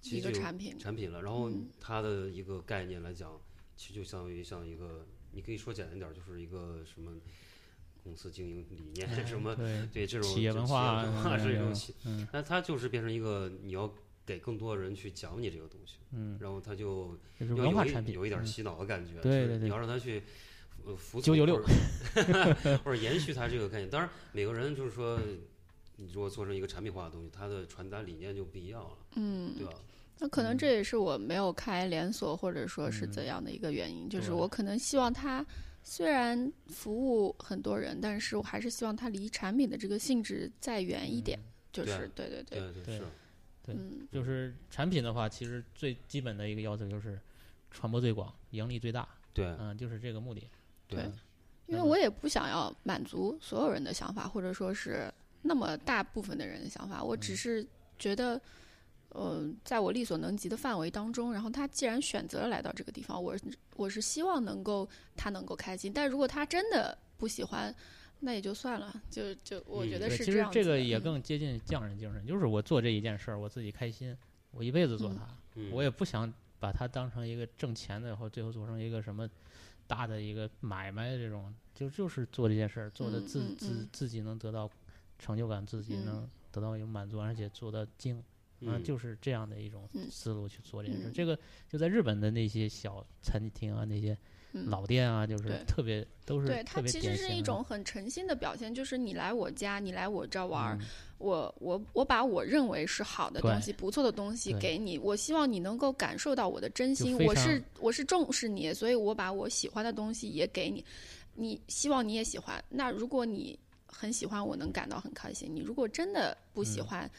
[SPEAKER 2] 其
[SPEAKER 3] 一
[SPEAKER 2] 实
[SPEAKER 3] 个
[SPEAKER 2] 就
[SPEAKER 3] 产品，
[SPEAKER 2] 产品了。然后
[SPEAKER 3] 嗯
[SPEAKER 2] 它的一个概念来讲，其实就相当于像一个，你可以说简单点儿，就是一个什么公司经营理念、 什么
[SPEAKER 4] 对
[SPEAKER 2] 对这种
[SPEAKER 4] 企业
[SPEAKER 2] 就
[SPEAKER 4] 文
[SPEAKER 2] 企业
[SPEAKER 4] 化
[SPEAKER 2] 文
[SPEAKER 4] 啊
[SPEAKER 2] 化
[SPEAKER 4] 什么
[SPEAKER 2] 是一
[SPEAKER 4] 的
[SPEAKER 2] 种企，
[SPEAKER 4] 嗯
[SPEAKER 2] 那它就是变成一个你要给更多的人去讲你这个东西，
[SPEAKER 4] 嗯，
[SPEAKER 2] 然后它就
[SPEAKER 4] 就是
[SPEAKER 2] 要
[SPEAKER 4] 文化
[SPEAKER 2] 有一
[SPEAKER 4] 产品，
[SPEAKER 2] 有一点
[SPEAKER 4] 嗯
[SPEAKER 2] 洗脑的感觉。
[SPEAKER 4] 对
[SPEAKER 2] 就是
[SPEAKER 4] 对对
[SPEAKER 2] 你要让他去呃服从
[SPEAKER 4] 996
[SPEAKER 2] 或者 或者延续他这个概念。当然，每个人就是说，你如果做成一个产品化的东西，它的传达理念就不一样了，
[SPEAKER 3] 嗯，
[SPEAKER 2] 对吧？
[SPEAKER 3] 那可能
[SPEAKER 4] 嗯
[SPEAKER 3] 这也是我没有开连锁或者说是怎
[SPEAKER 4] 嗯
[SPEAKER 3] 样的一个原因，就是
[SPEAKER 4] 对
[SPEAKER 3] 我可能希望它虽然服务很多人，但是我还是希望它离产品的这个性质再远嗯一点。就是对对
[SPEAKER 2] 对
[SPEAKER 3] 对，
[SPEAKER 2] 对
[SPEAKER 4] 嗯对
[SPEAKER 2] 是。
[SPEAKER 4] 对
[SPEAKER 3] 嗯
[SPEAKER 4] 就是产品的话，其实最基本的一个要求就是传播最广，盈利最大，
[SPEAKER 2] 对
[SPEAKER 4] 嗯，就是这个目的。
[SPEAKER 2] 对
[SPEAKER 3] 对，因为
[SPEAKER 4] 那么
[SPEAKER 3] 我也不想要满足所有人的想法，或者说是那么大部分的人的想法，我只
[SPEAKER 4] 嗯
[SPEAKER 3] 是觉得。呃，在我力所能及的范围当中，然后他既然选择了来到这个地方，我是我是希望能够他能够开心，但如果他真的不喜欢，那也就算了，就就我觉
[SPEAKER 2] 嗯
[SPEAKER 3] 得
[SPEAKER 4] 对，
[SPEAKER 3] 是
[SPEAKER 4] 其
[SPEAKER 3] 这
[SPEAKER 4] 实
[SPEAKER 3] 样子的。
[SPEAKER 4] 这个也
[SPEAKER 3] 嗯
[SPEAKER 4] 更接近匠人精神，就是我做这一件事儿，我自己开心，我一辈子做
[SPEAKER 3] 嗯
[SPEAKER 4] 它，
[SPEAKER 2] 嗯
[SPEAKER 4] 我也不想把它当成一个挣钱的，然后最后做成一个什么大的一个买卖这种，就就是做这件事儿，做的
[SPEAKER 3] 嗯
[SPEAKER 4] 自、
[SPEAKER 3] 嗯
[SPEAKER 4] 自
[SPEAKER 3] 嗯
[SPEAKER 4] 自己能得到成就感，自己
[SPEAKER 3] 嗯
[SPEAKER 4] 能得到一个满足，而且做到精。啊
[SPEAKER 2] 嗯
[SPEAKER 4] 就是这样的一种
[SPEAKER 3] 嗯
[SPEAKER 4] 思路去做这件事。
[SPEAKER 3] 嗯
[SPEAKER 4] 这个就在日本的那些小餐厅啊，那些
[SPEAKER 3] 嗯
[SPEAKER 4] 老店啊，就是
[SPEAKER 3] 对
[SPEAKER 4] 特别都是
[SPEAKER 3] 对，
[SPEAKER 4] 特
[SPEAKER 3] 它
[SPEAKER 4] 别
[SPEAKER 3] 其
[SPEAKER 4] 典
[SPEAKER 3] 实
[SPEAKER 4] 型
[SPEAKER 3] 是
[SPEAKER 4] 的
[SPEAKER 3] 一种很诚心的表现，就是你来我家，你来我这儿玩儿，
[SPEAKER 4] 嗯
[SPEAKER 3] 我我我把我认为是好的
[SPEAKER 4] 对
[SPEAKER 3] 东西、不错的东西
[SPEAKER 4] 对
[SPEAKER 3] 给你，我希望你能够感受到我的真
[SPEAKER 4] 就
[SPEAKER 3] 心，
[SPEAKER 4] 非
[SPEAKER 3] 我
[SPEAKER 4] 常
[SPEAKER 3] 是我是重视你，所以我把我喜欢的东西也给你，你希望你也喜欢。那如果你很喜欢，我能感到很开心；你如果真的不喜
[SPEAKER 4] 嗯
[SPEAKER 3] 欢，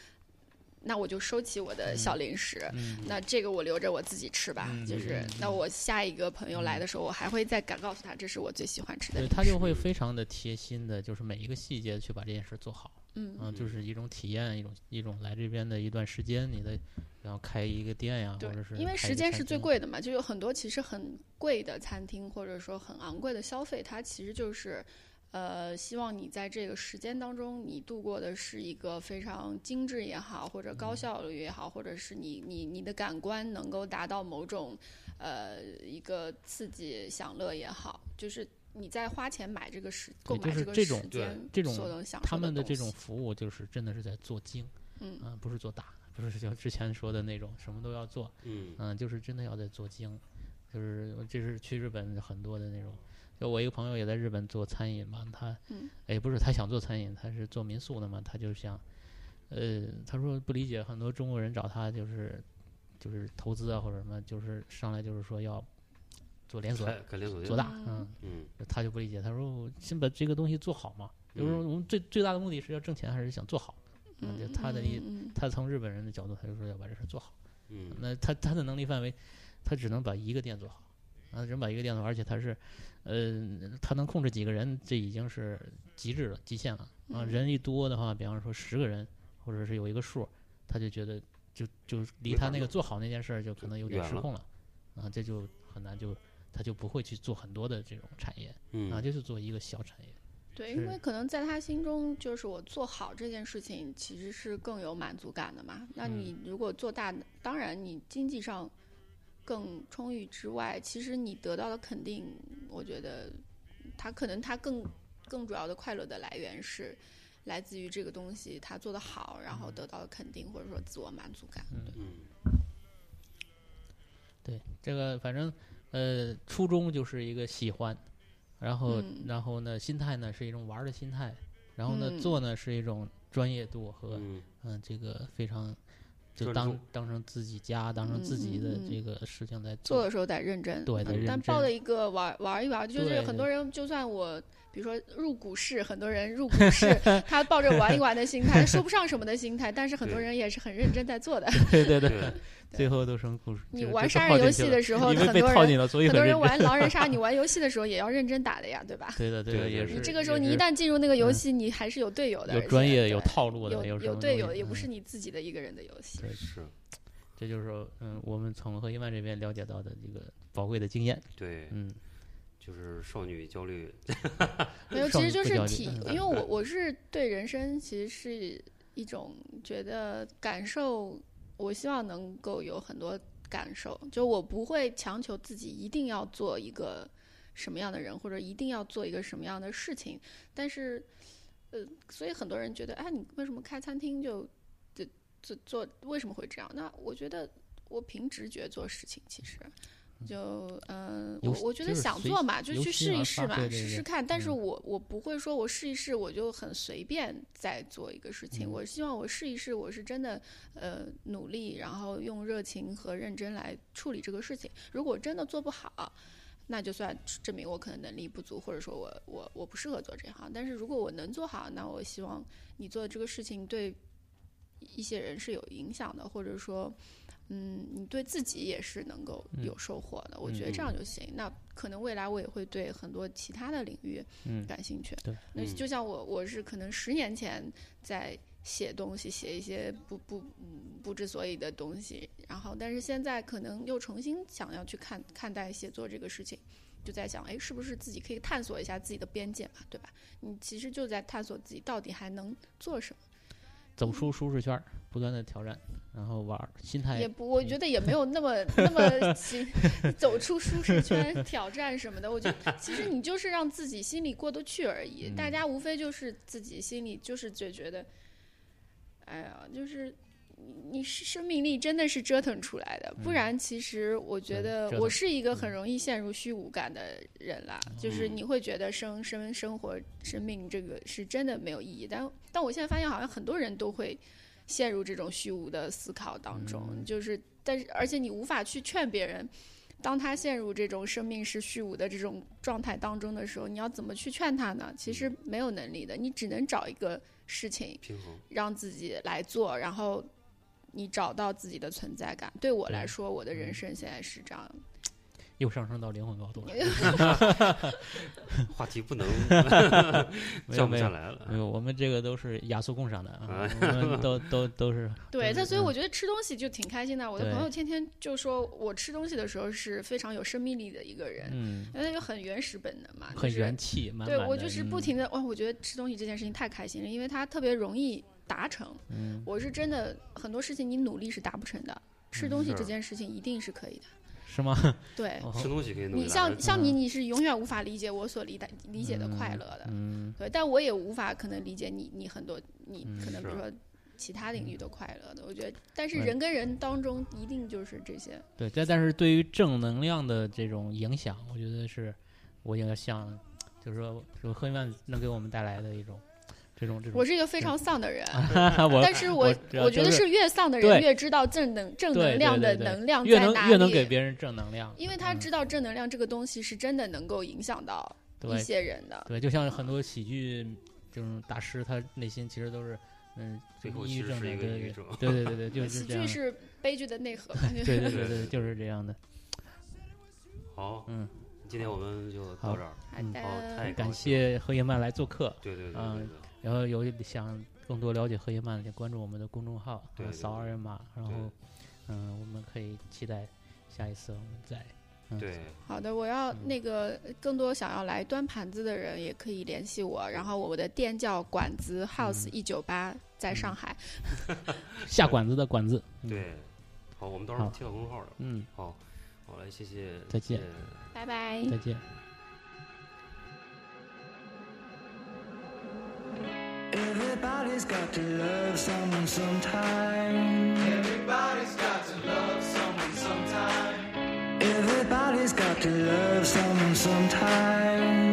[SPEAKER 3] 那我就收起我的小零食。
[SPEAKER 4] 嗯
[SPEAKER 3] 那这个我留着我自己吃吧，
[SPEAKER 4] 嗯
[SPEAKER 3] 就
[SPEAKER 4] 嗯
[SPEAKER 3] 是
[SPEAKER 4] 嗯
[SPEAKER 3] 那
[SPEAKER 4] 嗯
[SPEAKER 3] 我下一个朋友来的时候，我还会再敢告诉他，这是我最喜欢吃的
[SPEAKER 4] 对
[SPEAKER 3] 零
[SPEAKER 4] 他就会
[SPEAKER 2] 嗯
[SPEAKER 4] 非常的贴心的，就是每一个细节去把这件事做好。
[SPEAKER 3] 嗯
[SPEAKER 4] 嗯，就是一种体验，一种一种来这边的一段时间，你的然后开一个店呀，
[SPEAKER 3] 对
[SPEAKER 4] 或者是
[SPEAKER 3] 因为
[SPEAKER 4] 开
[SPEAKER 3] 时
[SPEAKER 4] 一个
[SPEAKER 3] 间
[SPEAKER 4] 餐
[SPEAKER 3] 是最
[SPEAKER 4] 厅，
[SPEAKER 3] 贵的嘛，就有很多其实很贵的餐厅或者说很昂贵的消费，它其实就是，呃，希望你在这个时间当中，你度过的是一个非常精致也好，或者
[SPEAKER 4] 嗯
[SPEAKER 3] 高效率也好，或者是你你你的感官能够达到某种，呃，一个刺激享乐也好，就是你在花钱买这个时购
[SPEAKER 4] 对
[SPEAKER 3] 买
[SPEAKER 4] 就
[SPEAKER 3] 这
[SPEAKER 4] 是
[SPEAKER 3] 个
[SPEAKER 4] 这
[SPEAKER 3] 时
[SPEAKER 4] 种
[SPEAKER 2] 对
[SPEAKER 3] 间，
[SPEAKER 4] 这种
[SPEAKER 3] 所能享受
[SPEAKER 4] 他
[SPEAKER 3] 的
[SPEAKER 4] 们的
[SPEAKER 3] 东
[SPEAKER 4] 这种
[SPEAKER 3] 西，
[SPEAKER 4] 服务就是真的是在做精，
[SPEAKER 3] 嗯
[SPEAKER 4] 嗯、不是做大，不是像之前说的那种什么都要做，
[SPEAKER 2] 嗯
[SPEAKER 4] 嗯，就是真的要在做精，就是这是去日本很多的那种。就我一个朋友也在日本做餐饮嘛，他，
[SPEAKER 3] 嗯
[SPEAKER 4] 哎，不是他想做餐饮，他是做民宿的嘛，他就想，呃，他说不理解，很多中国人找他就是就是投资啊或者什么，就是上来就是说要做连锁
[SPEAKER 2] 开开连锁
[SPEAKER 4] 做
[SPEAKER 2] 店，
[SPEAKER 4] 大，
[SPEAKER 3] 嗯
[SPEAKER 4] 嗯，
[SPEAKER 2] 嗯
[SPEAKER 4] 他就不理解，他说先把这个东西做好嘛，就是说
[SPEAKER 2] 嗯
[SPEAKER 4] 我们最最大的目的是要挣钱还是想做好，嗯，就
[SPEAKER 3] 嗯
[SPEAKER 4] 他的意
[SPEAKER 3] 嗯嗯
[SPEAKER 4] 他从日本人的角度，他就说要把这事儿做好。
[SPEAKER 2] 嗯
[SPEAKER 4] 那他他的能力范围，他只能把一个店做好，啊，只能把一个店做好，而且他是，呃，他能控制几个人，这已经是极致了，极限了啊。
[SPEAKER 3] 嗯
[SPEAKER 4] 人一多的话，比方说十个人，或者是有一个数，他就觉得就就离
[SPEAKER 2] 没法
[SPEAKER 4] 他那个
[SPEAKER 2] 弄
[SPEAKER 4] 做好那件事儿就可能有点
[SPEAKER 2] 远
[SPEAKER 4] 失
[SPEAKER 2] 了
[SPEAKER 4] 控了，啊，这就很难就他就不会去做很多的这种产业
[SPEAKER 2] 嗯
[SPEAKER 4] 啊，就是做一个小产业。
[SPEAKER 3] 对，
[SPEAKER 4] 是
[SPEAKER 3] 因为可能在他心中，就是我做好这件事情其实是更有满足感的嘛。那
[SPEAKER 4] 嗯
[SPEAKER 3] 你如果做大，当然你经济上更充裕之外，其实你得到的肯定，我觉得他可能他更更主要的快乐的来源是来自于这个东西他做得好，然后得到的肯定或者说自我满足感。
[SPEAKER 4] 嗯
[SPEAKER 3] 对
[SPEAKER 2] 嗯
[SPEAKER 4] 对，这个反正呃，初衷就是一个喜欢，然后、
[SPEAKER 3] 嗯
[SPEAKER 4] 然后呢，心态呢是一种玩儿的心态，然后呢、
[SPEAKER 3] 嗯
[SPEAKER 4] 做呢是一种专业度和 嗯、
[SPEAKER 2] 嗯
[SPEAKER 4] 呃这个非常就
[SPEAKER 2] 专
[SPEAKER 4] 当
[SPEAKER 2] 注
[SPEAKER 4] 当成自己家，当成自己的
[SPEAKER 3] 嗯嗯嗯
[SPEAKER 4] 这个事情来
[SPEAKER 3] 做的时候得认真，
[SPEAKER 4] 对得认
[SPEAKER 3] 但抱
[SPEAKER 4] 真
[SPEAKER 3] 着一个玩玩一玩，就是
[SPEAKER 4] 对
[SPEAKER 3] 很
[SPEAKER 4] 对
[SPEAKER 3] 多人，就算我比如说入股市，很多人入股 市，他抱着玩一玩的心态，说不上什么的心态，但是很多
[SPEAKER 2] 对
[SPEAKER 3] 人也是很认真在做 的。
[SPEAKER 4] 对对对，
[SPEAKER 2] 对，
[SPEAKER 4] 最后都成故事。
[SPEAKER 3] 你
[SPEAKER 4] 就
[SPEAKER 3] 玩
[SPEAKER 4] 都
[SPEAKER 3] 杀
[SPEAKER 4] 套
[SPEAKER 3] 人游
[SPEAKER 4] 进去
[SPEAKER 3] 戏
[SPEAKER 4] 了
[SPEAKER 3] 的时候
[SPEAKER 4] 因为
[SPEAKER 3] 很
[SPEAKER 4] 被
[SPEAKER 3] 多
[SPEAKER 4] 套
[SPEAKER 3] 人
[SPEAKER 4] 进了，所以
[SPEAKER 3] 很多人
[SPEAKER 4] 认真。
[SPEAKER 3] 玩狼人 杀，你玩游戏的时候也要认真打的呀，对吧？
[SPEAKER 4] 对的
[SPEAKER 2] 对
[SPEAKER 4] 的，
[SPEAKER 2] 对
[SPEAKER 4] 也
[SPEAKER 2] 对
[SPEAKER 4] 是。
[SPEAKER 3] 你这个时候
[SPEAKER 4] 也
[SPEAKER 3] 你一
[SPEAKER 4] 是
[SPEAKER 3] 旦进入那个游
[SPEAKER 4] 嗯
[SPEAKER 3] 戏，你还是有队友的，
[SPEAKER 4] 有
[SPEAKER 3] 而
[SPEAKER 4] 专
[SPEAKER 3] 且
[SPEAKER 4] 业的，有
[SPEAKER 3] 对
[SPEAKER 4] 套路的，
[SPEAKER 3] 有
[SPEAKER 4] 有什么
[SPEAKER 3] 队
[SPEAKER 4] 东
[SPEAKER 3] 友的，
[SPEAKER 4] 西
[SPEAKER 3] 也不
[SPEAKER 4] 嗯
[SPEAKER 3] 是你自己的一个人的游戏。
[SPEAKER 2] 是，
[SPEAKER 4] 这就是说，嗯，我们从何一曼这边了解到的这个宝贵的经验，
[SPEAKER 2] 对，
[SPEAKER 4] 嗯，
[SPEAKER 2] 就是少女焦虑，
[SPEAKER 3] 没有，
[SPEAKER 4] 少
[SPEAKER 3] 其实就
[SPEAKER 4] 女不
[SPEAKER 3] 是
[SPEAKER 4] 焦虑
[SPEAKER 3] 体，因
[SPEAKER 4] 嗯
[SPEAKER 3] 为我我是对人生其实是一种觉得感受，我希望能够有很多感受，就我不会强求自己一定要做一个什么样的人，或者一定要做一个什么样的事情，但是，呃，所以很多人觉得，哎，你为什么开餐厅就就做做为什么会这样？那我觉得我凭直觉做事情，其实。就嗯、呃
[SPEAKER 4] 由
[SPEAKER 3] 我我觉得
[SPEAKER 4] 就是
[SPEAKER 3] 想
[SPEAKER 4] 随
[SPEAKER 3] 做嘛，就
[SPEAKER 4] 由
[SPEAKER 3] 去
[SPEAKER 4] 心
[SPEAKER 3] 试
[SPEAKER 4] 而
[SPEAKER 3] 一试
[SPEAKER 4] 发
[SPEAKER 3] 嘛
[SPEAKER 4] 对，对
[SPEAKER 3] 试
[SPEAKER 4] 对
[SPEAKER 3] 试看。但是
[SPEAKER 4] 嗯
[SPEAKER 3] 我我不会说我试一试我就很随便在做一个事情。
[SPEAKER 4] 嗯
[SPEAKER 3] 我希望我试一试，我是真的呃努力，然后用热情和认真来处理这个事情。如果真的做不好，那就算证明我可能能力不足，或者说我我我不适合做这行。但是如果我能做好，那我希望你做的这个事情对一些人是有影响的，或者说，嗯，你对自己也是能够有收获的。我觉得这样就行。那可能未来我也会对很多其他的领域
[SPEAKER 4] 嗯
[SPEAKER 3] 感兴趣。
[SPEAKER 4] 对
[SPEAKER 3] 那
[SPEAKER 2] 嗯
[SPEAKER 3] 就像我，我是可能十年前在写东西，写一些不不嗯不知所以的东西，然后但是现在可能又重新想要去看看待写作这个事情。就在想，哎，是不是自己可以探索一下自己的边界嘛，对吧？你其实就在探索自己到底还能做什么。
[SPEAKER 4] 走出舒适圈儿，不断的挑战，然后玩儿，心
[SPEAKER 3] 也
[SPEAKER 4] 态
[SPEAKER 3] 不，我
[SPEAKER 4] 嗯
[SPEAKER 3] 觉得也没有那 么那么行走出舒适圈、挑战什么的。我觉得其实你就是让自己心里过得去而已。大
[SPEAKER 4] 嗯
[SPEAKER 3] 家无非就是自己心里就是就觉得，哎呀，就是你你是生命力真的是折腾出来的，不
[SPEAKER 4] 嗯
[SPEAKER 3] 然其实我觉
[SPEAKER 4] 对
[SPEAKER 3] 得
[SPEAKER 4] 折
[SPEAKER 3] 我
[SPEAKER 4] 腾
[SPEAKER 3] 是一个很
[SPEAKER 4] 嗯哦
[SPEAKER 3] 容易陷入虚无感的人啦。就是
[SPEAKER 2] 嗯
[SPEAKER 3] 你会觉得生生生活生命这个是真的没有意义，但但我现在发现好像很多人都会。陷入这种虚无的思考当中，
[SPEAKER 4] 嗯
[SPEAKER 3] 就是但是而且你无法去劝别人，当他陷入这种生命是虚无的这种状态当中的时候，你要怎么去劝他呢？其
[SPEAKER 4] 嗯
[SPEAKER 3] 实没有能力的，你只能找一个事情
[SPEAKER 2] 平衡，
[SPEAKER 3] 让自己来做，然后你找到自己的存在感。对我
[SPEAKER 4] 对
[SPEAKER 3] 来说，我的人
[SPEAKER 4] 嗯
[SPEAKER 3] 生现在是这 样，
[SPEAKER 4] 又上升到灵魂高度了。
[SPEAKER 2] 话题 不能
[SPEAKER 4] 没有
[SPEAKER 2] 降不
[SPEAKER 4] 没
[SPEAKER 2] 下
[SPEAKER 4] 有嗯
[SPEAKER 2] 来了，
[SPEAKER 4] 没有，我们这个都是雅俗共赏的啊
[SPEAKER 2] 啊，
[SPEAKER 4] 我们都都都是
[SPEAKER 3] 对，
[SPEAKER 4] 真
[SPEAKER 3] 他
[SPEAKER 4] 是
[SPEAKER 3] 所以
[SPEAKER 4] 嗯
[SPEAKER 3] 我觉得吃东西就挺开心的。我的
[SPEAKER 4] 对
[SPEAKER 3] 朋友天天就说我吃东西的时候是非常有生命力的一个人，
[SPEAKER 4] 嗯，
[SPEAKER 3] 因为很原始本能嘛，
[SPEAKER 4] 很
[SPEAKER 3] 就是
[SPEAKER 4] 元气满满
[SPEAKER 3] 对
[SPEAKER 4] 的。
[SPEAKER 3] 我就是不
[SPEAKER 4] 嗯
[SPEAKER 3] 停的哇，我觉得吃东西这件事情太开心了，因为它特别容易达成。
[SPEAKER 4] 嗯，
[SPEAKER 3] 我是真的很多事情你努力是达不成的，吃
[SPEAKER 4] 嗯
[SPEAKER 3] 东西
[SPEAKER 2] 是
[SPEAKER 3] 这件事情一定是可以的。
[SPEAKER 4] 是吗？
[SPEAKER 3] 对
[SPEAKER 4] 哦
[SPEAKER 2] 吃东西可以弄
[SPEAKER 3] 你
[SPEAKER 2] 一大
[SPEAKER 3] 像
[SPEAKER 2] 堆
[SPEAKER 3] 像你，
[SPEAKER 4] 嗯
[SPEAKER 3] 你是永远无法理解我所理的理解的快乐的，
[SPEAKER 4] 嗯，
[SPEAKER 3] 对，但我也无法可能理解你你很多你
[SPEAKER 4] 嗯
[SPEAKER 3] 可能比如
[SPEAKER 2] 是
[SPEAKER 3] 说其他领域的快乐的。我觉得，但是
[SPEAKER 4] 嗯
[SPEAKER 3] 人跟人当中一定就是这些。
[SPEAKER 4] 对，但但是对于正能量的这种影响，我觉得是我也要向，就是说，就是赫曼能给我们带来的一种。这种这种
[SPEAKER 3] 我。是一个非常丧 的人，
[SPEAKER 4] 我
[SPEAKER 3] 但是
[SPEAKER 4] 我
[SPEAKER 3] 我
[SPEAKER 4] 知道
[SPEAKER 3] 觉
[SPEAKER 4] 就
[SPEAKER 3] 得
[SPEAKER 4] 是
[SPEAKER 3] 是越丧的
[SPEAKER 4] 对
[SPEAKER 3] 人越知道正能正
[SPEAKER 4] 对
[SPEAKER 3] 能
[SPEAKER 4] 对
[SPEAKER 3] 量的
[SPEAKER 4] 对对
[SPEAKER 3] 能量
[SPEAKER 4] 越
[SPEAKER 3] 在哪
[SPEAKER 4] 能
[SPEAKER 3] 里，
[SPEAKER 4] 越能给别人正能量，
[SPEAKER 3] 因为他
[SPEAKER 4] 嗯
[SPEAKER 3] 知道正能量这个东西是真的能够影响到一
[SPEAKER 4] 对
[SPEAKER 3] 些人的。
[SPEAKER 4] 对，就像很多喜剧这种大师，他内心其实都是嗯，
[SPEAKER 1] 最
[SPEAKER 4] 就
[SPEAKER 1] 后其
[SPEAKER 4] 抑郁
[SPEAKER 1] 实
[SPEAKER 4] 症
[SPEAKER 1] 是
[SPEAKER 4] 的，
[SPEAKER 1] 一个抑郁
[SPEAKER 4] 对
[SPEAKER 1] 症
[SPEAKER 4] 对对对对 对，就
[SPEAKER 3] 喜
[SPEAKER 4] 是这
[SPEAKER 3] 剧
[SPEAKER 4] 样的，
[SPEAKER 3] 是悲剧的内核嘛，
[SPEAKER 4] 对对
[SPEAKER 1] 对
[SPEAKER 4] 对对，
[SPEAKER 1] 对
[SPEAKER 4] 就是这样的。
[SPEAKER 1] 哦好，
[SPEAKER 4] 嗯，
[SPEAKER 1] 今天我们就到
[SPEAKER 4] 好
[SPEAKER 1] 这儿。
[SPEAKER 3] 好
[SPEAKER 4] 嗯
[SPEAKER 1] 哦太
[SPEAKER 3] 的，
[SPEAKER 4] 感谢何叶曼来做客，
[SPEAKER 1] 对对对对
[SPEAKER 4] 嗯
[SPEAKER 1] 对
[SPEAKER 4] 然后有想更多了解何叶曼，就关注我们的公众号，
[SPEAKER 1] 对
[SPEAKER 4] 啊
[SPEAKER 1] 对
[SPEAKER 4] 扫
[SPEAKER 1] 对
[SPEAKER 4] 二维码，然后
[SPEAKER 1] 对
[SPEAKER 4] 嗯，我们可以期待下一次我们再嗯
[SPEAKER 1] 对，
[SPEAKER 3] 好的，我要
[SPEAKER 4] 嗯
[SPEAKER 3] 那个更多想要来端盘子的人也可以联系我，然后我的店叫馆子 House 一九八，在上海。
[SPEAKER 4] 下馆子的馆子，嗯
[SPEAKER 1] 对，好，我们到时候
[SPEAKER 4] 好
[SPEAKER 1] 贴到公众号里。
[SPEAKER 4] 嗯，
[SPEAKER 1] 好，好嘞，谢谢，
[SPEAKER 4] 再见
[SPEAKER 1] 谢谢
[SPEAKER 3] 拜拜。
[SPEAKER 4] 再见。
[SPEAKER 5] Everybody's got to love someone sometime. Everybody's got to love someone sometime. Everybody's got to love someone sometime.